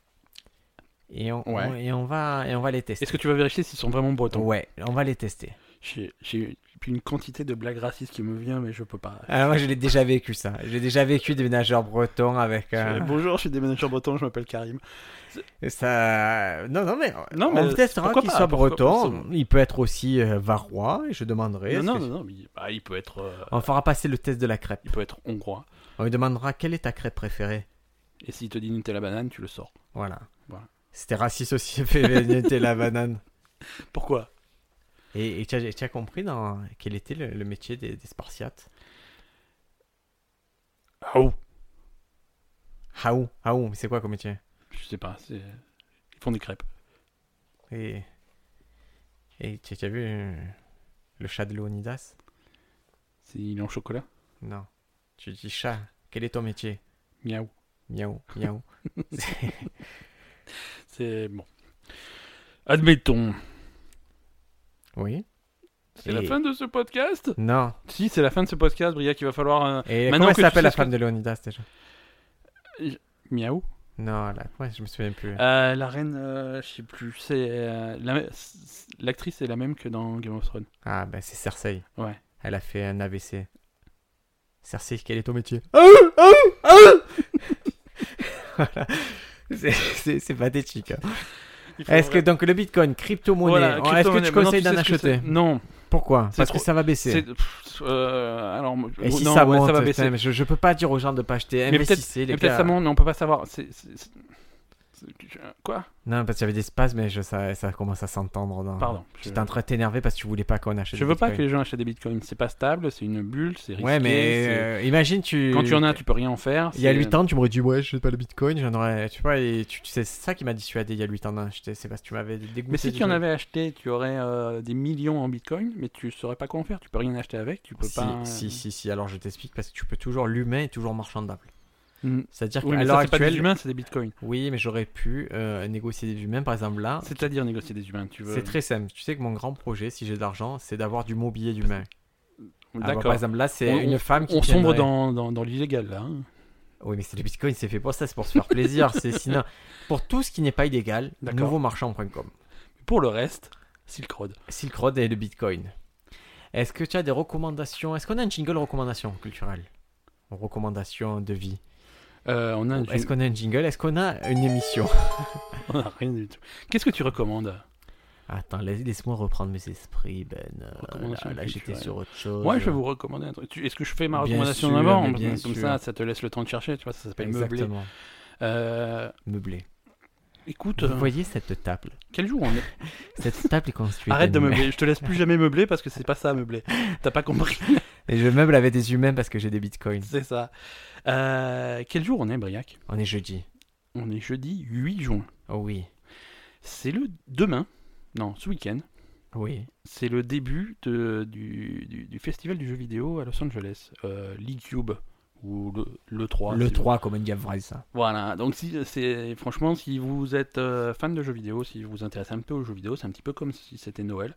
[SPEAKER 2] Et on,
[SPEAKER 1] Ouais.
[SPEAKER 2] on- et on va et on va les tester.
[SPEAKER 1] Est-ce que tu vas vérifier s'ils sont vraiment bretons
[SPEAKER 2] Ouais, on va les tester.
[SPEAKER 1] J'ai, j'ai puis une quantité de blagues racistes qui me vient, mais je peux pas.
[SPEAKER 2] Alors Ah, moi, je l'ai déjà vécu ça. J'ai déjà vécu déménageur breton avec euh,
[SPEAKER 1] Bonjour, je suis déménageur breton, je m'appelle Karim.
[SPEAKER 2] ça. Non, non mais
[SPEAKER 1] Non,
[SPEAKER 2] on
[SPEAKER 1] mais
[SPEAKER 2] testera
[SPEAKER 1] pourquoi
[SPEAKER 2] qu'il
[SPEAKER 1] pas,
[SPEAKER 2] soit
[SPEAKER 1] pourquoi-
[SPEAKER 2] breton. Il peut être aussi euh, varois. Et je demanderai.
[SPEAKER 1] Non,
[SPEAKER 2] est-ce
[SPEAKER 1] non,
[SPEAKER 2] que-
[SPEAKER 1] non, non, mais il- bah, il peut être, euh,
[SPEAKER 2] On fera passer le test de la crêpe.
[SPEAKER 1] il peut être hongrois.
[SPEAKER 2] On lui demandera quelle est ta crêpe préférée.
[SPEAKER 1] Et s'il te dit Nutella banane, tu le sors.
[SPEAKER 2] Voilà.
[SPEAKER 1] Voilà.
[SPEAKER 2] C'était raciste aussi, [laughs] Nutella la banane.
[SPEAKER 1] Pourquoi
[SPEAKER 2] Et et tu as, tu as compris dans quel était le, le métier des, des Spartiates
[SPEAKER 1] Oh,
[SPEAKER 2] Haou, haou, mais c'est quoi comme métier
[SPEAKER 1] je sais pas. c'est- Ils font des crêpes.
[SPEAKER 2] Et, et tu tu as vu euh, le chat de Leonidas
[SPEAKER 1] C'est- Il est en chocolat.
[SPEAKER 2] Non. Tu dis chat, quel est ton métier
[SPEAKER 1] Miaou.
[SPEAKER 2] Miaou,
[SPEAKER 1] [laughs]
[SPEAKER 2] miaou. C'est-
[SPEAKER 1] C'est bon. Admettons.
[SPEAKER 2] oui
[SPEAKER 1] C'est
[SPEAKER 2] Et-
[SPEAKER 1] la fin de ce podcast.
[SPEAKER 2] Non.
[SPEAKER 1] Si, c'est la fin de ce podcast, Briac. Il va falloir euh, un
[SPEAKER 2] Et
[SPEAKER 1] Maintenant
[SPEAKER 2] comment
[SPEAKER 1] que tu sais
[SPEAKER 2] s'appelle la
[SPEAKER 1] ce
[SPEAKER 2] femme de Leonidas déjà
[SPEAKER 1] miaou.
[SPEAKER 2] Non, là, ouais, je me souviens plus.
[SPEAKER 1] Euh, la reine, euh, je sais plus. C'est euh, la- l'actrice est la même que dans Game of Thrones.
[SPEAKER 2] Ah, ben c'est Cersei.
[SPEAKER 1] Ouais.
[SPEAKER 2] Elle a fait un AVC. Cersei, quel est
[SPEAKER 1] [laughs]
[SPEAKER 2] ton métier
[SPEAKER 1] Ah,
[SPEAKER 2] [laughs] Voilà. C'est- C'est c'est pathétique. hein.
[SPEAKER 1] Il faut
[SPEAKER 2] Est-ce que
[SPEAKER 1] vraiment-
[SPEAKER 2] donc le Bitcoin, crypto-monnaie,
[SPEAKER 1] Voilà,
[SPEAKER 2] alors, est-ce que
[SPEAKER 1] crypto-monnaie,
[SPEAKER 2] tu
[SPEAKER 1] maintenant,
[SPEAKER 2] conseilles
[SPEAKER 1] sais
[SPEAKER 2] d'en
[SPEAKER 1] ce que
[SPEAKER 2] acheter
[SPEAKER 1] c'est. Non,
[SPEAKER 2] Pourquoi
[SPEAKER 1] C'est
[SPEAKER 2] Parce
[SPEAKER 1] trop-
[SPEAKER 2] que ça va baisser.
[SPEAKER 1] c'est. pff, euh, alors,
[SPEAKER 2] Et si
[SPEAKER 1] non,
[SPEAKER 2] ça
[SPEAKER 1] ouais,
[SPEAKER 2] monte,
[SPEAKER 1] ça va
[SPEAKER 2] putain,
[SPEAKER 1] baisser.
[SPEAKER 2] mais je, je peux pas dire aux gens de pas acheter.
[SPEAKER 1] Mais peut-être-
[SPEAKER 2] Investissez, les
[SPEAKER 1] Mais peut-être
[SPEAKER 2] gars.
[SPEAKER 1] ça monte, mais on peut pas savoir. C'est, c'est- c'est- c'est- Quoi
[SPEAKER 2] Non, parce qu'il y avait des spasmes, mais je, ça, ça commence à s'entendre. Dans...
[SPEAKER 1] Pardon. Je,
[SPEAKER 2] J'étais en train de t'énerver parce que tu voulais pas qu'on achète.
[SPEAKER 1] je
[SPEAKER 2] des
[SPEAKER 1] veux pas que
[SPEAKER 2] Bitcoins.
[SPEAKER 1] les gens achètent des bitcoins. C'est pas stable, c'est une bulle, c'est risqué.
[SPEAKER 2] Ouais, mais
[SPEAKER 1] c'est-
[SPEAKER 2] euh, imagine, tu.
[SPEAKER 1] Quand tu en as, tu peux rien en faire.
[SPEAKER 2] Il y a
[SPEAKER 1] c'est- euh,
[SPEAKER 2] 8 ans, tu m'aurais dit, ouais, je sais pas le bitcoin, j'en aurais. Tu vois, et tu, tu sais, c'est ça qui m'a dissuadé il y a 8 ans d'en acheter. C'est parce que tu m'avais dégoûté.
[SPEAKER 1] Mais si
[SPEAKER 2] du
[SPEAKER 1] tu en
[SPEAKER 2] truc.
[SPEAKER 1] avais acheté, tu aurais euh, des millions en bitcoin, mais tu saurais pas quoi en faire. Tu peux rien acheter avec, tu peux
[SPEAKER 2] Si,
[SPEAKER 1] pas. euh,
[SPEAKER 2] si, si, si, alors je t'explique parce que tu peux toujours. L'humain est toujours marchandable.
[SPEAKER 1] Mm.
[SPEAKER 2] C'est-à-dire
[SPEAKER 1] Oui,
[SPEAKER 2] qu'à
[SPEAKER 1] mais
[SPEAKER 2] l'heure
[SPEAKER 1] ça, c'est pas
[SPEAKER 2] actuelle.
[SPEAKER 1] des humains, c'est des bitcoins.
[SPEAKER 2] Oui, mais j'aurais pu euh, négocier des humains, par exemple là.
[SPEAKER 1] Ah, C'est-à-dire négocier des humains. Tu veux.
[SPEAKER 2] C'est très simple. Tu sais que mon grand projet, si j'ai de l'argent, c'est d'avoir du mobilier d'humain. Alors,
[SPEAKER 1] D'accord.
[SPEAKER 2] Par exemple, là, c'est
[SPEAKER 1] On-
[SPEAKER 2] une femme qui.
[SPEAKER 1] On sombre
[SPEAKER 2] tiendrait-
[SPEAKER 1] dans, dans, dans l'illégal là. hein.
[SPEAKER 2] Oui, mais c'est le bitcoin, c'est fait pour ça, c'est pour se faire plaisir. c'est sinon. Pour tout ce qui n'est pas illégal,
[SPEAKER 1] D'accord.
[SPEAKER 2] nouveaumarchand.com.
[SPEAKER 1] Pour le reste, Silk Road.
[SPEAKER 2] Silk Road et le Bitcoin. Est-ce que tu as des recommandations Est-ce qu'on a un jingle recommandation culturelle Recommandation de vie.
[SPEAKER 1] Euh, on a un-
[SPEAKER 2] Est-ce qu'on a un jingle Est-ce qu'on a une émission
[SPEAKER 1] [laughs] on a rien du tout. Qu'est-ce que tu recommandes
[SPEAKER 2] Attends, la- laisse-moi reprendre mes esprits, Ben. Euh,
[SPEAKER 1] Recommandation
[SPEAKER 2] là, là, j'étais
[SPEAKER 1] culturelle.
[SPEAKER 2] sur autre chose.
[SPEAKER 1] Moi, je vais vous recommander un truc. Tu- Est-ce que je fais ma
[SPEAKER 2] Euh, Bien
[SPEAKER 1] recommandation
[SPEAKER 2] sûr,
[SPEAKER 1] d'abord
[SPEAKER 2] mais
[SPEAKER 1] Parce que
[SPEAKER 2] bien
[SPEAKER 1] Comme
[SPEAKER 2] sûr.
[SPEAKER 1] ça, ça te laisse le temps de chercher. Tu vois, ça s'appelle meubler.
[SPEAKER 2] Exactement.
[SPEAKER 1] Euh,
[SPEAKER 2] Meubler.
[SPEAKER 1] écoute,
[SPEAKER 2] Vous voyez cette table
[SPEAKER 1] quel jour on est
[SPEAKER 2] Cette table est construite.
[SPEAKER 1] Arrête de
[SPEAKER 2] d'humains.
[SPEAKER 1] meubler. Je te laisse plus jamais meubler parce que c'est pas ça meubler. T'as pas compris
[SPEAKER 2] Et je meuble avec des humains parce que j'ai des
[SPEAKER 1] [laughs]
[SPEAKER 2] bitcoins.
[SPEAKER 1] C'est ça. Euh, quel jour on est, Briac
[SPEAKER 2] On est jeudi.
[SPEAKER 1] On est jeudi 8 juin.
[SPEAKER 2] Oh oui.
[SPEAKER 1] C'est le demain, non, ce week-end,
[SPEAKER 2] Oui.
[SPEAKER 1] c'est le début de- du, du- du festival du jeu vidéo à Los Angeles, euh, l'E-Cube, ou le, 3
[SPEAKER 2] le 3, comme on dit en vrai, ça.
[SPEAKER 1] Voilà, donc si, c'est, franchement, si vous êtes euh, fan de jeux vidéo, si vous vous intéressez un peu aux jeux vidéo, c'est un petit peu comme si c'était Noël.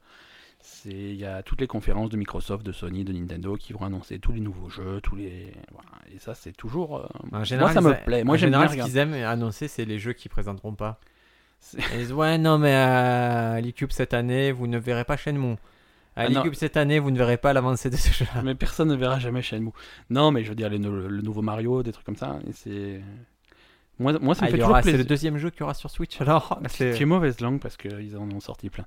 [SPEAKER 1] C'est- Il y a toutes les conférences de Microsoft, de Sony, de Nintendo qui vont annoncer tous les nouveaux jeux, tous les. voilà. Et ça, c'est toujours. euh,
[SPEAKER 2] En général,
[SPEAKER 1] moi, ça
[SPEAKER 2] ils a-
[SPEAKER 1] me plaît. Moi,
[SPEAKER 2] en
[SPEAKER 1] j'aime bien
[SPEAKER 2] général, ce
[SPEAKER 1] regarder.
[SPEAKER 2] qu'ils aiment annoncer, c'est les jeux qu'ils présenteront pas.
[SPEAKER 1] C'est-
[SPEAKER 2] Ils disent, ouais, non, mais à l'E-Cube cette année, vous ne verrez pas Shenmue. À
[SPEAKER 1] Ah, non.
[SPEAKER 2] l'E-Cube cette année, vous ne verrez pas l'avancée de ce jeu-là.
[SPEAKER 1] Mais personne ne verra jamais Shenmue. Non, mais je veux dire, les no- le, nouveau Mario, des trucs comme ça. Et c'est. Moi, moi, ça me
[SPEAKER 2] Ah, il
[SPEAKER 1] fait
[SPEAKER 2] y
[SPEAKER 1] toujours
[SPEAKER 2] aura- c'est le
[SPEAKER 1] plaisir. Ah,
[SPEAKER 2] deuxième jeu qu'il y aura sur Switch. Alors,
[SPEAKER 1] Tu
[SPEAKER 2] c'est-
[SPEAKER 1] es mauvaise langue parce qu'ils en ont sorti plein.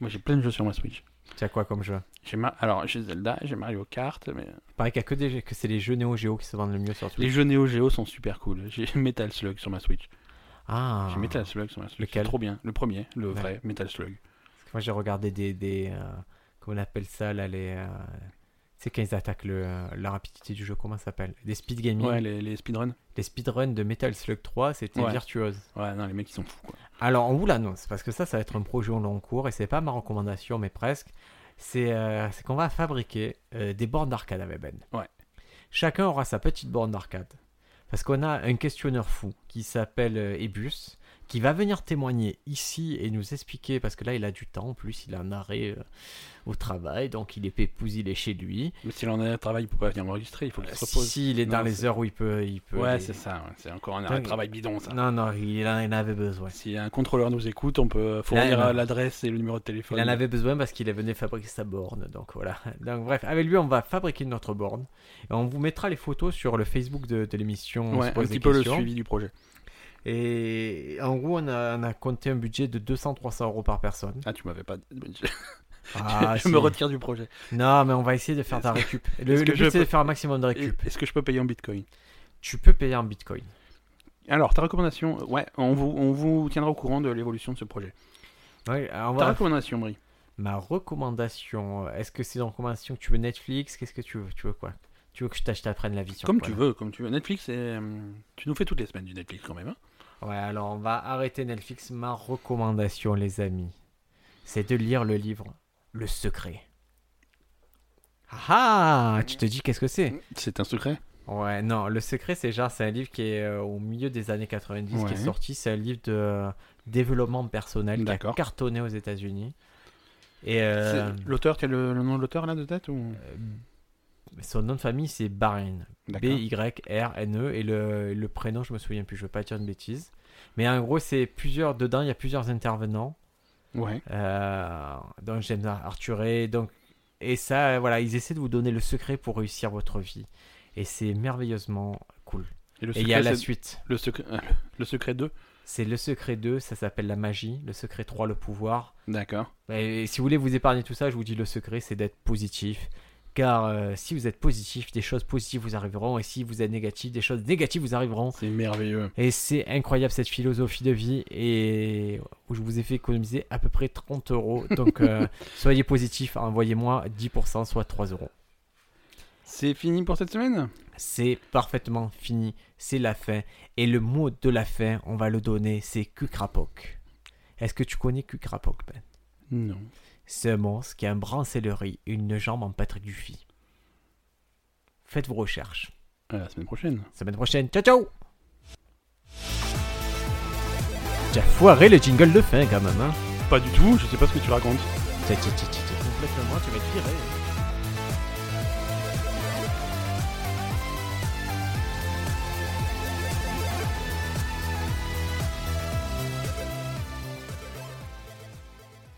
[SPEAKER 1] Moi, j'ai plein de jeux sur ma Switch.
[SPEAKER 2] tu as quoi comme jeu
[SPEAKER 1] J'ai ma- Alors, j'ai Zelda, j'ai Mario Kart, mais.
[SPEAKER 2] Il paraît qu'il y a que, des jeux- que c'est les jeux Neo Geo qui se vendent le mieux sur Switch.
[SPEAKER 1] Les jeux Neo Geo sont super cool. J'ai [laughs] Metal Slug sur ma Switch.
[SPEAKER 2] Ah,
[SPEAKER 1] J'ai Metal Slug sur ma Switch.
[SPEAKER 2] Lequel
[SPEAKER 1] C'est Trop bien. Le premier, le vrai Metal Slug.
[SPEAKER 2] Parce que moi j'ai regardé des. des euh, comment on appelle ça là les, euh, C'est quand ils attaquent le, euh, la rapidité du jeu, comment ça s'appelle Des speed gaming.
[SPEAKER 1] Ouais, les, les speedruns.
[SPEAKER 2] Les speedruns de Metal Slug 3, c'était
[SPEAKER 1] Ouais.
[SPEAKER 2] virtuose.
[SPEAKER 1] Ouais, non, les mecs ils sont fous. Quoi.
[SPEAKER 2] Alors on vous l'annonce, parce que ça, ça va être un projet en long cours et c'est pas ma recommandation, mais presque. C'est euh, c'est qu'on va fabriquer euh, des bornes d'arcade avec Ben.
[SPEAKER 1] Ouais.
[SPEAKER 2] Chacun aura sa petite borne d'arcade. Parce qu'on a un questionneur fou qui s'appelle euh, Ebus, qui va venir témoigner ici et nous expliquer, parce que là il a du temps, en plus il a un arrêt euh, au travail, donc il est pépouze, il est chez lui.
[SPEAKER 1] Mais s'il en a un travail, il peut pas venir enregistrer. Il faut qu'il
[SPEAKER 2] Euh,
[SPEAKER 1] se
[SPEAKER 2] si,
[SPEAKER 1] repose.
[SPEAKER 2] si, il est
[SPEAKER 1] Non,
[SPEAKER 2] dans les
[SPEAKER 1] c'est-
[SPEAKER 2] heures où il peut... Il peut
[SPEAKER 1] Ouais,
[SPEAKER 2] il-
[SPEAKER 1] c'est ça. ouais. C'est encore un
[SPEAKER 2] Dingue.
[SPEAKER 1] travail bidon ça.
[SPEAKER 2] Non, non, il en il en avait besoin.
[SPEAKER 1] Si un contrôleur nous écoute, on peut
[SPEAKER 2] Là,
[SPEAKER 1] fournir
[SPEAKER 2] là.
[SPEAKER 1] l'adresse et le numéro de téléphone.
[SPEAKER 2] Il en avait besoin parce qu'il venait fabriquer sa borne. Donc voilà. [laughs] Donc bref, avec lui, on va fabriquer notre borne. Et on vous mettra les photos sur le Facebook de, de l'émission. On
[SPEAKER 1] Ouais,
[SPEAKER 2] se
[SPEAKER 1] un
[SPEAKER 2] pose des
[SPEAKER 1] petit peu le
[SPEAKER 2] questions.
[SPEAKER 1] suivi du projet.
[SPEAKER 2] Et en gros, on a, on a compté un budget de 200-300 euros par
[SPEAKER 1] [laughs]
[SPEAKER 2] personne.
[SPEAKER 1] Ah, tu m'avais pas. Je, [laughs] je
[SPEAKER 2] Ah, si.
[SPEAKER 1] me retire du projet.
[SPEAKER 2] Non, mais on va essayer de faire de la
[SPEAKER 1] [laughs] Est-ce
[SPEAKER 2] récup. Le,
[SPEAKER 1] est-ce
[SPEAKER 2] le
[SPEAKER 1] que
[SPEAKER 2] but,
[SPEAKER 1] je
[SPEAKER 2] c'est de
[SPEAKER 1] peux-
[SPEAKER 2] faire un maximum de
[SPEAKER 1] Et-
[SPEAKER 2] récup.
[SPEAKER 1] Est-ce que je peux payer en bitcoin
[SPEAKER 2] Tu peux payer en bitcoin.
[SPEAKER 1] Alors, ta recommandation Ouais, on vous, on vous tiendra au courant de l'évolution de ce projet.
[SPEAKER 2] Ouais, alors, on
[SPEAKER 1] Ta
[SPEAKER 2] va-
[SPEAKER 1] recommandation, Brie
[SPEAKER 2] Ma recommandation, euh, est-ce que c'est une recommandation que tu veux Netflix Qu'est-ce que tu veux Tu veux quoi Tu veux que je t'ach- t'apprenne la vie sur
[SPEAKER 1] Comme
[SPEAKER 2] quoi,
[SPEAKER 1] tu
[SPEAKER 2] là
[SPEAKER 1] veux, comme tu veux. Netflix, est, hum, tu nous fais toutes les semaines du Netflix quand même. hein.
[SPEAKER 2] Ouais, alors on va arrêter Netflix. Ma recommandation, les amis, c'est de lire le livre Le Secret. Ah ah Tu te dis qu'est-ce que c'est
[SPEAKER 1] C'est un secret.
[SPEAKER 2] Ouais, non, Le Secret, c'est genre, c'est un livre qui est euh, au milieu des années 90 qui
[SPEAKER 1] Ouais.
[SPEAKER 2] est sorti. C'est un livre de euh, développement personnel qui a
[SPEAKER 1] D'accord.
[SPEAKER 2] cartonné aux États-Unis. Et euh,
[SPEAKER 1] C'est- L'auteur, tu as le, le nom de l'auteur là de tête ou...
[SPEAKER 2] euh, son nom de famille, c'est Barin.
[SPEAKER 1] D'accord.
[SPEAKER 2] B-Y-R-N-E E. et le, le prénom, je me souviens plus, je veux pas dire une bêtise. Mais en gros, c'est plusieurs, dedans, il y a plusieurs intervenants.
[SPEAKER 1] Ouais.
[SPEAKER 2] Euh, donc James Arthuré, donc et ça, euh, voilà, ils essaient de vous donner le secret pour réussir votre vie. Et c'est merveilleusement cool.
[SPEAKER 1] le
[SPEAKER 2] et il y a la
[SPEAKER 1] c'est-
[SPEAKER 2] suite.
[SPEAKER 1] Le secret, euh, le secret 2.
[SPEAKER 2] C'est le secret 2, ça s'appelle la magie. Le secret 3, le pouvoir.
[SPEAKER 1] D'accord.
[SPEAKER 2] Et, et si vous voulez vous épargner tout ça, je vous dis le secret, c'est d'être positif. Car euh, si vous êtes positif, des choses positives vous arriveront. Et si vous êtes négatif, des choses négatives vous arriveront.
[SPEAKER 1] C'est merveilleux.
[SPEAKER 2] Et c'est incroyable cette philosophie de vie et où je vous ai fait économiser à peu près 30 euros. Donc euh, soyez positif, envoyez-moi 10%, soit 3 euros.
[SPEAKER 1] C'est fini pour cette semaine
[SPEAKER 2] C'est parfaitement fini, c'est la fin. Et le mot de la fin, on va le donner, c'est Kukrapoc. Est-ce que tu connais Kukrapoc Ben
[SPEAKER 1] Non.
[SPEAKER 2] C'est un monstre qui a un bras en céleri et une jambe en Patrick Duffy. Faites vos recherches.
[SPEAKER 1] À la semaine prochaine.
[SPEAKER 2] Semaine prochaine, ciao ciao T'as foiré le jingle de fin quand même, hein
[SPEAKER 1] Pas du tout, je sais pas ce que tu racontes.
[SPEAKER 2] Complètement, tu vas être viré.